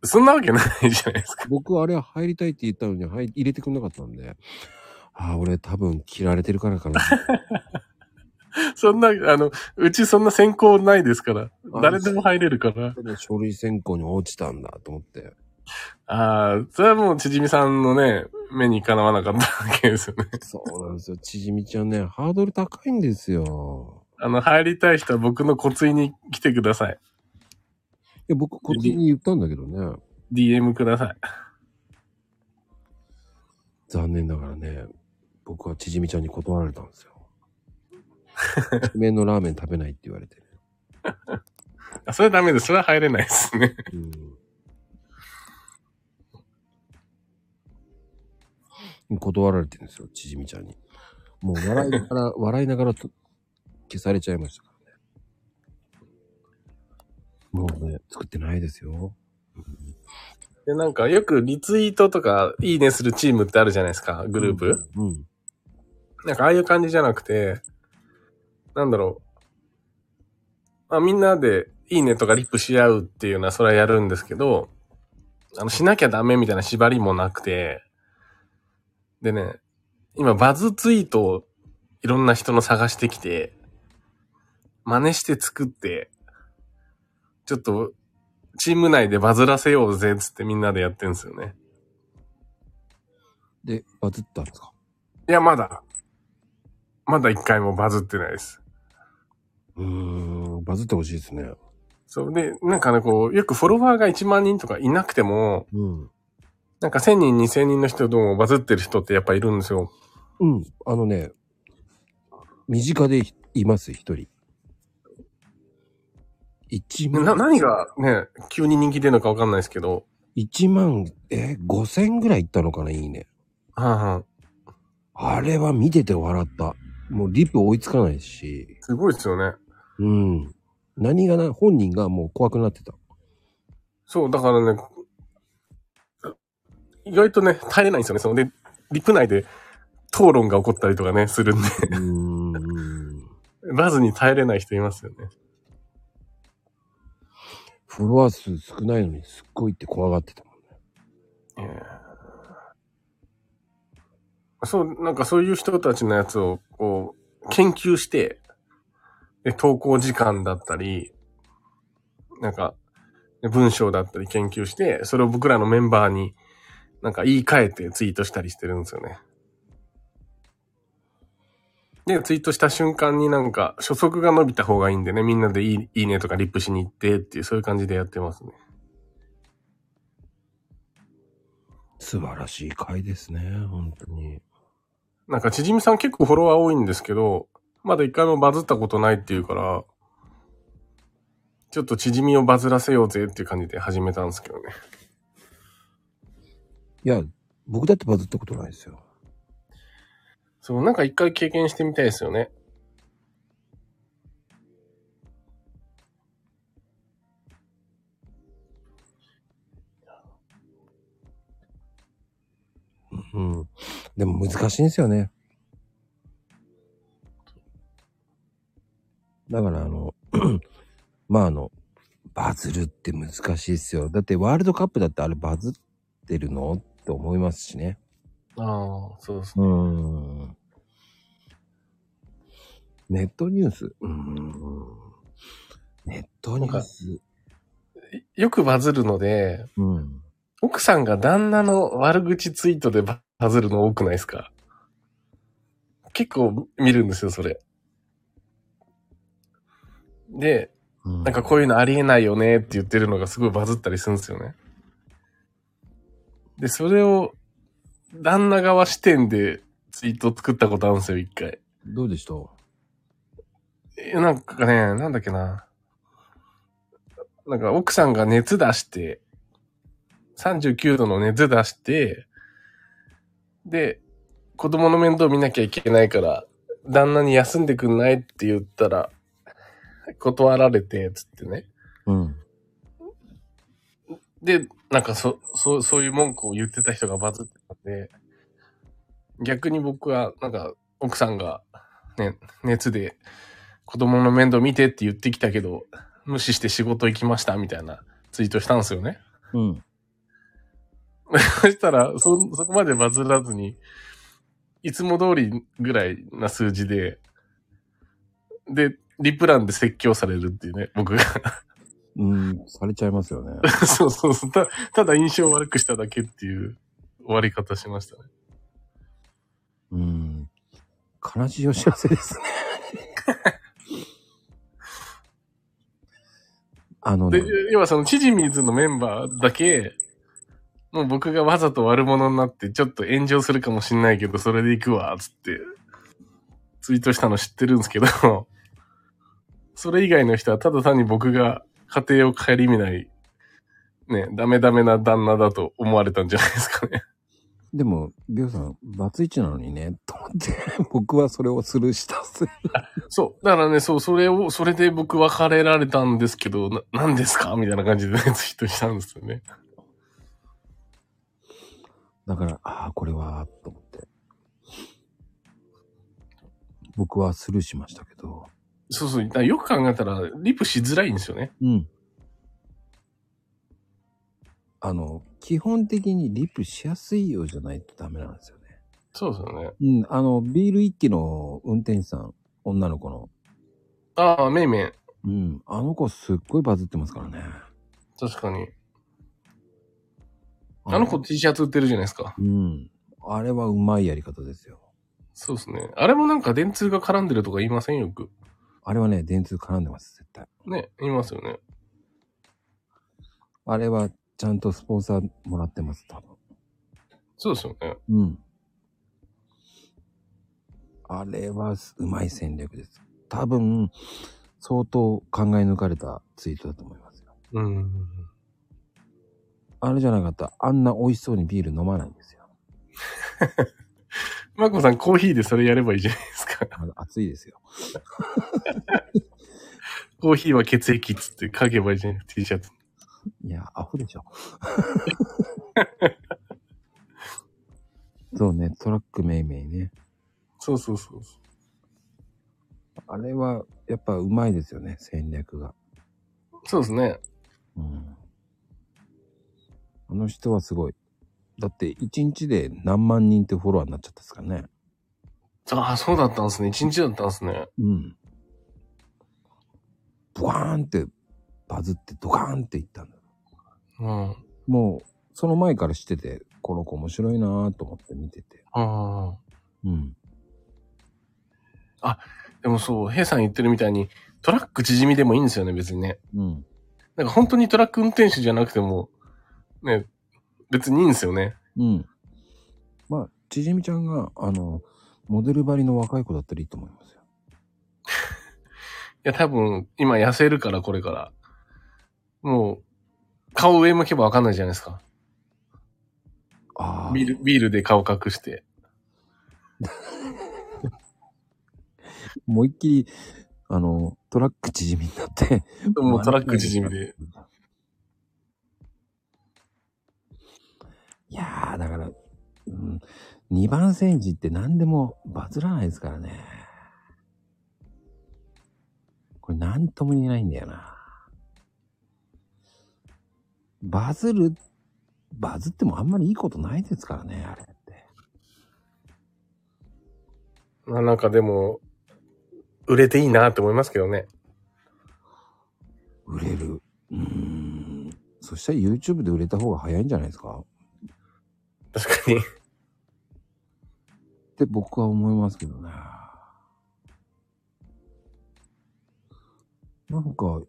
Speaker 3: い。そんなわけないじゃないですか。
Speaker 1: 僕、あれは入りたいって言ったのに、はい、入れてくれなかったんで。ああ、俺多分嫌われてるからか な。
Speaker 3: そんな、あの、うちそんな選考ないですから
Speaker 1: あ。
Speaker 3: 誰でも入れるから。
Speaker 1: 書類選考に落ちたんだと思って。
Speaker 3: ああ、それはもうチヂミさんのね、目にかなわなかったわけですよね。
Speaker 1: そうなんですよ。ちじみちゃんね、ハードル高いんですよ。
Speaker 3: あの、入りたい人は僕の骨髄に来てください。
Speaker 1: いや、僕、こっちに言ったんだけどね。
Speaker 3: DM ください。
Speaker 1: 残念ながらね、僕はちじみちゃんに断られたんですよ。麺のラーメン食べないって言われて。
Speaker 3: あそれダメです。それは入れないですね。
Speaker 1: うん。断られてるんですよ、ちじみちゃんに。もう笑いなが ら、笑いながらと消されちゃいましたからね。もうね、作ってないですよ。
Speaker 3: で、なんかよくリツイートとかいいねするチームってあるじゃないですか、グループ。
Speaker 1: うん。
Speaker 3: なんかああいう感じじゃなくて、なんだろう。まあみんなでいいねとかリップし合うっていうのはそれはやるんですけど、あの、しなきゃダメみたいな縛りもなくて、でね、今バズツイートをいろんな人の探してきて、真似して作って、ちょっと、チーム内でバズらせようぜっつってみんなでやってんですよね。
Speaker 1: で、バズったんですか
Speaker 3: いや、まだ、まだ一回もバズってないです。
Speaker 1: うーん、バズってほしいですね。
Speaker 3: そう。で、なんかね、こう、よくフォロワーが1万人とかいなくても、
Speaker 1: うん。
Speaker 3: なんか1000人、2000人の人でもバズってる人ってやっぱいるんですよ。
Speaker 1: うん、あのね、身近でいます、一人。一
Speaker 3: でな、
Speaker 1: 万、
Speaker 3: 何がね、急に人気出るのかわかんないですけど、
Speaker 1: 一万、え、五千ぐらいいったのかな、いいね。
Speaker 3: はんはん。
Speaker 1: あれは見てて笑った。もうリップ追いつかないし、
Speaker 3: すごいですよね。
Speaker 1: うん。何がな、本人がもう怖くなってた。
Speaker 3: そう、だからね、意外とね、耐えれないんですよね。そので、リプ内で討論が起こったりとかね、するんで、
Speaker 1: うーん。
Speaker 3: バズに耐えれない人いますよね。
Speaker 1: フォロワー数少ないのにすっごいって怖がってたもんね。
Speaker 3: えーそう、なんかそういう人たちのやつを、こう、研究して、で、投稿時間だったり、なんか、で文章だったり研究して、それを僕らのメンバーに、なんか言い換えてツイートしたりしてるんですよね。で、ツイートした瞬間になんか、初速が伸びた方がいいんでね、みんなでいいいいねとかリップしに行ってっていう、そういう感じでやってますね。
Speaker 1: 素晴らしい回ですね、本当に。
Speaker 3: なんか、ちじみさん結構フォロワー多いんですけど、まだ一回もバズったことないっていうから、ちょっとちじみをバズらせようぜっていう感じで始めたんですけどね。
Speaker 1: いや、僕だってバズったことないですよ。
Speaker 3: そう、なんか一回経験してみたいですよね。
Speaker 1: うん。でも難しいんですよね。だから、あの、 まあ、あの、バズるって難しいですよ。だって、ワールドカップだってあれバズってるのって思いますしね。
Speaker 3: ああ、そうそう。
Speaker 1: うん。ネットニュース。うん。ネットニュース。
Speaker 3: よくバズるので、
Speaker 1: うん。
Speaker 3: 奥さんが旦那の悪口ツイートでバズるの多くないですか結構見るんですよ、それ。で、
Speaker 1: な
Speaker 3: なんかこういうのありえないよねって言ってるのがすごいバズったりするんですよね。で、それを旦那側視点でツイート作ったことあるんですよ、一回。
Speaker 1: どうでした
Speaker 3: えなんかね、なんだっけな。なんか奥さんが熱出して、39度の熱出して、で、子供の面倒見なきゃいけないから、旦那に休んでくんないって言ったら、断られて、つってね。
Speaker 1: うん。
Speaker 3: で、なんかそ、そう、そういう文句を言ってた人がバズってたんで、逆に僕は、なんか、奥さんが、ね、熱で、子供の面倒見てって言ってきたけど、無視して仕事行きました、みたいなツイートしたんですよね。
Speaker 1: うん。
Speaker 3: そしたら、そ、そこまでバズらずに、いつも通りぐらいな数字で、で、リプランで説教されるっていうね、僕が。
Speaker 1: うん、されちゃいますよね。
Speaker 3: そうそうそう。たただ印象悪くしただけっていう終わり方しましたね。
Speaker 1: うん。悲しいお知らせですね。 あのね
Speaker 3: で、、要はその、チジミーズのメンバーだけ、もう僕がわざと悪者になって、ちょっと炎上するかもしんないけど、それで行くわ、つって、ツイートしたの知ってるんですけど、 それ以外の人はただ単に僕が家庭を顧みない、ね、ダメダメな旦那だと思われたんじゃないですかね。
Speaker 1: でも、ビオさん、バツイチなのにね、と思って、僕はそれをスルーしたっす。
Speaker 3: そう。だからね、そう、それを、それで僕別れられたんですけど、な、何ですかみたいな感じでね、ツイートしたんですよね。
Speaker 1: だから、ああ、これは、と思って。僕はスルーしましたけど。
Speaker 3: そうそう。だからよく考えたら、リプしづらいんですよね。
Speaker 1: うん。あの、基本的にリプしやすいようじゃないとダメなんですよね。
Speaker 3: そうですよね。
Speaker 1: うん、あの、ビール一機の運転手さん、女の子の。
Speaker 3: ああ、めいめい。
Speaker 1: うん、あの子すっごいバズってますからね。
Speaker 3: 確かに。あの子 T シャツ売ってるじゃないですか。
Speaker 1: うん。あれはうまいやり方ですよ。
Speaker 3: そうですね。あれもなんか電通が絡んでるとか言いませんよく。
Speaker 1: あれはね、電通絡んでます、絶対。
Speaker 3: ね、言いますよね。
Speaker 1: あれはちゃんとスポンサーもらってます、多分。
Speaker 3: そうですよね。
Speaker 1: うん。あれはすうまい戦略です。多分、相当考え抜かれたツイートだと思いますよ。
Speaker 3: うん。
Speaker 1: あれじゃなかったら、あんな美味しそうにビール飲まないんですよ。
Speaker 3: マコさん、コーヒーでそれやればいいじゃないですか。
Speaker 1: あの暑いですよ。
Speaker 3: コーヒーは血液っつって書けばいいじゃないですか、T シャツ。
Speaker 1: いや、アホで しょ。そうね、トラックめいめいね。
Speaker 3: そうそうそうそ
Speaker 1: あれは、やっぱうまいですよね、戦略が。
Speaker 3: う。そうですね。
Speaker 1: うん。あの人はすごい。だって一日で何万人ってフォロワーになっちゃったですからね。
Speaker 3: ああ、そうだったんですね。一日だったんですね。
Speaker 1: うん。ブワーンってバズってドカーンっていったんだ。
Speaker 3: うん。あ
Speaker 1: もう、その前から知ってて、この子面白いなぁと思って見てて。
Speaker 3: あ。
Speaker 1: うん。
Speaker 3: でもそう、ヘイさん言ってるみたいに、トラック縮みでもいいんですよね、別にね。
Speaker 1: うん。
Speaker 3: なんか本当にトラック運転手じゃなくても、ね、別にいいんですよね。
Speaker 1: うん。まあ、ちじみちゃんが、あの、モデルばりの若い子だったらいいと思いますよ。
Speaker 3: いや、多分、今痩せるから、これから。もう、顔上向けばわかんないじゃないですか。
Speaker 1: ああ。
Speaker 3: ビール、ビールで顔隠して。
Speaker 1: 思いっきり、あの、トラック縮みになって。
Speaker 3: もうトラック縮みで。。
Speaker 1: いやー、だから、うん、2番センチって何でもバズらないですからね。これ何とも言えないんだよな。バズる、バズってもあんまりいいことないですからね、あれって。
Speaker 3: まあなんかでも、売れていいなって思いますけどね。
Speaker 1: 売れる。うーん。そしたら YouTube で売れた方が早いんじゃないですか
Speaker 3: 確かに。
Speaker 1: って僕は思いますけどね。なんか、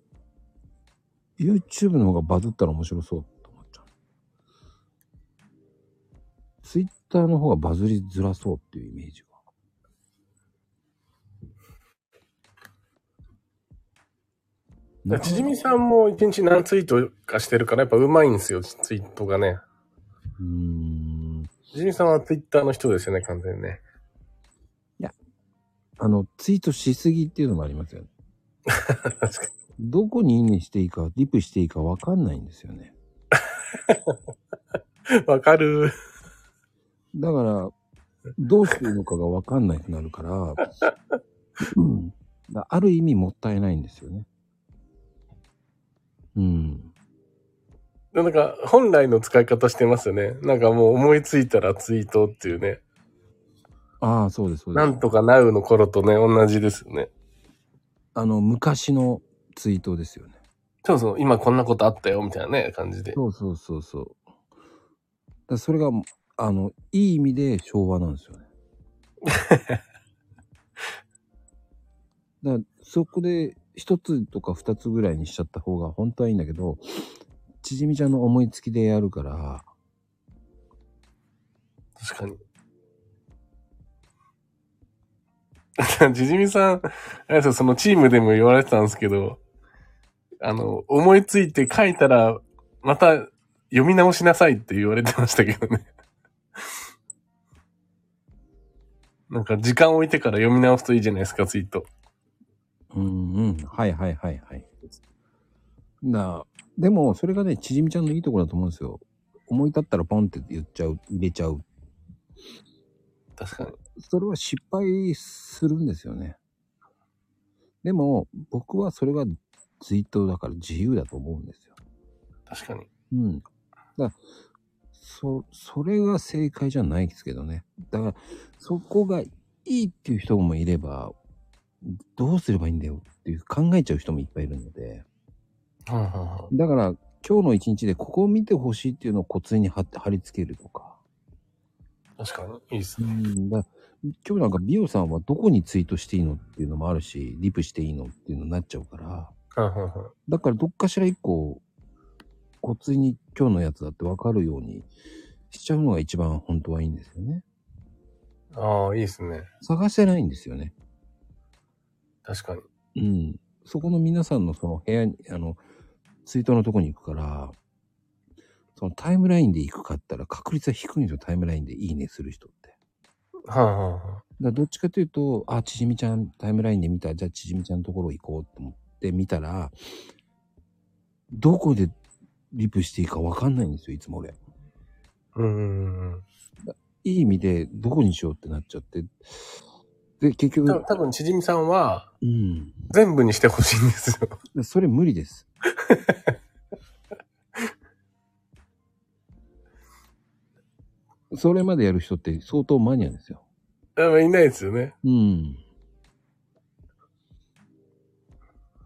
Speaker 1: YouTube の方がバズったら面白そうと思っちゃう。Twitter の方がバズりづらそうっていうイメージが。なんか
Speaker 3: ちじみさんも一日何ツイートかしてるから、やっぱうまいんですよ、ツイートがね。
Speaker 1: うーん。
Speaker 3: ちじみさんはツイッターの人ですよね、完全にね。
Speaker 1: あの、ツイートしすぎっていうのもありますよね。
Speaker 3: 確かに。
Speaker 1: どこにいいねしていいか、リプしていいかわかんないんですよね。
Speaker 3: わかる。
Speaker 1: だから、どうしていいのかがわかんなくなるから、 うん、だある意味もったいないんですよね。うん。
Speaker 3: なんか、本来の使い方してますよね。なんかもう思いついたらツイートっていうね。
Speaker 1: ああ、そうです、そうで
Speaker 3: な
Speaker 1: す。
Speaker 3: んとかなうの頃とね、同じですよね。
Speaker 1: あの、昔のツイートですよね。
Speaker 3: そうそう、今こんなことあったよ、みたいなね、感じで。
Speaker 1: そうそうそうそう。だからそれが、あの、いい意味で昭和なんですよね。だからそこで一つとか二つぐらいにしちゃった方が本当はいいんだけど、ちじみちゃんの思いつきでやるから、
Speaker 3: 確かに。 じじみさん、あれですよそのチームでも言われてたんですけど、あの、思いついて書いたら、また読み直しなさいって言われてましたけどね。 なんか時間置いてから読み直すといいじゃないですか、ツイート。
Speaker 1: うんうん。はいはいはいはい。なでも、それがね、ちじみちゃんのいいところだと思うんですよ。思い立ったらポンって言っちゃう、入れちゃう。
Speaker 3: 確かに。
Speaker 1: それは失敗するんですよね。でも、僕はそれがツイートだから自由だと思うんですよ。
Speaker 3: 確かに。
Speaker 1: うん。だそ、それが正解じゃないですけどね。だから、そこがいいっていう人もいれば、どうすればいいんだよっていう考えちゃう人もいっぱいいるので。
Speaker 3: うんうんうん
Speaker 1: だから今日の一日でここを見てほしいっていうのを骨ツに貼って貼り付けるとか。
Speaker 3: 確かに。いいです
Speaker 1: う
Speaker 3: ね。
Speaker 1: んだ今日なんか美容さんはどこにツイートしていいのっていうのもあるし、リプしていいのっていうのになっちゃうから。
Speaker 3: うんうんうん
Speaker 1: だからどっかしら一個、骨ツに今日のやつだってわかるようにしちゃうのが一番本当はいいんですよね。
Speaker 3: ああ、いいですね。
Speaker 1: 探せないんですよね。
Speaker 3: 確かに。
Speaker 1: うん。そこの皆さんのその部屋に、あの、ツイートのとこに行くから、そのタイムラインで行くかったら確率は低いんですよ、タイムラインでいいねする人って。
Speaker 3: うんうんうん
Speaker 1: だからどっちかというと、あ、ちじみちゃん、タイムラインで見た、じゃあちじみちゃんのところ行こうと思って見たら、どこでリプしていいかわかんないんですよ、いつも俺。
Speaker 3: うんうんうん。
Speaker 1: いい意味で、どこにしようってなっちゃって。で、結
Speaker 3: 多
Speaker 1: 局
Speaker 3: 分、多分ちじみさんは、
Speaker 1: うん。
Speaker 3: 全部にしてほしいんですよ。
Speaker 1: でそれ無理です。それまでやる人って相当マニアですよ。
Speaker 3: あまあいないですよね。
Speaker 1: うん。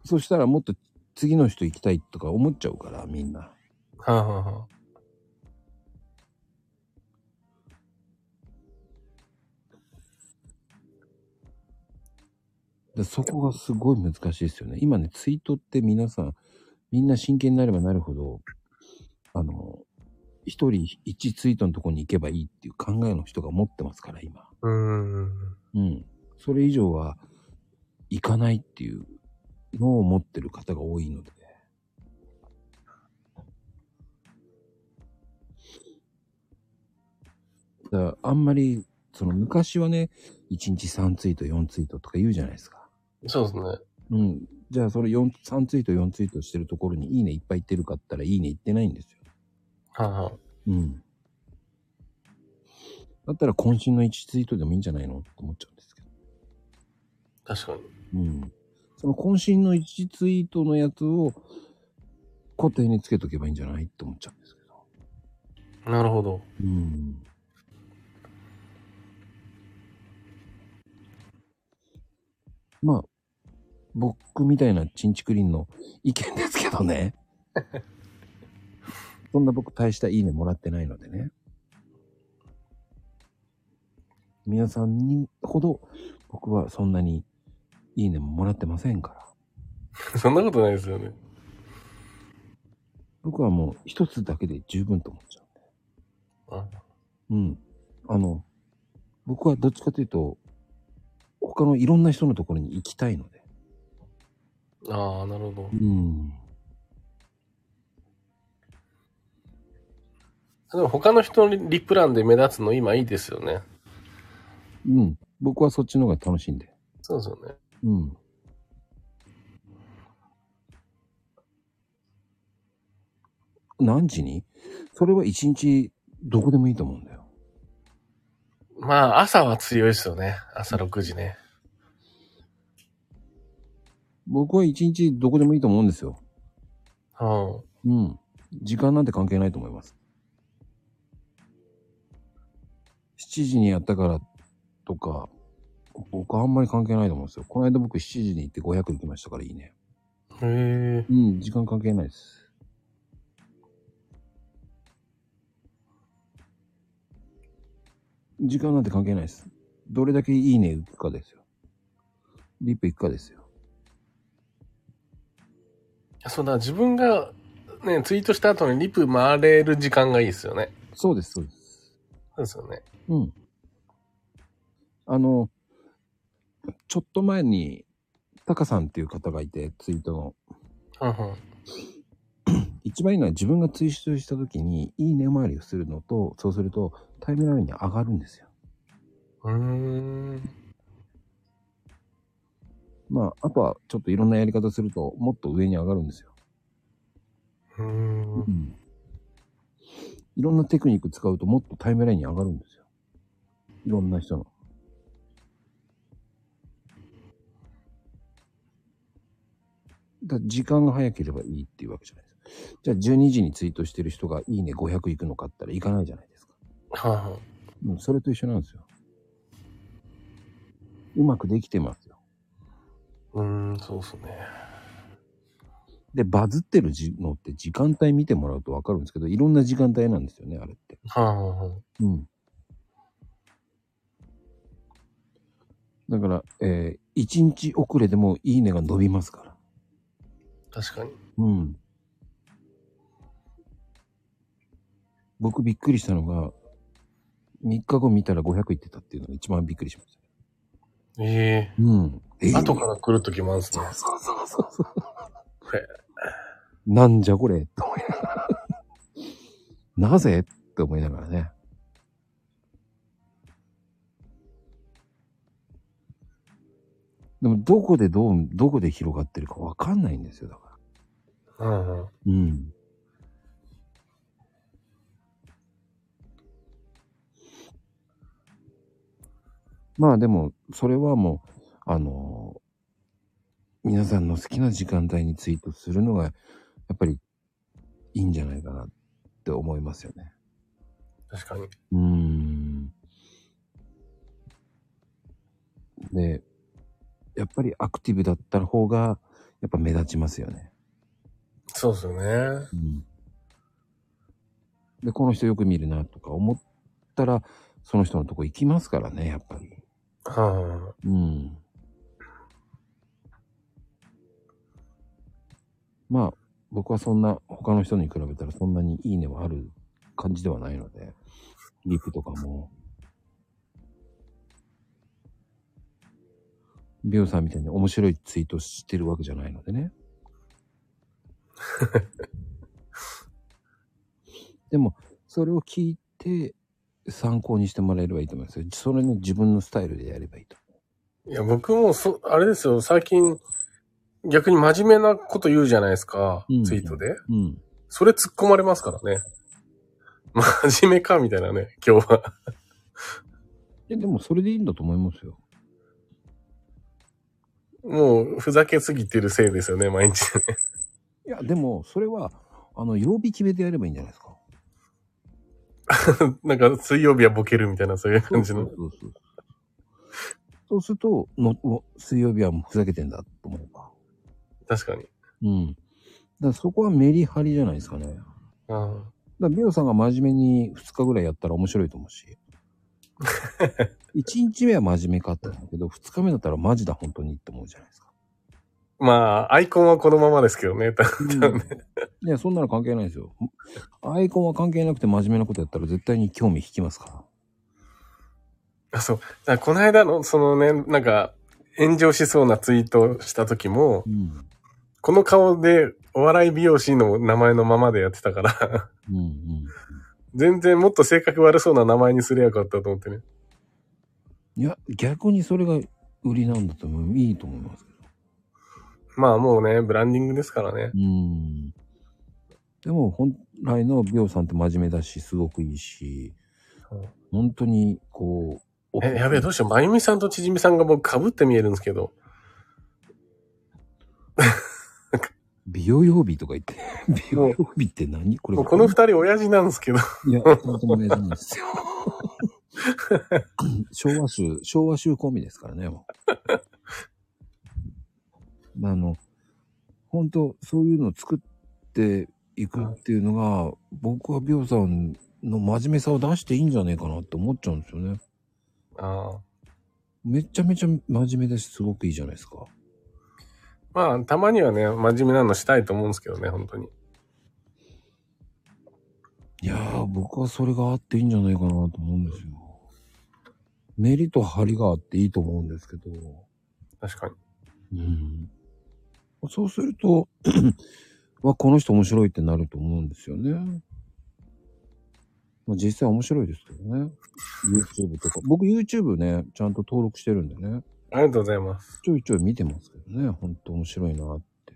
Speaker 1: そしたらもっと次の人行きたいとか思っちゃうから、みんな。
Speaker 3: はあ、はあは
Speaker 1: でそこがすごい難しいですよね。今ね、ツイートって皆さん、みんな真剣になればなるほど、あの、一人一ツイートのとこに行けばいいっていう考えの人が持ってますから、今。
Speaker 3: あ、うーん。
Speaker 1: うん。それ以上は、行かないっていうのを持ってる方が多いので。だからあんまり、その昔はね、1日3ツイート、4ツイートとか言うじゃないですか。
Speaker 3: そうですね。
Speaker 1: うん。じゃあそれ4、3ツイート、4ツイートしてるところにいいねいっぱい言ってるかって言ったらいいね言ってないんですよ。
Speaker 3: はあ、はあ。
Speaker 1: うん。だったら渾身の1ツイートでもいいんじゃないのって思っちゃうんですけど。
Speaker 3: 確かに。
Speaker 1: うん。その渾身の1ツイートのやつを固定につけとけばいいんじゃないって思っちゃうんですけど。
Speaker 3: なるほど。
Speaker 1: うん。まあ、僕みたいなチンチクリンの意見ですけど ね。そんな僕大したいいねもらってないのでね。皆さんにほど僕はそんなにいいねももらってませんから。
Speaker 3: そんなことないですよね。
Speaker 1: 僕はもう一つだけで十分と思っちゃ
Speaker 3: あ
Speaker 1: う。うん。あの、僕はどっちかというと、他のいろんな人のところに行きたいので。
Speaker 3: ああ、なるほど。
Speaker 1: うん。
Speaker 3: でも他の人のリプランで目立つの今いいですよね。
Speaker 1: うん。僕はそっちの方が楽しいんで。
Speaker 3: そうですよね。
Speaker 1: うん。何時にそれは一日どこでもいいと思うんだよ。
Speaker 3: まあ、朝は強いですよね。朝6時ね。
Speaker 1: 僕は一日どこでもいいと思うんですよ。
Speaker 3: うん。
Speaker 1: うん。時間なんて関係ないと思います。7時にやったからとか、僕はあんまり関係ないと思うんですよ。この間僕7時に行って500行きましたからいいね。
Speaker 3: へえ。
Speaker 1: うん、時間関係ないです。時間なんて関係ないです。どれだけいいね行くかですよ。リップ行くかですよ。
Speaker 3: そうだ、自分がね、ツイートした後にリプ回れる時間がいいですよね。
Speaker 1: そうです、そうです。
Speaker 3: そうですよね。
Speaker 1: うん。あの、ちょっと前に、タカさんっていう方がいて、ツイートの。
Speaker 3: うんうん。
Speaker 1: 一番いいのは自分がツイートした時に、いいね回りをするのと、そうすると、タイムラインに上がるんですよ。
Speaker 3: うーん。
Speaker 1: まあ、あとはちょっといろんなやり方すると、もっと上に上がるんですよ。
Speaker 3: うーん。
Speaker 1: ん。いろんなテクニック使うと、もっとタイムラインに上がるんですよ。いろんな人の。だから時間が早ければいいっていうわけじゃないです。じゃあ12時にツイートしてる人がいいね500いくのかって言ったらいかないじゃないですか。
Speaker 3: はんはん
Speaker 1: うん、それと一緒なんですよ。うまくできてますよ。
Speaker 3: うーん、そうっすね。
Speaker 1: で、バズってるじのって時間帯見てもらうとわかるんですけど、いろんな時間帯なんですよね、あれって。
Speaker 3: はんはんはん。
Speaker 1: うん。だから、えー、1日遅れでもいいねが伸びますから。
Speaker 3: 確かに。
Speaker 1: うん。僕びっくりしたのが、3日後見たら500いってたっていうのが一番びっくりしました。
Speaker 3: え
Speaker 1: うん。え
Speaker 3: え
Speaker 1: ー
Speaker 3: 後から来るときもあるんですね。
Speaker 1: そうそうそうそう。
Speaker 3: これ
Speaker 1: なんじゃこれと思いながら。なぜって思いながらね。でも、どこでどう、どこで広がってるかわかんないんですよ、だから。
Speaker 3: うんうん。
Speaker 1: うん。まあでも、それはもう、あの皆さんの好きな時間帯にツイートするのが、やっぱりいいんじゃないかなって思いますよね。
Speaker 3: 確かに。
Speaker 1: うん。ね、やっぱりアクティブだった方が、やっぱ目立ちますよね。
Speaker 3: そうですよね。
Speaker 1: うん。で、この人よく見るなとか思ったら、その人のとこ行きますからね、やっぱり。
Speaker 3: は
Speaker 1: うん。まあ、僕はそんな、他の人に比べたらそんなにいいねはある感じではないので、リプとかも。ビオさんみたいに面白いツイートしてるわけじゃないのでね。でも、それを聞いて参考にしてもらえればいいと思いますよ。それの自分のスタイルでやればいいと。
Speaker 3: あ。いや、僕も、そ、あれですよ、最近、逆に真面目なこと言うじゃないですか、
Speaker 1: うん
Speaker 3: ツイートで。
Speaker 1: うん。
Speaker 3: それ突っ込まれますからね。真面目か、みたいなね、今日は。
Speaker 1: いや、でもそれでいいんだと思いますよ。
Speaker 3: もう、ふざけすぎてるせいですよね、毎日 ね。
Speaker 1: いや、でも、それは、あの、曜日決めてやればいいんじゃないですか。
Speaker 3: なんか、水曜日はボケるみたいな、そういう感じの。
Speaker 1: そうそうそうすると、の、お水曜日はもうふざけてんだと思えば。
Speaker 3: 確かに。
Speaker 1: うん。だからそこはメリハリじゃないですかね。だか
Speaker 3: あ
Speaker 1: ら、ビオさんが真面目に2日ぐらいやったら面白いと思うし。1日目は真面目かったんだけど、2日目だったらマジだ、本当にって思うじゃないですか。
Speaker 3: あまあ、アイコンはこのままですけどね。
Speaker 1: うんいや、そんなの関係ないですよ。アイコンは関係なくて真面目なことやったら絶対に興味引きますから。
Speaker 3: あ、そう。だからこの間の、そのね、なんか、炎上しそうなツイートした時も、
Speaker 1: うん。
Speaker 3: この顔でお笑い美容師の名前のままでやってたから、
Speaker 1: うんうん。
Speaker 3: 全然もっと性格悪そうな名前にすりゃよかったと思ってね。
Speaker 1: いや、逆にそれが売りなんだと思う。いいと思いますけど。
Speaker 3: まあもうね、ブランディングですからね。
Speaker 1: うん。でも、本来のビオさんって真面目だし、すごくいいし
Speaker 3: うん、
Speaker 1: 本当に、こう、
Speaker 3: え、やべえ、どうしよう。まゆみさんとちじみさんが僕被って見えるんですけど。
Speaker 1: 美容曜日とか言って、 美容曜日って何これ。
Speaker 3: もうこの二人親父なんですけど。
Speaker 1: いや、本当にね、なんですよ。昭和州、昭和州コンビですからね、もう。あの、本当そういうのを作っていくっていうのが、僕はビオさんの真面目さを出していいんじゃねえかなって思っちゃうんですよね。
Speaker 3: ああ
Speaker 1: めちゃめちゃ真面目だし、すごくいいじゃないですか。
Speaker 3: まあ、たまにはね、真面目なのしたいと思うんですけどね、本当に。
Speaker 1: いやー、僕はそれがあっていいんじゃないかなと思うんですよ。メリと張りがあっていいと思うんですけど。
Speaker 3: 確かに。
Speaker 1: うんそうすると、 わ、この人面白いってなると思うんですよね。まあ、実際面白いですけどね。YouTube とか。僕 YouTube ね、ちゃんと登録してるんでね。
Speaker 3: ありがとうございます。
Speaker 1: ちょいちょい見てますけどね。ほんと面白いなって。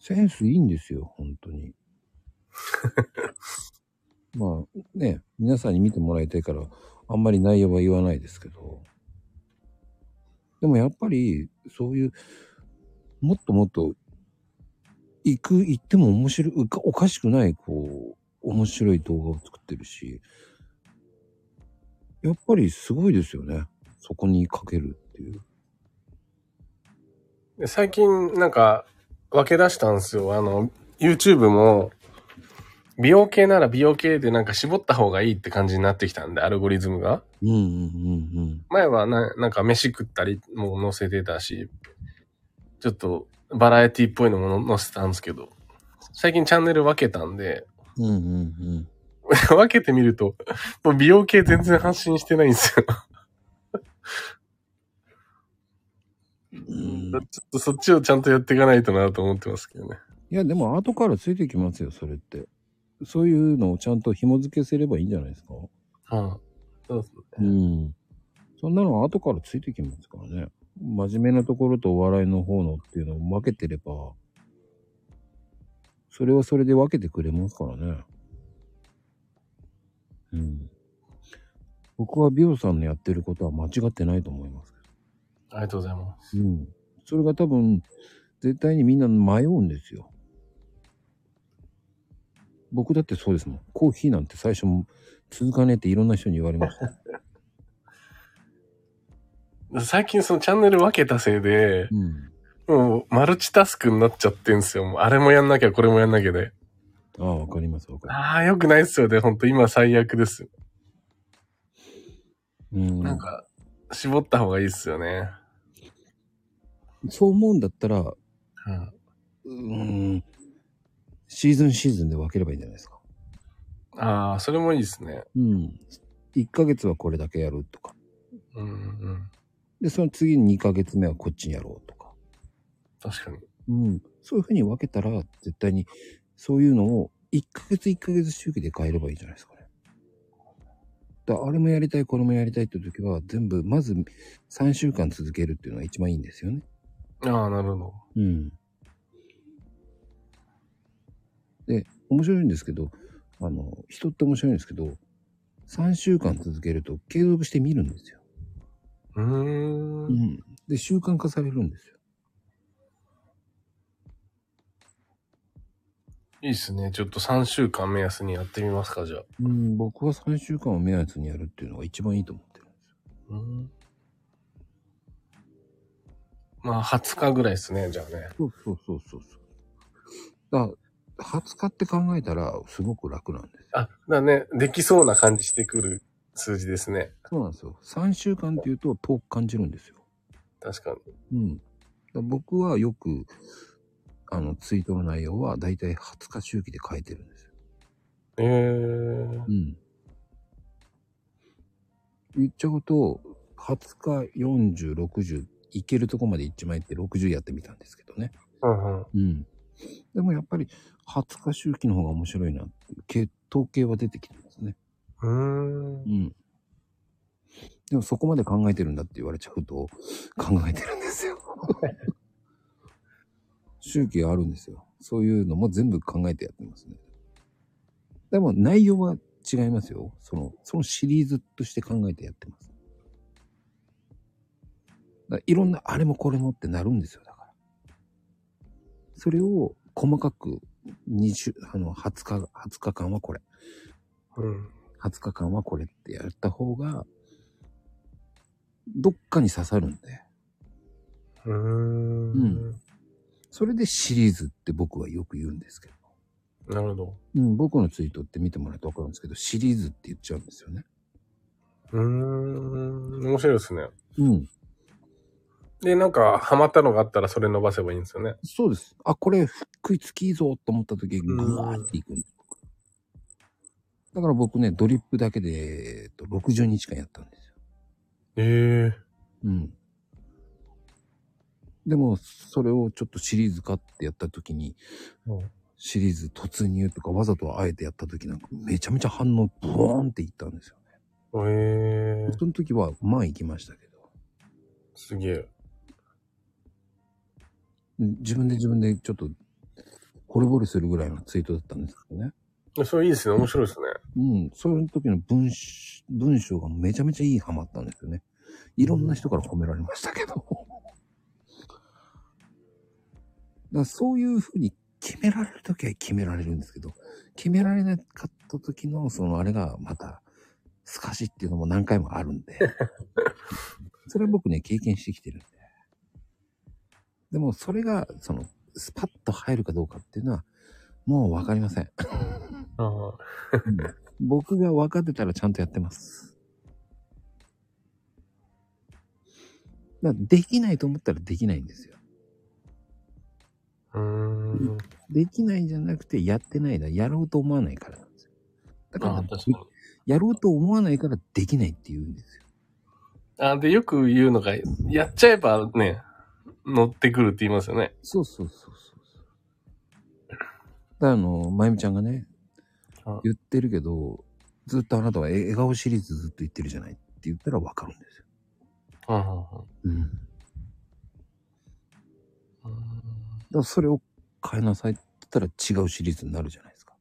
Speaker 1: センスいいんですよ、本当に。まあね、皆さんに見てもらいたいから、あんまり内容は言わないですけど。でもやっぱり、そういう、もっともっと、行く、行っても面白い、うかおかしくない、こう、面白い動画を作ってるし、やっぱりすごいですよね。そこにかけるっていう。
Speaker 3: で最近、なんか、分け出したんですよ。あの、YouTube も、美容系なら美容系でなんか絞った方がいいって感じになってきたんで、アルゴリズムが。
Speaker 1: うんうんうんうん。
Speaker 3: 前はな、なんか飯食ったりも載せてたし、ちょっとバラエティっぽいのも載せたんですけど、最近チャンネル分けたんで、
Speaker 1: うんうん
Speaker 3: 分けてみると、もう美容系全然発信してないんですよ。
Speaker 1: うん。
Speaker 3: ちょ
Speaker 1: い
Speaker 3: っとそっちをちゃんとやっていかないとなと思ってますけどね。
Speaker 1: や、でも後からついてきますよ、それって。そういうのをちゃんと紐付けすればいいんじゃないですか。
Speaker 3: うん。そうですね。
Speaker 1: うん。そんなのは後からついてきますからね。真面目なところとお笑いの方のっていうのを分けてれば、それはそれで分けてくれますからね。うん。僕はビオさんのやってることは間違ってないと思います。
Speaker 3: ありがとうございます。
Speaker 1: うん。それが多分、絶対にみんな迷うんですよ。僕だってそうですもん。コーヒーなんて最 初も続かねえっていろんな人に言われました。
Speaker 3: 最近そのチャンネル分けたせいで、
Speaker 1: うん。
Speaker 3: もうマルチタスクになっちゃってんすよ。もうあれもやんなきゃこれもやんなきゃで。
Speaker 1: ああ、わかります、わか
Speaker 3: ああ、よくないっすよね。ほんと今最悪です。
Speaker 1: ります。うん。
Speaker 3: なんか、絞った方がいいっすよね。
Speaker 1: そう思うんだったら、
Speaker 3: う
Speaker 1: うー
Speaker 3: ん。
Speaker 1: ん、シーズンシーズンで分ければいいんじゃないですか。
Speaker 3: ああ、それもいいっすね。
Speaker 1: うん。1ヶ月はこれだけやるとか。
Speaker 3: うんうん。
Speaker 1: で、その次に2ヶ月目はこっちにやろうとか。
Speaker 3: 確かに。
Speaker 1: うん。そういうふうに分けたら、絶対に、そういうのを1ヶ月1ヶ月周期で変えればいいんじゃないですかね。だからあれもやりたい、これもやりたいって時は、全部、まず3週間続けるっていうのが一番いいんですよね。
Speaker 3: ああ、なるほど。
Speaker 1: うん。で、面白いんですけど、あの、人って面白いんですけど、3週間続けると継続して見るんですよ。
Speaker 3: うーん。
Speaker 1: ん。で、習慣化されるんですよ。
Speaker 3: いいっすね。ちょっと3週間目安にやってみますか、じゃあ。
Speaker 1: うん、僕は3週間を目安にやるっていうのが一番いいと思ってるんですよ。
Speaker 3: うん。まあ、20日ぐらいっすね、じゃあね。
Speaker 1: そうそうそうそうそう。だから、20日って考えたらすごく楽なんですよ。
Speaker 3: あ、だね、できそうな感じしてくる数字ですね。
Speaker 1: そうなんですよ。3週間っていうと遠く感じるんですよ。
Speaker 3: 確かに。
Speaker 1: うん。だから僕はよく、あの、ツイートの内容はだいたい20日周期で変えてるんですよ。
Speaker 3: えー、
Speaker 1: うん。言っちゃうと、20日、40、60、いけるとこまで行っちまえって60やってみたんですけどね。
Speaker 3: うんうん。
Speaker 1: うん。でもやっぱり20日周期の方が面白いなっていう系、統計は出てきてますね。
Speaker 3: うーん
Speaker 1: う。ん。でもそこまで考えてるんだって言われちゃうと、考えてるんです よ。周期があるんですよ。そういうのも全部考えてやってますね。でも内容は違いますよ。その、そのシリーズとして考えてやってます。だからいろんなあれもこれもってなるんですよ、だから。それを細かく、20、あの、20日、20日間はこれ。
Speaker 3: うん。
Speaker 1: 20日間はこれってやった方が、どっかに刺さるんで、
Speaker 3: うーん。
Speaker 1: うんそれでシリーズって僕はよく言うんですけど、
Speaker 3: なるほど。
Speaker 1: うん、僕のツイートって見てもらうとわかるんですけど、シリーズって言っちゃうんですよね。
Speaker 3: うーん。面白いですね。
Speaker 1: うん、
Speaker 3: で、なんか、ハマったのがあったらそれ伸ばせばいいんですよね。
Speaker 1: そうです。あ、これ食いつきいいぞと思った時、ぐわーっていくんです。だから僕ね、ドリップだけで、えっと、60日間やったんですよ。
Speaker 3: え
Speaker 1: うん。でも、それをちょっとシリーズ化ってやった時に、
Speaker 3: えー。
Speaker 1: シリーズ突入とかわざとあえてやった時なんかめちゃめちゃ反応ブーンっていったんですよね。
Speaker 3: えー、
Speaker 1: その時は前行きましたけど、
Speaker 3: すげえ。
Speaker 1: 自分で自分でちょっと惚れ惚れするぐらいのツイートだったんですけどね。
Speaker 3: それいいですね。面白いですね。
Speaker 1: うん、その時の文章文章がめちゃめちゃいいハマったんですよね。いろんな人から褒められましたけど。だからそういうふうに決められる時は決められるんですけど、決められなかった時のそのあれがまた透かしっていうのも何回もあるんで。それは僕ね、経験してきてるんで。でもそれがそのスパッと入るかどうかっていうのはもうわかりません。
Speaker 3: ああ。
Speaker 1: 僕が分かってたらちゃんとやってます。まあ、できないと思ったらできないんですよ。
Speaker 3: うーん。
Speaker 1: できないんじゃなくて、やってないだ。やろうと思わないからなんですよ。だ
Speaker 3: ああ、
Speaker 1: か
Speaker 3: 確
Speaker 1: ら
Speaker 3: か、に。
Speaker 1: やろうと思わないからできないって言うんですよ。
Speaker 3: あで、よく言うのが、やっちゃえばね、乗ってくるって言いますよね。
Speaker 1: そうそうそうそうそう。だからあの、まゆみちゃんがね
Speaker 3: あ、
Speaker 1: 言ってるけど、ずっとあなたはえ笑顔シリーズずっと言ってるじゃないって言ったら分かるんですよ。
Speaker 3: うんうんうん
Speaker 1: うん。
Speaker 3: うん
Speaker 1: だからそれを変えなさいって言ったら違うシリーズになるじゃないですか。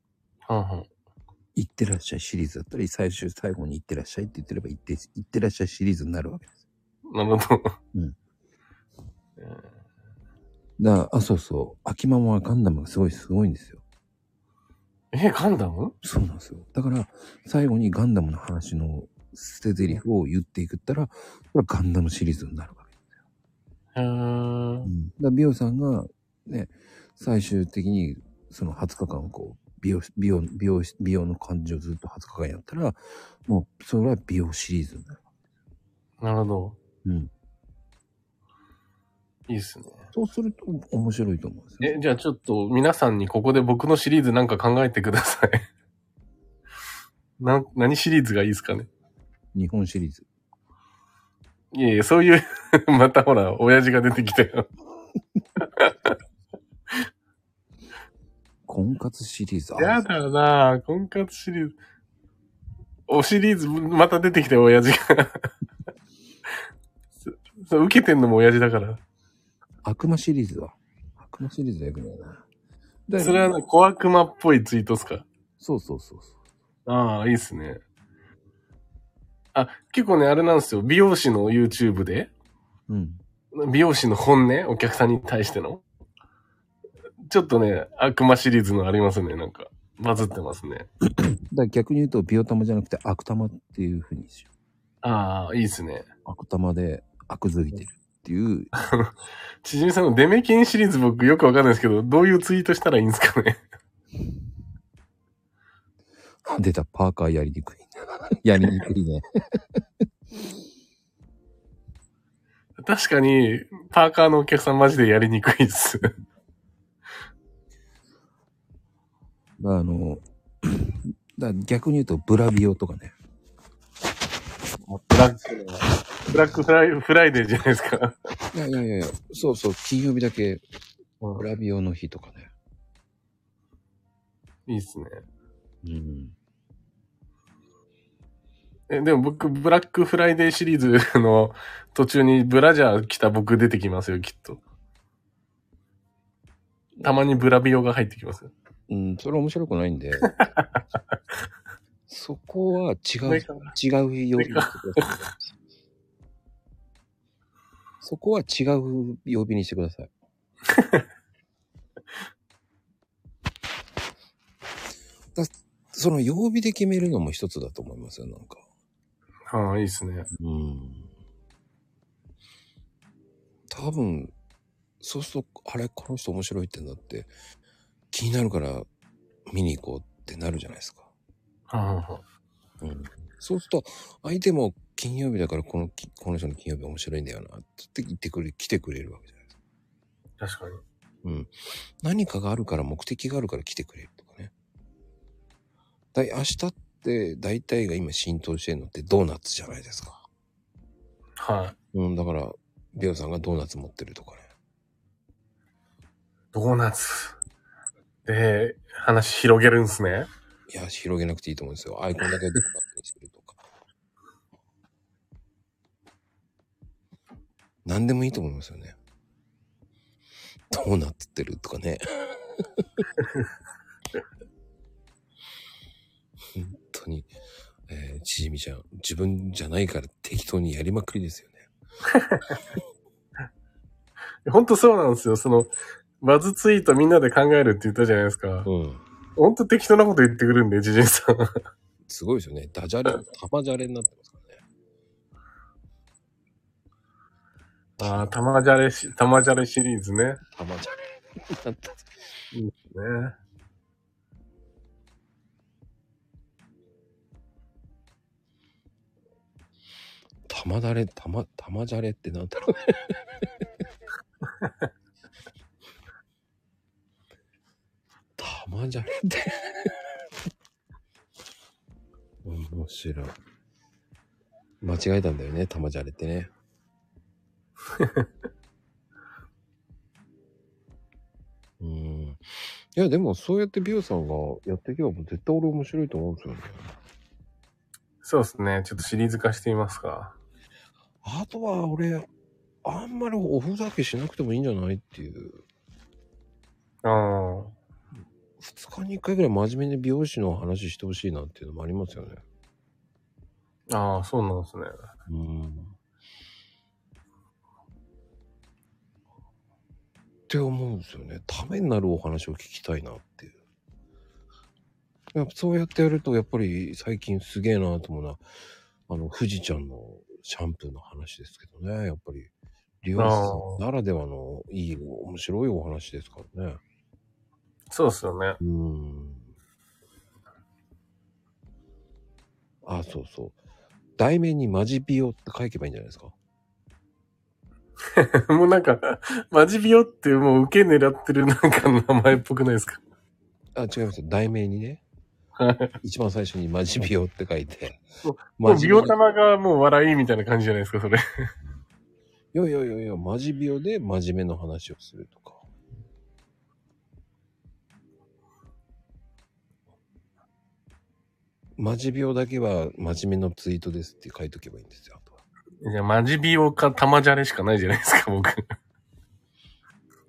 Speaker 3: うん
Speaker 1: 行ってらっしゃいシリーズだったり、最終最後に行ってらっしゃいって言ってれば行って、行ってらっしゃいシリーズになるわけです。
Speaker 3: うんなるほど。
Speaker 1: うんだから、あ、そうそう。秋ママはガンダムがすごい、すごいんですよ。
Speaker 3: え、ガンダム
Speaker 1: そうなんですよ。だから、最後にガンダムの話の捨て台詞を言っていくったら、これはガンダムシリーズになるわけ。
Speaker 3: うー。
Speaker 1: うんん、だから美容さんが、ね、最終的にその20日間をこう、美容、美容、美容、美容の感じをずっと20日間やったら、もう、それは美容シリーズになる。
Speaker 3: なるほど。
Speaker 1: うん。
Speaker 3: いいっすね。
Speaker 1: そうすると面白いと思うんですよ。
Speaker 3: え、じゃあちょっと皆さんにここで僕のシリーズなんか考えてください。 な、何シリーズがいいですかね
Speaker 1: 日本シリーズ。
Speaker 3: いやいや、そういう、 またほら、親父が出てきたよ。
Speaker 1: 婚活シリーズ。あ
Speaker 3: やだなぁ、婚活シリーズ。おシリーズ、また出てきたよ、親父が。 そそう、受けてんのも親父だから。
Speaker 1: 悪魔シリーズは。悪魔シリーズはよくないな。だよね
Speaker 3: それはね、小悪魔っぽいツイートっすか
Speaker 1: そうそうそうそう。
Speaker 3: ああ、いいっすね。あ、結構ね、あれなんですよ。美容師の YouTube で、
Speaker 1: うん。
Speaker 3: 美容師の本音、お客さんに対しての。ちょっとね、悪魔シリーズのありますね、なんか。バズってますね。
Speaker 1: だから逆に言うと、美容玉じゃなくて悪玉っていうふうにしよ
Speaker 3: ああ、いいっすね
Speaker 1: う。。悪玉で悪すぎてるっていう。
Speaker 3: ちじみさんのデメキンシリーズ僕よくわかんないですけど、どういうツイートしたらいいんですかね。
Speaker 1: 出た、パーカーやりにくい。 やりにくいね。
Speaker 3: 確かに、パーカーのお客さんマジでやりにくいっす。
Speaker 1: まああの、だから逆に言うと、ブラビオとかね。
Speaker 3: ブラック、ブラックフライフライデーじゃないですか。
Speaker 1: いやいやいやいや、そうそう、金曜日だけ、ブラビオの日とかね。
Speaker 3: いいっすね。
Speaker 1: うん。
Speaker 3: え、でも僕、ブラックフライデーシリーズの 途中にブラジャー着た僕出てきますよ、きっと。たまにブラビオが入ってきますよ。
Speaker 1: うん、それ面白くないん で。そこは違
Speaker 3: こ
Speaker 1: う
Speaker 3: れかな、
Speaker 1: 違う曜日にしてください。そこは違う曜日にしてくださ い。だその曜日で決めるのも一つだと思いますよ、なんか。
Speaker 3: ああ、いいっすね。
Speaker 1: うん。多分、そうすると、あれ、この人面白いってなって、気になるから見に行こうってなるじゃないですか。
Speaker 3: あ
Speaker 1: うん。そうすると、相手も金曜日だからこのき、この人の金曜日面白いんだよな、って言ってくれ、来てくれるわけじゃないですか。
Speaker 3: あ、確かに。
Speaker 1: うん。何かがあるから、目的があるから来てくれるとかね。だい明日って、大体が今浸透してるのってドーナツじゃないですか。
Speaker 3: はい。
Speaker 1: うん、だから、ビオさんがドーナツ持ってるとかね。
Speaker 3: ドーナツ。で、話広げるんすね。
Speaker 1: いや、広げなくていいと思うんですよ。アイコンだけドーナツにするとか。何でもいいと思いますよね。ドーナツってるとかね。本当に、えー、ちじみちゃん、自分じゃないから適当にやりまくりですよね。
Speaker 3: ほんとそうなんですよ。その、バズツイートみんなで考えるって言ったじゃないですか。
Speaker 1: うん。
Speaker 3: ほんと適当なこと言ってくるんで、ジジンさん。
Speaker 1: すごいですよね。ダジャレ、玉じゃれになってますからね。
Speaker 3: ああ、玉じゃれし、玉じゃれシリーズね。
Speaker 1: 玉じゃれ。
Speaker 3: ね。
Speaker 1: 玉だれ、玉、玉じゃれってなんだろうね。玉じゃれって。面白い。間違えたんだよね、玉じゃれってね。うん。いや、でもそうやって美容さんがやっていけばもう絶対俺面白いと思うんですよね。
Speaker 3: そうですね。ちょっとシリーズ化してみますか。
Speaker 1: あとは俺、あんまりおふざけしなくてもいいんじゃないっていう。
Speaker 3: ああ。
Speaker 1: 二日に一回ぐらい真面目に美容師の話してほしいなっていうのもありますよね。
Speaker 3: ああ、そうなんですね。
Speaker 1: うん。って思うんですよね。ためになるお話を聞きたいなっていう。やっぱそうやってやると、やっぱり最近すげえなと思うのは、あの、富士ちゃんのシャンプーの話ですけどね、やっぱり、利用者さんならではのいい、面白いお話ですからね。
Speaker 3: そうですよね。
Speaker 1: うーん。あ、そうそう。題名にマジビオって書けばいいんじゃないですか。
Speaker 3: もうなんか、マジビオってもう受け狙ってるなんか名前っぽくないですか
Speaker 1: あ、違います。題名に ね。
Speaker 3: はい
Speaker 1: 一番最初にマジビオって書いて
Speaker 3: もう。も
Speaker 1: マ
Speaker 3: う
Speaker 1: ジ
Speaker 3: ビ
Speaker 1: ビオ
Speaker 3: オ玉がもう笑いみたいな感じじゃないですか、それ。
Speaker 1: いやいやいやいや、マジビオで真面目な話をするとか。マジビオだけは真面目のツイートですって書いとけばいいんですよ。あとは。
Speaker 3: いや、マジビオか玉じゃれしかないじゃないですか、 僕。
Speaker 1: い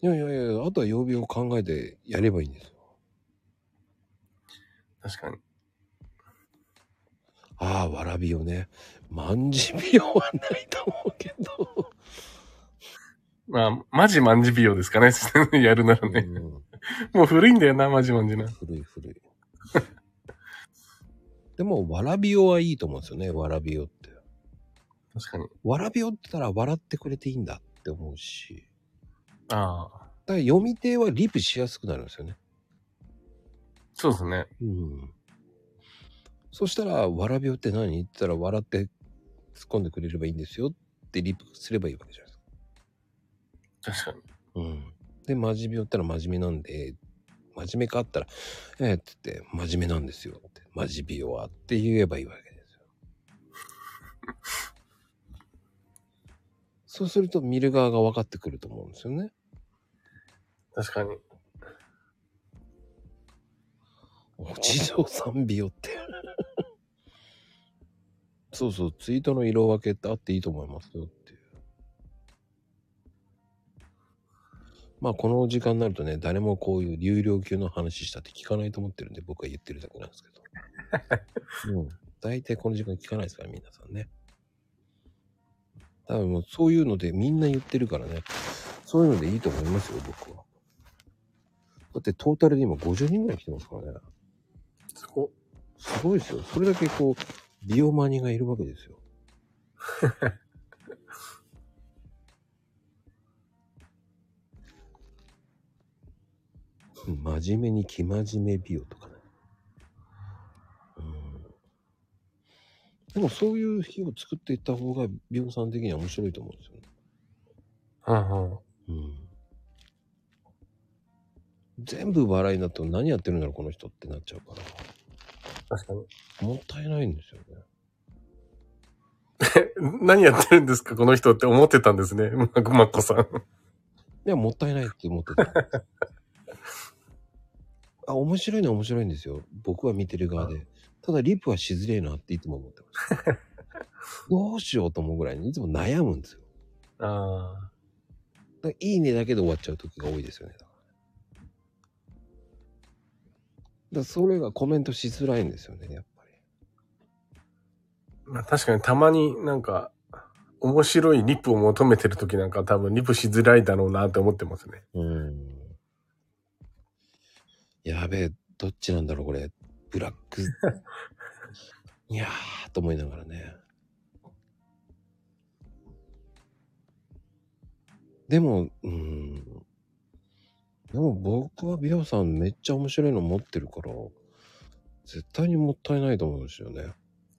Speaker 1: やいやいや、あとは曜日を考えてやればいいんですよ。
Speaker 3: 確かに。
Speaker 1: ああ、わらびをね。まんじびをはないと思うけど。
Speaker 3: まあ、マジマンジビオですかね、 やるならね。
Speaker 1: うん
Speaker 3: もう古いんだよな、マジマンジな。
Speaker 1: 古い古い。 でも、わらびをはいいと思うんですよね、わらびをって。
Speaker 3: 確かに。
Speaker 1: わらびをって言ったら笑ってくれていいんだって思うし。
Speaker 3: ああ。
Speaker 1: だから読み手はリプしやすくなるんですよね。
Speaker 3: そうですね。
Speaker 1: うん。そしたら、わらびをって何って言ったら、笑って突っ込んでくれればいいんですよってリプすればいいわけじゃないですか
Speaker 3: 確かに。
Speaker 1: うん。で、真面目よったら真面目なんで、真面目かったら、ええって言って、真面目なんですよって、真面目よはって言えばいいわけですよ。そうすると見る側が分かってくると思うんですよね。
Speaker 3: 確かに。
Speaker 1: お地蔵さん美よって。そうそう、ツイートの色分けってあっていいと思いますよっていう。まあ、この時間になるとね、誰もこういう流量級の話したって聞かないと思ってるんで、僕は言ってるだけなんですけど。うん。大体この時間聞かないですから、皆さんね。多分もうそういうのでみんな言ってるからね、そういうのでいいと思いますよ、僕は。だってトータルで今50人ぐらい来てますからね。
Speaker 3: そこ。
Speaker 1: すごいですよ。それだけこう、美容マニがいるわけですよ。 真面目に生真面目美容とかね。うん。でもそういう日を作っていった方が美容さん的には面白いと思うんですよね。
Speaker 3: うんうん。
Speaker 1: うん。全部笑いだと何やってるんだろうこの人ってなっちゃうから。
Speaker 3: 確かに。
Speaker 1: もったいないんですよね。
Speaker 3: 何やってるんですか、この人って思ってたんですね。まこまこさん。
Speaker 1: いや、もったいないって思ってた。 あ、面白いのは面白いんですよ。僕は見てる側で。ただ、リップはしづれえなっていつも思ってました。 どうしようと思うぐらいにいつも悩むんですよ。
Speaker 3: あ
Speaker 1: だからいいねだけで終わっちゃう時が多いですよね。だからだからそれがコメントしづらいんですよね、やっぱり。
Speaker 3: あ。まあ確かにたまになんか、面白いリップを求めてる時なんか多分リップしづらいだろうなって思ってますね。
Speaker 1: うん。やべえ、どっちなんだろう、これ。ブラック。 いやー、と思いながらね。でも、うん。でも僕は美容さんめっちゃ面白いの持ってるから、絶対にもったいないと思うんですよね。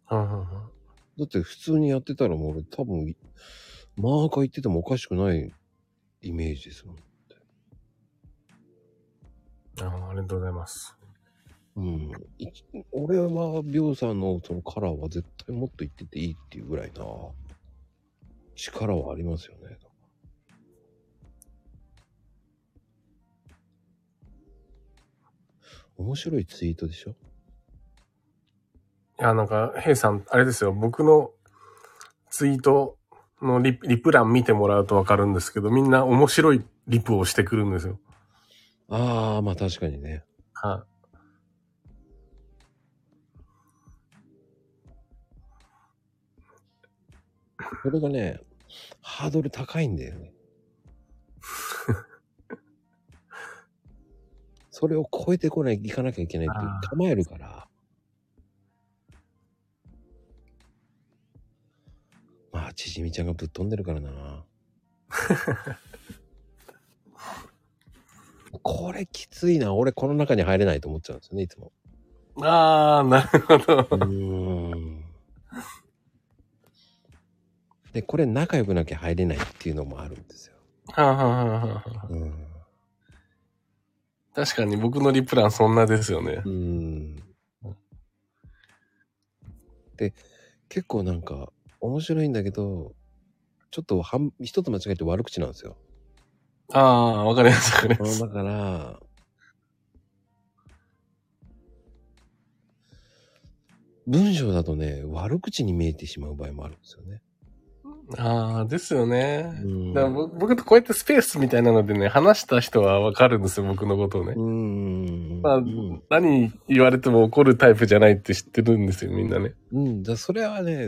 Speaker 3: うんうんうん。
Speaker 1: だって普通にやってたらもう俺多分、マーカー行っててもおかしくないイメージですもん。
Speaker 3: あーありがとうございます。
Speaker 1: うん、い俺は、ビョウさんのそのカラーは絶対もっといってていいっていうぐらいな、力はありますよね。面白いツイートでしょ
Speaker 3: いや、なんか、ヘイさん、あれですよ、僕のツイートのリリプ欄見てもらうとわかるんですけど、みんな面白いリプをしてくるんですよ。
Speaker 1: ああ、まあ確かにね。
Speaker 3: は
Speaker 1: これがね、ハードル高いんだよね。それを超えてこない、いかなきゃいけないっていう構えるから。やー、ちじみちゃんがぶっ飛んでるからな。これきついな。俺この中に入れないと思っちゃうんですよね、いつも。
Speaker 3: ああ、なる ほど。
Speaker 1: うーん。で、これ仲良くなきゃ入れないっていうのもあるんですよ。
Speaker 3: はあはあはあはあ
Speaker 1: うん。
Speaker 3: 確かに僕のリプランそんなですよね
Speaker 1: う。ん。で、結構なんか面白いんだけど、ちょっと半一つ間違えて悪口なんです よ。
Speaker 3: ああ、わかります、わかり
Speaker 1: あ
Speaker 3: ま
Speaker 1: の
Speaker 3: す。
Speaker 1: だから、文章だとね、悪口に見えてしまう場合もあるんですよね。
Speaker 3: ああ、ですよね。
Speaker 1: うん
Speaker 3: だから僕僕とこうやってスペースみたいなのでね、話した人はわかるんですよ、僕のことをね。
Speaker 1: うん。
Speaker 3: まあ
Speaker 1: うん、
Speaker 3: 何言われても怒るタイプじゃないって知ってるんですよ、みんなね。
Speaker 1: うん。だそれはね、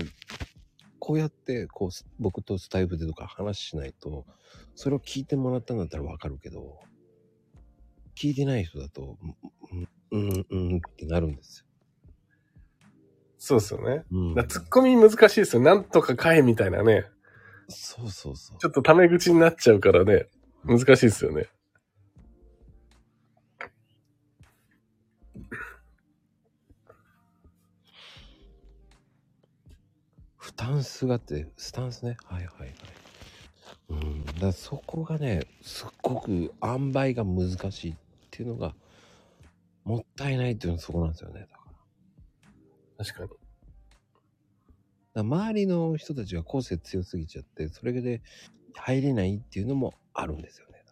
Speaker 1: こうやって、こう、僕とスタイフでとか話しないと、それを聞いてもらったんだったらわかるけど、聞いてない人だと、うん、うん、うんうんってなるんです
Speaker 3: そうですよね。
Speaker 1: よ。うん
Speaker 3: だからツッコミ難しいですよ。なんとかかえみたいなね。
Speaker 1: そうそうそう
Speaker 3: ち。ょっとタメ口になっちゃうからね。難しいですよね。
Speaker 1: 負担すがってスタンスねはいはいはいうんだからそこがねすっごく塩梅が難しいっていうのがもったいないっていうのはそこなんですよねだからだか
Speaker 3: 確かに。
Speaker 1: ら周りの人たちが個性強すぎちゃってそれで入れないっていうのもあるんですよね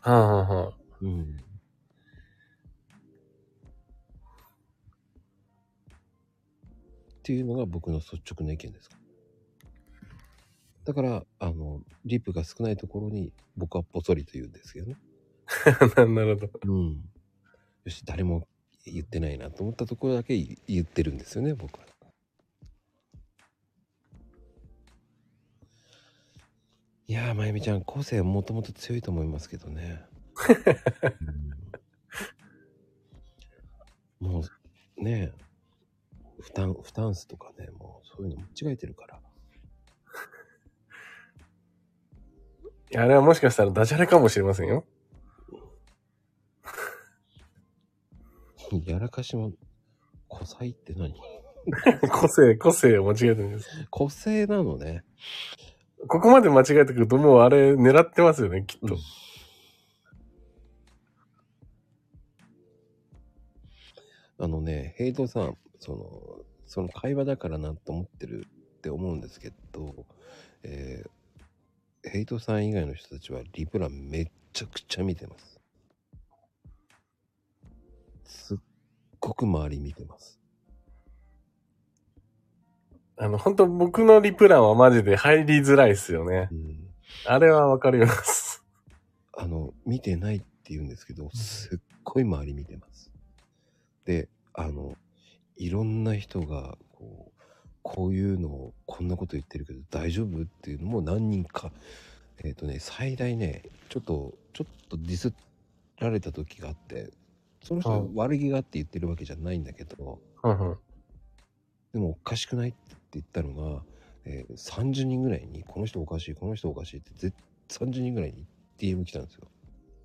Speaker 3: はあ、はあはあ、
Speaker 1: うんっていうのが僕の率直な意見です。だから、あの、リップが少ないところに僕はぽそりと言うんですけどね。
Speaker 3: な なるほど。
Speaker 1: うん。よし、誰も言ってないなと思ったところだけ言言ってるんですよね、僕は。いやー、まゆみちゃん、個性もともと強いと思いますけど ね。うんもう、ねえ、負担、負担数とかね、もうそういうの間違えてるから。
Speaker 3: いやあれはもしかしたらダジャレかもしれませんよ。
Speaker 1: やらかしも、個性って何
Speaker 3: 個性、個性を間違えてるんです。
Speaker 1: 個性なのね。
Speaker 3: ここまで間違えてくるともうあれ狙ってますよね、きっと。
Speaker 1: あのね、ヘイトさん、その、その会話だからなと思ってるって思うんですけど、えーヘイトさん以外の人たちはリプランめっちゃくちゃ見てます。すっごく周り見てます。
Speaker 3: あの、本当僕のリプランはマジで入りづらいですよね
Speaker 1: う。ん、
Speaker 3: あれはわかります。
Speaker 1: あの、見てないって言うんですけど、すっごい周り見てます。で、あの、いろんな人が、こう、こういうのを、こんなこと言ってるけど大丈夫っていうのも何人か、えっ、とね、最大ね、ちょっと、ちょっとディスられた時があって、その人
Speaker 3: はい
Speaker 1: が悪気があって言ってるわけじゃないんだけど、
Speaker 3: うんうん
Speaker 1: でもおかしくないって言ったのが、えー30人ぐらいに、この人おかしい、この人おかしいって、ぜ30人ぐらいに DM 来たんですよ。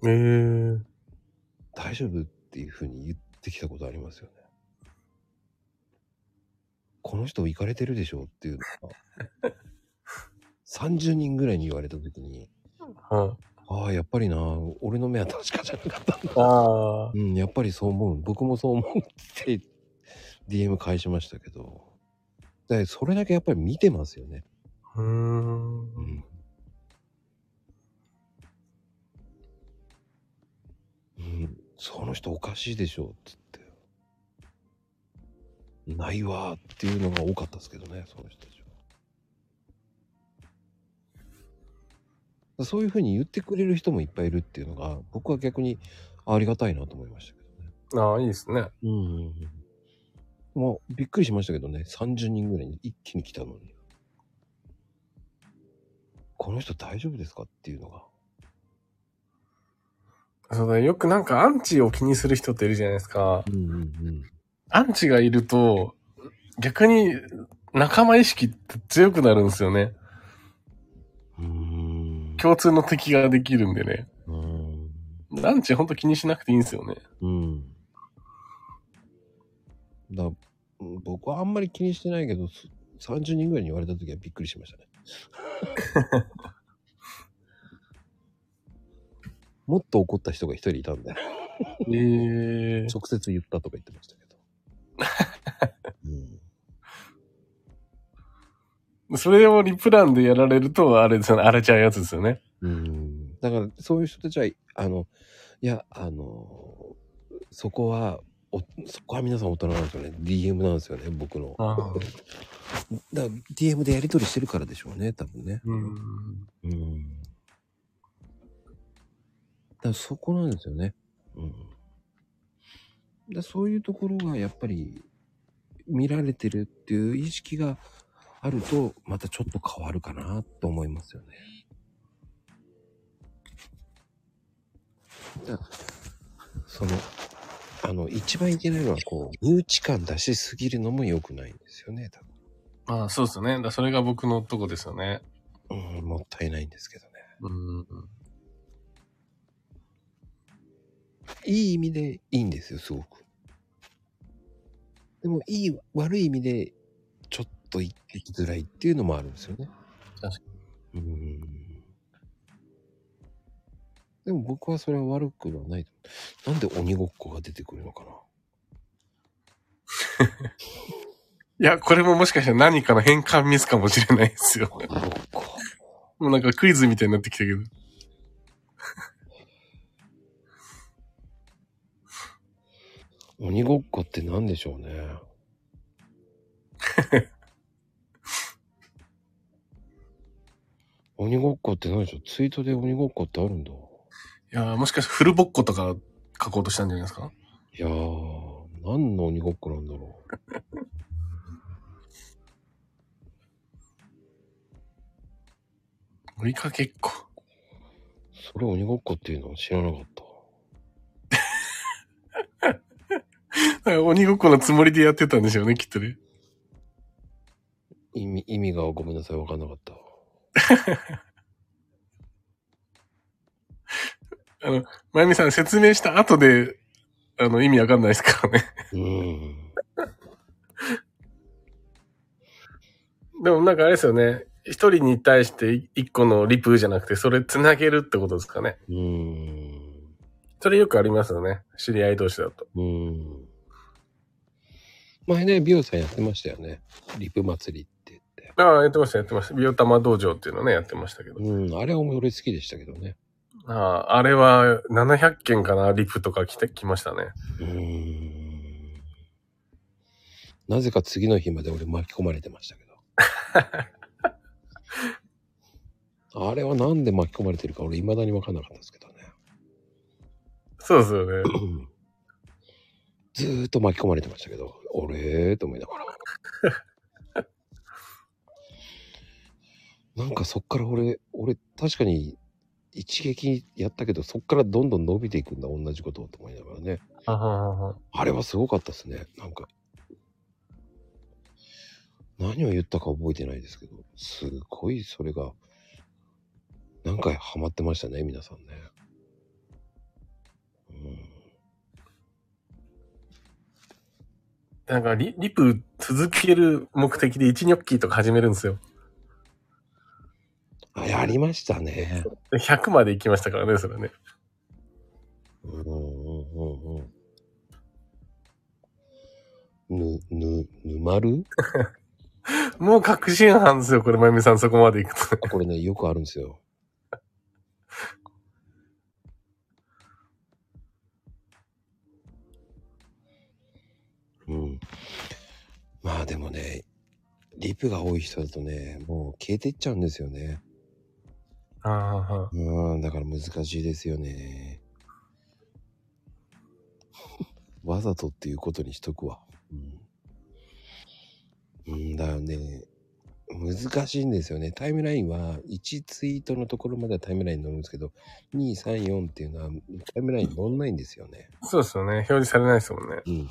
Speaker 3: えー、
Speaker 1: 大丈夫っていうふうに言ってきたことありますよね。この人行かれてるでしょうっていうのが 30人ぐらいに言われた時に
Speaker 3: は
Speaker 1: ああやっぱりな俺の目は確かじゃなかったんだ
Speaker 3: い。ああ。
Speaker 1: うんやっぱりそう思う僕もそう思うって DM 返しましたけどでそれだけやっぱり見てますよね、
Speaker 3: うーん。
Speaker 1: うん、その人おかしいでしょうっつってないわーっていうのが多かったですけどねその人たちはそういうふうに言ってくれる人もいっぱいいるっていうのが僕は逆にありがたいなと思いましたけどね
Speaker 3: ああ、いいですね。
Speaker 1: うんまあびっくりしましたけどね30人ぐらいに一気に来たのにこの人大丈夫ですかっていうのが
Speaker 3: そうだ、よくなんかアンチを気にする人っているじゃないですか。
Speaker 1: うんうんうん
Speaker 3: アンチがいると、逆に仲間意識って強くなるんですよね。共通の敵ができるんでね。
Speaker 1: うん。
Speaker 3: ランチほんと気にしなくていいんですよね。
Speaker 1: うん。だ僕はあんまり気にしてないけど、す30人ぐらいに言われた時はびっくりしました ね。もっと怒った人が一人いたんで、
Speaker 3: ええ
Speaker 1: 直接言ったとか言ってましたけど。うん、
Speaker 3: それをリプランでやられると、あれですよね。荒れちゃうやつですよね。
Speaker 1: うんだからそういう人たちはあのいやあのそこはおそこは皆さん大人なんですよね DM なんですよね僕の
Speaker 3: ああ。
Speaker 1: だから DM でやり取りしてるからでしょうね多分ね
Speaker 3: うん。
Speaker 1: うんだからそこなんですよねうんだからそういうところがやっぱり見られてるっていう意識があるとまたちょっと変わるかなと思いますよねその、あの、一番いけないのは、こう、身内感出しすぎるのも良くないんですよね、多
Speaker 3: まあ、そうですよね。だからそれが僕のとこですよね。
Speaker 1: 分。うん、もったいないんですけどね。
Speaker 3: うん。
Speaker 1: いい意味でいいんですよ、すごく。でも、いい、悪い意味で、ちょっと行きづらいっていうのもあるんですよね。
Speaker 3: 確
Speaker 1: かに。うん。でも僕はそれは悪くはないと思う。なんで鬼ごっこが出てくるのかない
Speaker 3: や、これももしかしたら何かの変換ミスかもしれないですよ。
Speaker 1: 鬼ごっこ。
Speaker 3: もうなんかクイズみたいになってきたけど。
Speaker 1: 鬼ごっこって何でしょうね。 鬼ごっこって何でしょうツイートで鬼ごっこってあるんだ。
Speaker 3: いやー、もしかしてフルボッコとか書こうとしたんじゃないですか
Speaker 1: いやー、何の鬼ごっこなんだろう。
Speaker 3: 追いかけっこ。
Speaker 1: それ鬼ごっこっていうのは知らなかった。
Speaker 3: だから鬼ごっこのつもりでやってたんでしょうね、きっとね。
Speaker 1: 意味、意味がごめんなさい、わかんなかった。
Speaker 3: まゆみさん説明した後で、あの、意味わかんないですからね。
Speaker 1: うーん。
Speaker 3: でもなんかあれですよね。一人に対して一個のリプじゃなくて、それつなげるってことですかね。
Speaker 1: うーん。
Speaker 3: それよくありますよね。知り合い同士だと。
Speaker 1: うーん。前ね、ビオさんやってましたよね。リプ祭りって言って。
Speaker 3: ああ、やってました、やってました。ビオ玉道場っていうのね、やってましたけど。
Speaker 1: うん、あれは俺好きでしたけどね。
Speaker 3: ああ、あれは700件かな、リプとか来て、来ましたね。
Speaker 1: うーん。なぜか次の日まで俺巻き込まれてましたけど。あれはなんで巻き込まれてるか俺未だに分かんなかったですけどね。
Speaker 3: そうですよね。
Speaker 1: ずーっと巻き込まれてましたけど、俺と思いながら。なんかそっから俺、俺確かに一撃やったけど、そっからどんどん伸びていくんだ、同じことをと思いながらね。
Speaker 3: あははは
Speaker 1: あれはすごかったですね。なんか。何を言ったか覚えてないですけど、すごいそれが、何回ハマってましたね、皆さんね。うん。
Speaker 3: なんかリ、リプ続ける目的で1ニョッキーとか始めるんですよ。
Speaker 1: あやりましたね。
Speaker 3: で100まで行きましたからね、それね。
Speaker 1: うんうんうんうん。ぬ、ぬ、ぬまる
Speaker 3: もう確信犯ですよ、これ、まゆみさんそこまで行くと。
Speaker 1: あこれね、よくあるんですよ。うん。まあでもね、リプが多い人だとね、もう消えていっちゃうんですよね。
Speaker 3: ああは
Speaker 1: うん、だから難しいですよ ね。わざとっていうことにしとくわ。うん。うんだよね。難しいんですよね。タイムラインは1ツイートのところまではタイムラインに乗るんですけど、2、3、4っていうのはタイムラインに乗んないんですよね。
Speaker 3: そうですよね。表示されないですもんね。
Speaker 1: うん。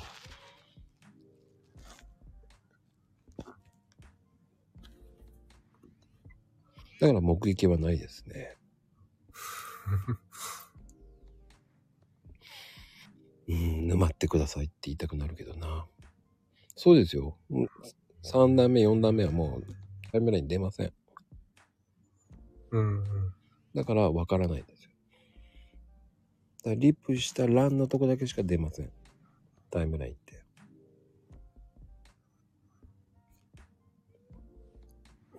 Speaker 1: だから目撃はないですね。うん、沼ってくださいって言いたくなるけどな。そうですよ。うん3段目、4段目はもう、カメラに出ません。
Speaker 3: うんうん。
Speaker 1: だから、わからないんですよ。だからリップした欄のとこだけしか出ません。タイムラインって。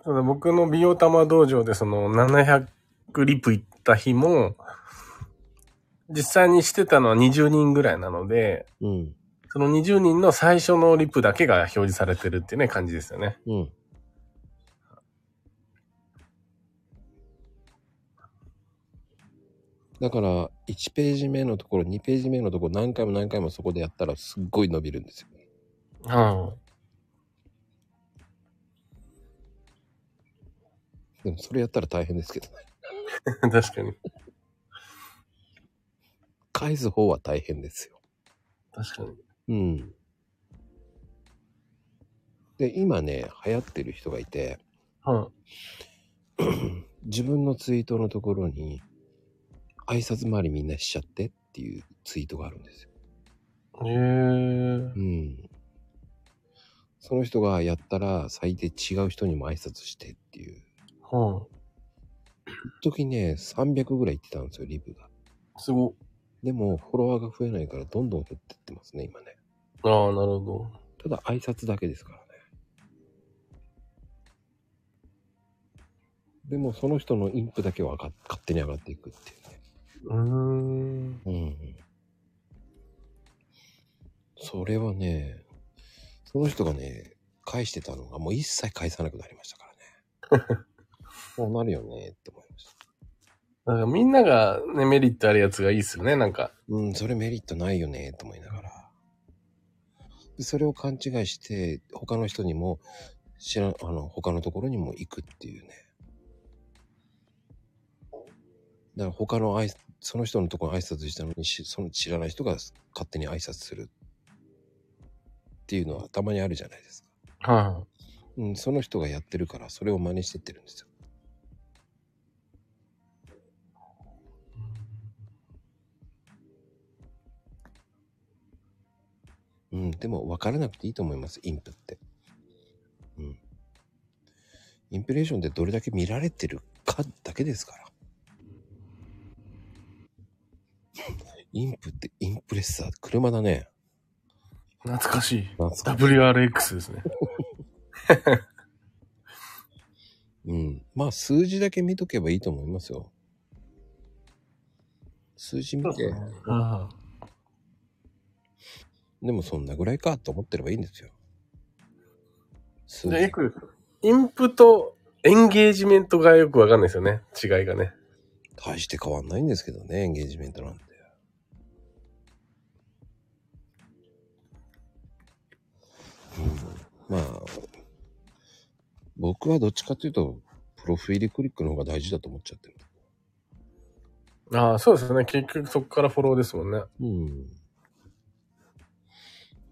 Speaker 3: ただ僕の美容玉道場でその700リップ行った日も、実際にしてたのは20人ぐらいなので、
Speaker 1: うん、
Speaker 3: その20人の最初のリップだけが表示されてるっていうね、感じですよね。
Speaker 1: うん。だから、1ページ目のところ、2ページ目のところ、何回も何回もそこでやったら、すっごい伸びるんですよ。
Speaker 3: うん。
Speaker 1: でも、それやったら大変ですけどね。
Speaker 3: 確かに。
Speaker 1: 返す方は大変ですよ。
Speaker 3: 確か
Speaker 1: う
Speaker 3: に。
Speaker 1: ん。で、今ね、流行ってる人がいて、
Speaker 3: は
Speaker 1: 自分のツイートのところに、挨拶回りみんなしちゃってっていうツイートがあるんですよ。
Speaker 3: い。へえー。
Speaker 1: うん。その人がやったら、最低違う人にも挨拶してっていう。
Speaker 3: は
Speaker 1: 一時ね、300ぐらい行ってたんですよ、リブが。
Speaker 3: あ。すご。
Speaker 1: でも、フォロワーが増えないから、どんどん減ってってますね、今ね。
Speaker 3: ああ、なるほ
Speaker 1: た
Speaker 3: ど。
Speaker 1: だ、挨拶だけですからね。でも、その人のインプだけは勝勝手に上がっていくっていうね。
Speaker 3: うーん。
Speaker 1: うん。それはね、その人がね、返してたのがもう一切返さなくなりましたからね。もうなるよねって思いました。
Speaker 3: なんかみんながね、メリットあるやつがいいっすよね、なんか。
Speaker 1: うん、それメリットないよねと思いながら。でそれを勘違いして、他の人にも、知らん、あの、他のところにも行くっていうね。だから他の挨拶、その人のところに挨拶したのにし、その知らない人が勝手に挨拶するっていうのはたまにあるじゃないですか。
Speaker 3: は
Speaker 1: うん、その人がやってるから、それを真似してってるんですよ。うん、でも分からなくていいと思います、インプって。うん。インプレーションでどれだけ見られてるかだけですから。インプってインプレッサー、車だね。
Speaker 3: あ。懐かしい。
Speaker 1: 懐かしい
Speaker 3: WRX ですね。
Speaker 1: うん。まあ、数字だけ見とけばいいと思いますよ。数字見て、
Speaker 3: は
Speaker 1: でもそんなぐらいかと思ってればいいんですよ。数
Speaker 3: あ。で、
Speaker 1: 字
Speaker 3: よ。く、インプとエンゲージメントがよくわかんないですよね。違いがね。
Speaker 1: 大して変わんないんですけどね、エンゲージメントなんて。うん、まあ、僕はどっちかというと、プロフィールクリックの方が大事だと思っちゃってる。
Speaker 3: ああ、そうですよね。結局そこからフォローですもんね。
Speaker 1: うん。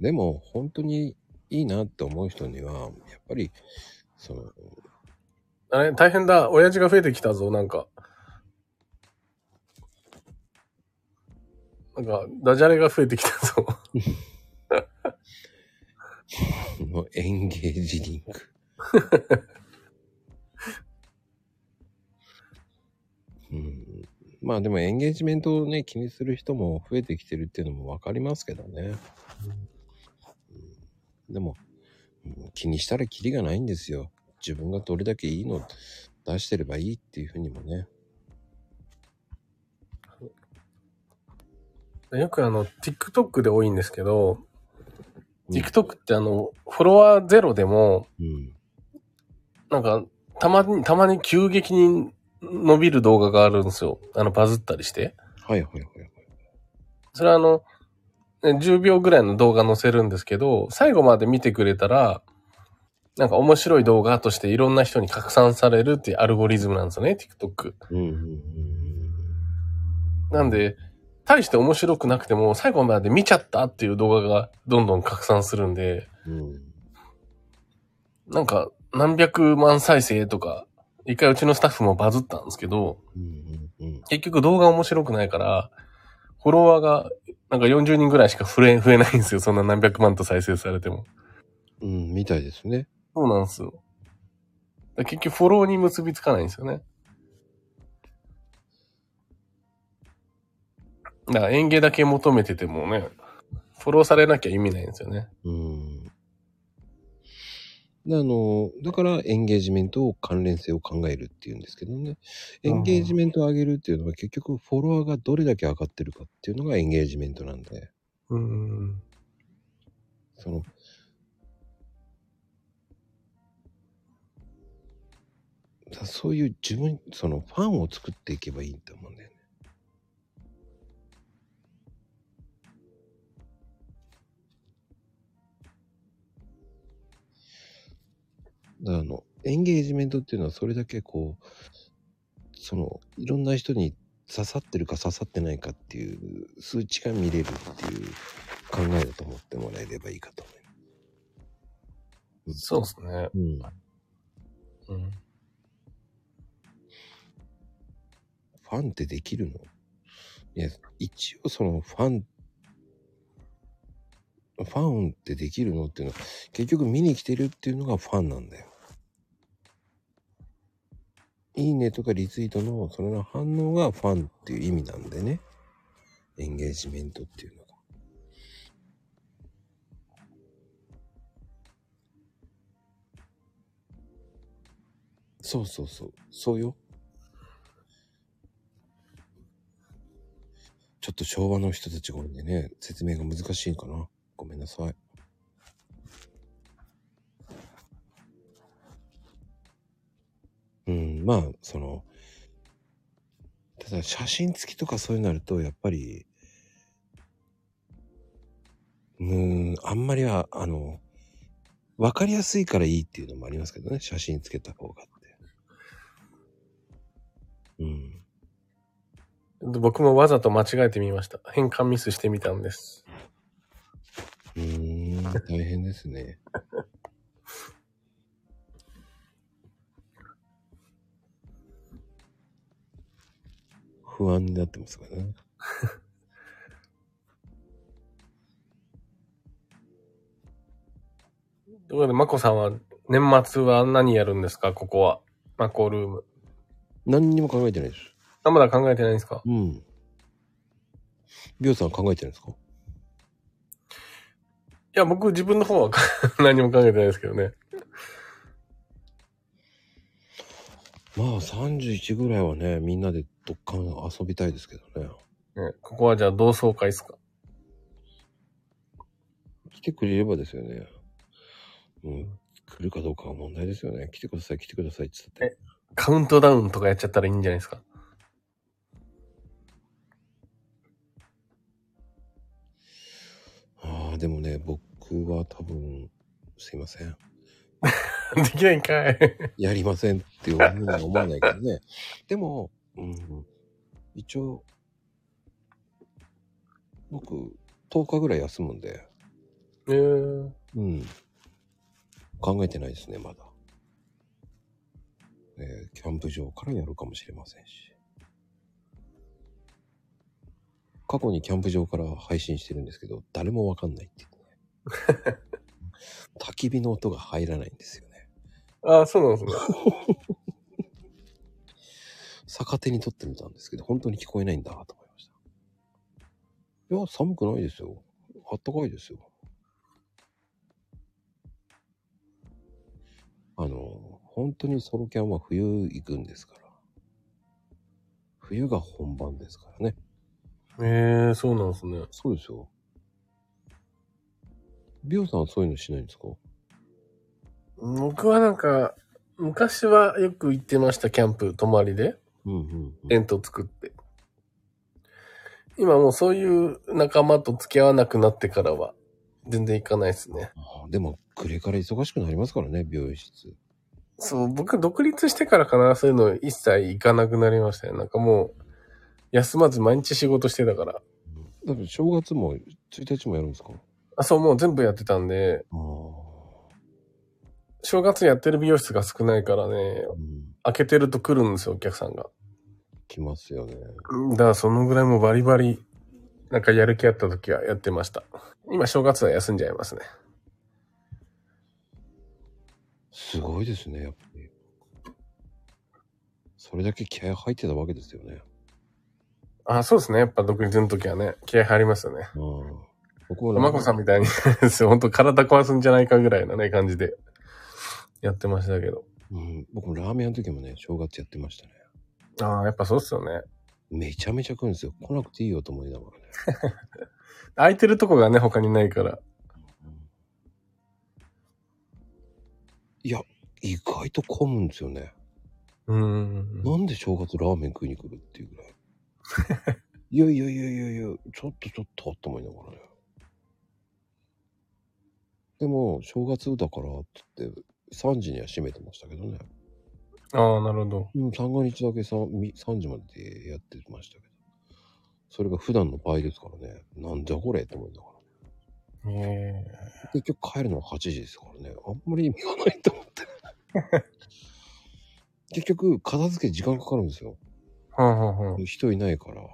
Speaker 1: でも、本当にいいなって思う人には、やっぱり、その、
Speaker 3: あれ、大変だ。親父が増えてきたぞ、なんか。なんか、ダジャレが増えてきたぞ。
Speaker 1: このエンゲージリンク。 うん、まあでもエンゲージメントをね気にする人も増えてきてるっていうのも分かりますけどね、うんでも、うん気にしたらキリがないんですよ自分がどれだけいいの出してればいいっていうふうにもね
Speaker 3: よくあの、TikTok で多いんですけど、
Speaker 1: うん
Speaker 3: TikTok ってあの、フォロワーゼロでも、
Speaker 1: うん
Speaker 3: なんか、たまに、たまに急激に伸びる動画があるんですよ。あの、バズったりして。
Speaker 1: はいはいはいはい
Speaker 3: それはあの、ね10秒ぐらいの動画載せるんですけど、最後まで見てくれたら、なんか面白い動画としていろんな人に拡散されるっていうアルゴリズムなんですよね、TikTok。
Speaker 1: うんうん
Speaker 3: なんで、大して面白くなくても、最後まで見ちゃったっていう動画がどんどん拡散するんで、
Speaker 1: うんうんうん
Speaker 3: なんか、何百万再生とか、一回うちのスタッフもバズったんですけど、
Speaker 1: うんうんうん
Speaker 3: 結局動画面白くないから、フォロワーがなんか40人ぐらいしか増え増えないんですよ。そんな何百万と再生されても。
Speaker 1: うん、みたいですね。
Speaker 3: そうなんですよ。だから結局フォローに結びつかないんですよね。だから演芸だけ求めててもね、フォローされなきゃ意味ないんですよね。
Speaker 1: うん。であの、だからエンゲージメントを関連性を考えるっていうんですけどね。エンゲージメントを上げるっていうのは結局フォロワーがどれだけ上がってるかっていうのがエンゲージメントなんで、
Speaker 3: うん。
Speaker 1: その、だそういう自分、そのファンを作っていけばいいと思うんだよね。だからあの、エンゲージメントっていうのはそれだけこう、その、いろんな人に刺さってるか刺さってないかっていう数値が見れるっていう考えだと思ってもらえればいいかと思います。
Speaker 3: そうですね。
Speaker 1: うん。
Speaker 3: うん。
Speaker 1: ファンってできるのいや、一応そのファン、ファンってできるのっていうのは、結局見に来てるっていうのがファンなんだよ。いいねとかリツイートの、それの反応がファンっていう意味なんでね。エンゲージメントっていうのが。そうそうそう。そうよ。ちょっと昭和の人たちが多いんでね、説明が難しいかな。ごめんなさい。うん、まあ、その、ただ写真付きとかそういうのあると、やっぱり、うーん、あんまりは、あの、わかりやすいからいいっていうのもありますけどね、写真付けた方がって。うん。
Speaker 3: で僕もわざと間違えてみました。変換ミスしてみたんです。
Speaker 1: うーん、大変ですね。不安になってますからね。
Speaker 3: ということで、まこさんは、年末は何やるんですかここは。まこルーム。
Speaker 1: 何にも考えてないです。
Speaker 3: あ、まだ考えてないんですか
Speaker 1: うん。ビオさん考えてないですか
Speaker 3: いや、僕自分の方は 何も考えてないですけどね。
Speaker 1: まあ31ぐらいはね、みんなでどっか遊びたいですけどね。
Speaker 3: ねここはじゃあ同窓会ですか
Speaker 1: 来てくれればですよね。うん。来るかどうかは問題ですよね。来てください、来てくださいって言ったって。
Speaker 3: カウントダウンとかやっちゃったらいいんじゃないですか
Speaker 1: ああ、でもね、僕は多分、すいません。
Speaker 3: できないんかい。
Speaker 1: やりませんっていうふうには思わないけどね。でも、うん、一応、僕、10日ぐらい休むんで、
Speaker 3: えー、
Speaker 1: うん。考えてないですね、まだ。えーキャンプ場からやるかもしれませんし。過去にキャンプ場から配信してるんですけど、誰もわかんないっていうね。焚き火の音が入らないんですよね。
Speaker 3: あ、そうなんですね。
Speaker 1: 逆手に取ってみたんですけど、本当に聞こえないんだと思いました。いや、寒くないですよ。あったかいですよ。あの、本当にソロキャンは冬行くんですから。冬が本番ですからね。
Speaker 3: えー、そうなんですね。
Speaker 1: そうですよ。ビオさんはそういうのしないんですか
Speaker 3: 僕はなんか、昔はよく行ってました、キャンプ、泊まりで。
Speaker 1: うんうん、
Speaker 3: テント作って。今もうそういう仲間と付き合わなくなってからは、全然行かないですね。
Speaker 1: あーでも、暮れから忙しくなりますからね、美容室。
Speaker 3: そう、僕独立してからかな、そういうの一切行かなくなりましたよ。なんかもう、休まず毎日仕事してたから。
Speaker 1: だって正月も、1日もやるんですか
Speaker 3: あ、そう、もう全部やってたんで、
Speaker 1: ああ、
Speaker 3: 正月やってる美容室が少ないからね、
Speaker 1: うん。
Speaker 3: 開けてると来るんですよ、お客さんが。
Speaker 1: きますよね。
Speaker 3: だからそのぐらいもうバリバリ、なんかやる気あった時はやってました。今正月は休んじゃいますね。
Speaker 1: すごいですね、やっぱり。それだけ気合入ってたわけですよね。
Speaker 3: あ、そうですね。やっぱ独立の時はね、気合入りますよね。
Speaker 1: うん。僕も
Speaker 3: まこさんみたいにですよ、 本当体壊すんじゃないかぐらいのね、感じで、やってましたけど。
Speaker 1: うん、僕もラーメン屋の時もね、正月やってましたね。
Speaker 3: ああ、やっぱそうっすよね。
Speaker 1: めちゃめちゃ食うんですよ。来なくていいよと思いながらね。
Speaker 3: 空いてるとこがね、他にないから。
Speaker 1: いや、意外と混むんですよね。
Speaker 3: うーん。
Speaker 1: なんで正月ラーメン食いに来るっていうぐ らい。いやいやいやいやいや、ちょっとちょっとと思いながらね。でも、正月だからって言って、3時には閉めてましたけどね。
Speaker 3: ああ、なるほど。
Speaker 1: うん、三が日だけ 3, み3時までやってましたけど。それが普段の倍ですからね。なんじゃこれって思いながら。
Speaker 3: ええ
Speaker 1: 結局帰るのは8時ですからね。あんまり意味がないと思 って。結局、片付け時間かかるんですよ。
Speaker 3: はんはんはん。
Speaker 1: 人いないから。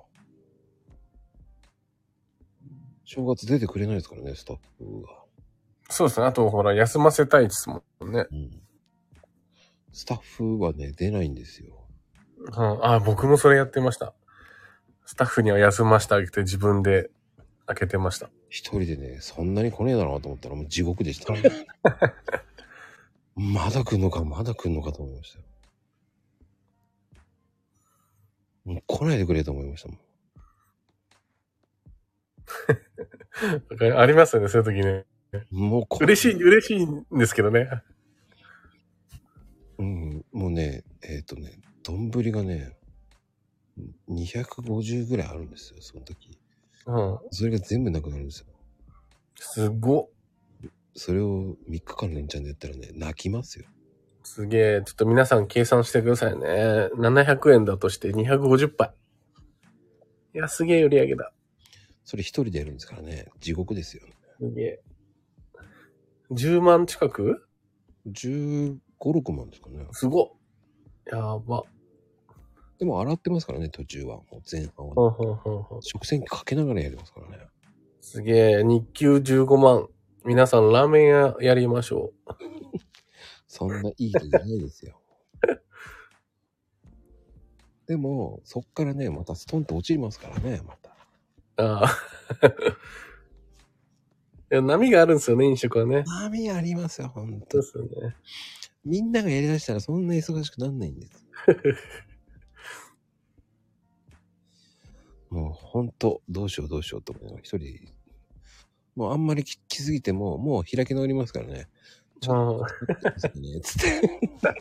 Speaker 1: 正月出てくれないですからね、スタッフが。
Speaker 3: そうですね。あと、ほら、休ませたいですもんね。
Speaker 1: うん。スタッフはね、出ないんですよ。
Speaker 3: うん、ああ、僕もそれやってました。スタッフには休ませてあげて自分で開けてました。
Speaker 1: 一人でね、そんなに来ねえだろうなと思ったらもう地獄でした。 まだ来んのか、まだ来んのかと思いましたよ。もう来ないでくれと思いましたもん。
Speaker 3: だからありますよね、そういう時ね。
Speaker 1: もうこ
Speaker 3: 嬉しい、嬉しいんですけどね。
Speaker 1: うん、もうね、えっ、とね、丼がね、250ぐらいあるんですよ、その時。
Speaker 3: うん。
Speaker 1: それが全部なくなるんですよ。
Speaker 3: すごっ。
Speaker 1: それを3日間連チャンでやったらね、泣きますよ。
Speaker 3: すげえ。ちょっと皆さん計算してくださいね。700円だとして250杯。いや、すげえ売り上げだ。
Speaker 1: それ一人でやるんですからね、地獄ですよ。
Speaker 3: すげえ。10万近く
Speaker 1: 15、6万ですかね。
Speaker 3: すごっ。やば。
Speaker 1: でも洗ってますからね、途中は。もう前半は。
Speaker 3: ほんほんほんほん
Speaker 1: 食洗機かけながらやりますからね。
Speaker 3: すげえ。日給15万。皆さんラーメン屋やりましょう。
Speaker 1: そんないい気じゃないですよ。でも、そっからね、またストンと落ちますからね、また。
Speaker 3: ああ。 いや波があるんですよね、飲食はね。
Speaker 1: 波ありますよ、ほん
Speaker 3: そう
Speaker 1: と
Speaker 3: で。すよね。
Speaker 1: みんながやりだしたらそんな忙しくなんないん です。もうほんと、どうしようどうしようと思いながら一人で、もうあんまりききすぎても、もう開き直りますから ね。ちょっ
Speaker 3: うん
Speaker 1: と待ってね、つって。
Speaker 3: だ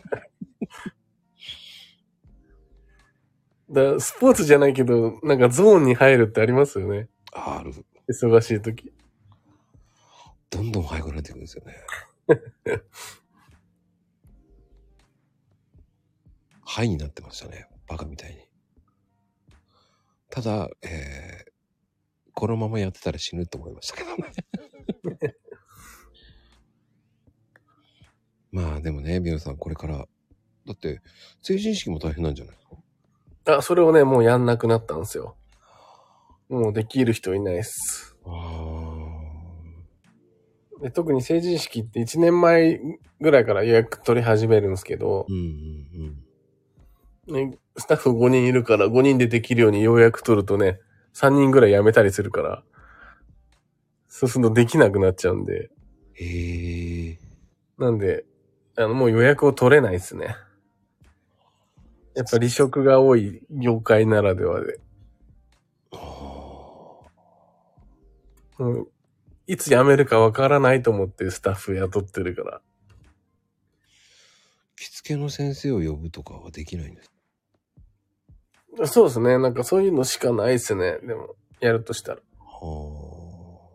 Speaker 3: からスポーツじゃないけど、なんかゾーンに入るってありますよね。
Speaker 1: ある。
Speaker 3: 忙しい時。
Speaker 1: どんどん早くなっていくんですよね。 はいになってましたね。バカみたいに。ただ、えー、このままやってたら死ぬと思いましたけどね。まあでもね、ビオさん、これから、だって、成人式も大変なんじゃないですか
Speaker 3: あ、それをね、もうやんなくなったんですよ。もうできる人いないっす。
Speaker 1: ああ。
Speaker 3: で特に成人式って1年前ぐらいから予約取り始めるんですけど
Speaker 1: う、んうんうん。
Speaker 3: ね、スタッフ5人いるから5人でできるようにようやく取るとね、3人ぐらい辞めたりするから、そうするとできなくなっちゃうんで、
Speaker 1: へえ。
Speaker 3: なんで、あの、もう予約を取れないっすね。やっぱ離職が多い業界ならではで。
Speaker 1: ああ。
Speaker 3: うん、いつ辞めるかわからないと思ってスタッフ雇ってるから。
Speaker 1: 着付けの先生を呼ぶとかはできないんです。
Speaker 3: そうですね。なんかそういうのしかないですね。でも、やるとしたら。
Speaker 1: は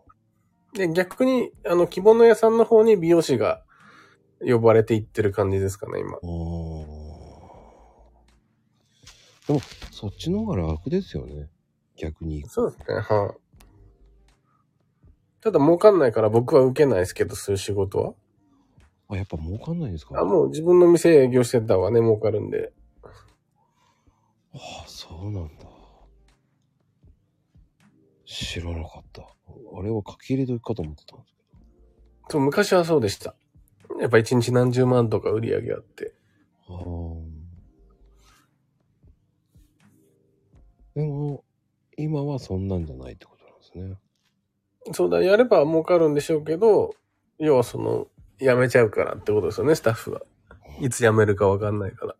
Speaker 3: で、逆に、あの、希望の屋さんの方に美容師が呼ばれていってる感じですかね、今
Speaker 1: あ。。はあ。でも、そっちの方が楽ですよね。逆に。
Speaker 3: そうですね、はい、ただ儲かんないから僕は受けないですけど、そういう仕事
Speaker 1: あ、やっぱ儲かんないんですか
Speaker 3: は。あ、もう自分の店営業してた方がね、儲かるんで。
Speaker 1: あああ、そうなんだ。知らなかった。あれは書き入れ時かと思ってたんですけど。
Speaker 3: そう、昔はそうでした。やっぱ一日何十万とか売り上げあって。
Speaker 1: ああ。でも、今はそんなんじゃないってことなんですね。
Speaker 3: そうだ、やれば儲かるんでしょうけど、要はその、辞めちゃうからってことですよね、スタッフは。いつ辞めるかわかんないから。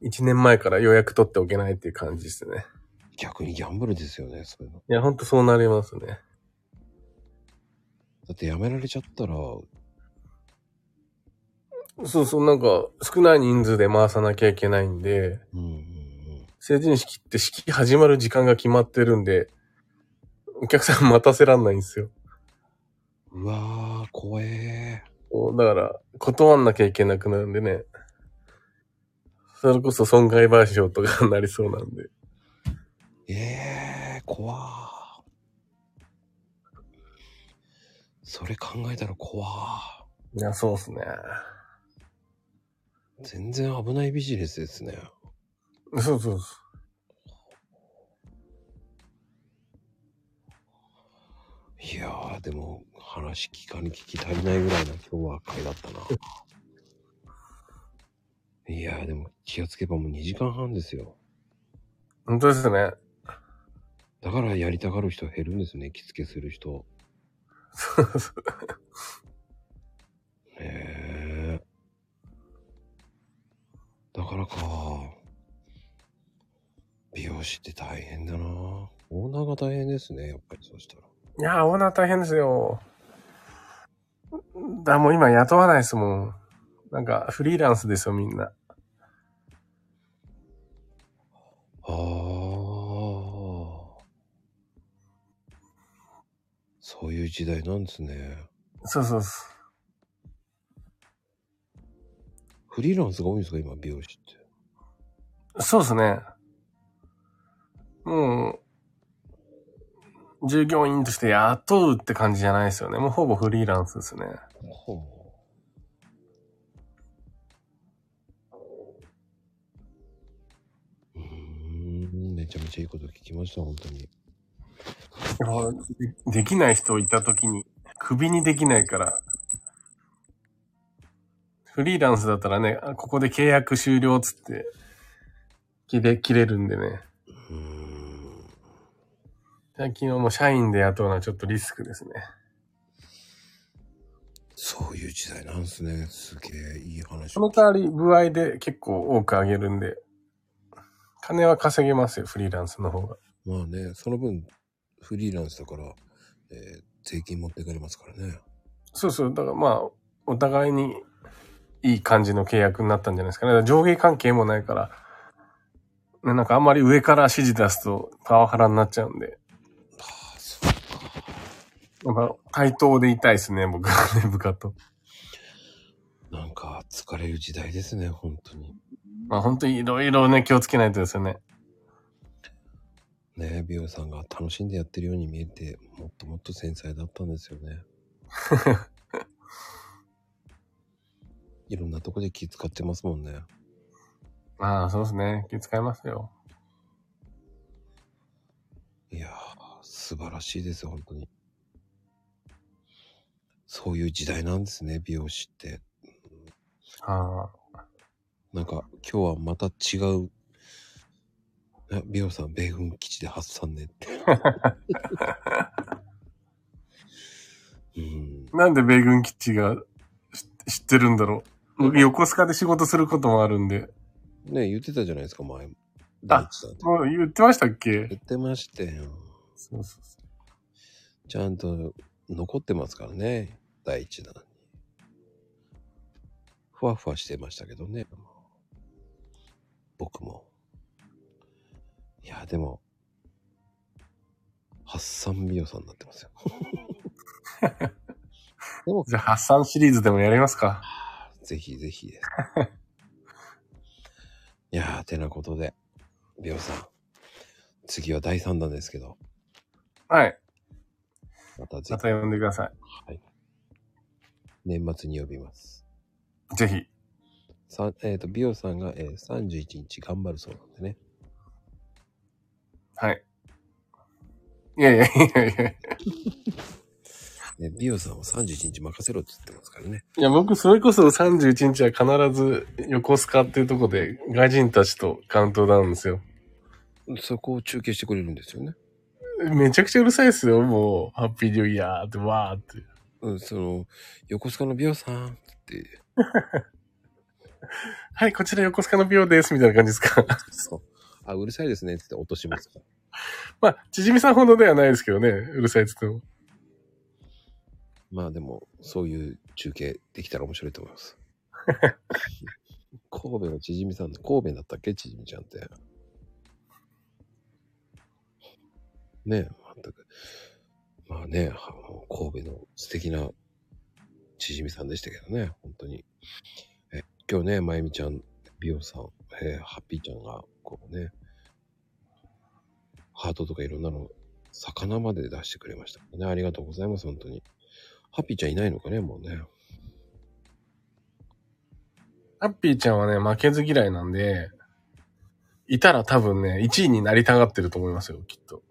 Speaker 3: 一年前から予約取っておけないっていう感じですね。
Speaker 1: 逆にギャンブルですよね、そういうの。
Speaker 3: いや、ほんとそうなりますね。
Speaker 1: だってやめられちゃったら、
Speaker 3: そうそう、なんか、少ない人数で回さなきゃいけないんで、
Speaker 1: うんうんうん。
Speaker 3: 成人式って式始まる時間が決まってるんで、お客さん待たせらんないんですよ。
Speaker 1: うわー、怖え
Speaker 3: こうだから、断んなきゃいけなくなるんでね。それこそ損害賠償とかになりそうなんで。
Speaker 1: ー。えー、怖ー。それ考えたら怖ー。
Speaker 3: いや、そうっすね。
Speaker 1: 全然危ないビジネスですね。
Speaker 3: そうそうそ
Speaker 1: いやー、でも、話聞かに聞き足りないぐらいな今日は回だったな。いやー、でも気がつけばもう2時間半ですよ。
Speaker 3: う。本当ですね。
Speaker 1: だからやりたがる人減るんですね、着付けする人。
Speaker 3: そうそう
Speaker 1: へえ。だからか。美容師って大変だなオーナーが大変ですね、やっぱりそうしたら。
Speaker 3: いや、オーナー大変ですよ。だ、もう今雇わないですもん。なんか、フリーランスですよ、みん
Speaker 1: あ
Speaker 3: な。
Speaker 1: あ。そういう時代なんですね。
Speaker 3: そうそうそう。
Speaker 1: フリーランスが多いんですか今、美容師って。
Speaker 3: そうですね。もう、従業員として雇うって感じじゃないですよね。もうほぼフリーランスですね。
Speaker 1: ほう。うーん、めちゃめちゃいいこと聞きました、本当に。
Speaker 3: でできない人いた時に、クビにできないから。フリーランスだったらね、あここで契約終了っつって、切れ、切れるんでね。
Speaker 1: うーん。
Speaker 3: 最近はもう社員で雇うのはちょっとリスクですね。
Speaker 1: そういう時代なんですね。すげえいい話。
Speaker 3: その代わり、部合で結構多くあげるんで、金は稼げますよ、フリーランスの方が。
Speaker 1: まあね、その分、フリーランスだから、えー税金持ってかれますからね。
Speaker 3: そうそう、だからまあ、お互いにいい感じの契約になったんじゃないですかね。だから上下関係もないから、ね、なんかあんまり上から指示出すとパワハラになっちゃうんで、
Speaker 1: ああ、そう。
Speaker 3: やっぱ対等でいたいですね、僕はね、部下と。
Speaker 1: なんか、疲れる時代ですね、本当に。
Speaker 3: まあ本当にいろいろね、気をつけないとですよね。
Speaker 1: ね美容師さんが楽しんでやってるように見えて、もっともっと繊細だったんですよ ね。いろんなとこで気使ってますもんね。
Speaker 3: まあそうですね、気遣いますよ。
Speaker 1: いやー、素晴らしいですよ、本当に。そういう時代なんですね、美容師って。
Speaker 3: あ
Speaker 1: なんか今日はまた違う。あ美容さん、米軍基地で発散ねって。うん、
Speaker 3: あなんで米軍基地が知知ってるんだろう。僕横須賀で仕事することもあるんで。
Speaker 1: ね言ってたじゃないですか、前。大地さんって
Speaker 3: もう言ってましたっ
Speaker 1: 言
Speaker 3: け
Speaker 1: ってましたよ。
Speaker 3: そうそうそう
Speaker 1: ちゃんと残ってますからね、第一弾に。ふわふわしてましたけどね。僕も。いや、でも、発散美容さんになってますよ。でも、
Speaker 3: じゃあ、発散シリーズでもやりますか。
Speaker 1: ぜひぜひです。いやー、てなことで、美容さん、次は第3弾ですけど、
Speaker 3: はい。
Speaker 1: またぜ
Speaker 3: また呼んでくださ
Speaker 1: ひ年末に呼びます。
Speaker 3: い。ぜひ。
Speaker 1: さんえっ、と、ビオさんが、えー、31日頑張るそうなんでね。
Speaker 3: はい。いやいやいやいやい
Speaker 1: えビオさんは31日任せろって言ってますからね。
Speaker 3: や、僕、それこそ31日は必ず横須賀っていうとこで外人たちとカウントダウンですよ。
Speaker 1: そこを中継してくれるんですよね。
Speaker 3: めちゃくちゃうるさいですよ、もう。ハッピーニューイヤーって、わーって。
Speaker 1: うん、その、横須賀のビオさんって、
Speaker 3: はい、こちら横須賀の美容です、みたいな感じですか。
Speaker 1: そう。あ、うるさいですねって言って落とします。
Speaker 3: まあ、ちじみさんほどではないですけどね、うるさいっつっても。
Speaker 1: まあでも、そういう中継できたら面白いと思います。神戸のちじみさん、神戸だったっけちじみちゃんって。ねえ、まったく。まあね、はもう神戸の素敵なちじみさんでしたけどね、本当に。え今日ね、まゆみちゃん、美容さん、えハッピーちゃんが、こうね、ハートとかいろんなの、魚まで出してくれましたもんね。ありがとうございます、本当に。ハッピーちゃんいないのかね、もうね。
Speaker 3: ハッピーちゃんはね、負けず嫌いなんで、いたら多分ね、1位になりたがってると思いますよ、きっと。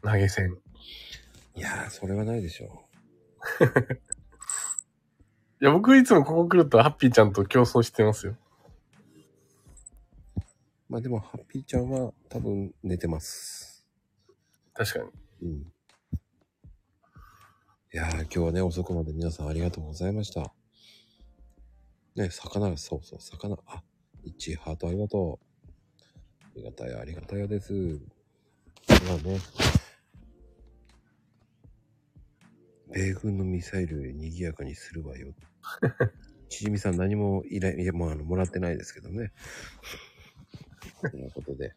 Speaker 3: 投げ銭。
Speaker 1: いやー、それはないでしょ
Speaker 3: いや、僕いつもここ来るとハッピーちゃんと競争してますよ。
Speaker 1: う。まあでも、ハッピーちゃんは多分寝てます。
Speaker 3: 確かに。
Speaker 1: うん。いやー、今日はね、遅くまで皆さんありがとうございました。ね、魚、そうそう、魚、あ、1ハートありがとう。ありがたい、ありがたいです。まあね、米軍のミサイルで賑やかにするわよ。ちじみさん何も依頼、いや、もうあの、もらってないですけどね。ということで、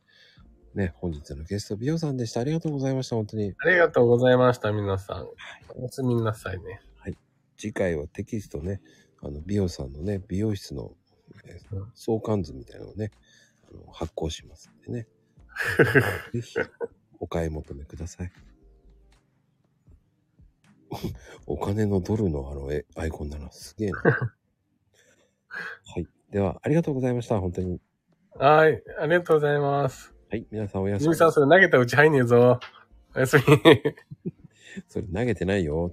Speaker 1: ね、本日のゲスト、ビオさんでした。ありがとうございました、本当に。
Speaker 3: ありがとうございました、皆さん。おやすみなさいね。
Speaker 1: 次回はテキストね、あの、美容さんのね、美容室の、えー
Speaker 3: うん
Speaker 1: 相関図みたいなのをね、あの発行しますんで ね。ぜひ、お買い求めください。 お金のドルのあの、えアイコンだなす げえな。はい。では、ありがとうございました。本当に。
Speaker 3: はい、ありがとうございます。
Speaker 1: はい。皆さんおやす
Speaker 3: ジ
Speaker 1: み
Speaker 3: ミ。さん、それ投げたうち入んねえぞ。おやすみ。
Speaker 1: それ投げてないよ。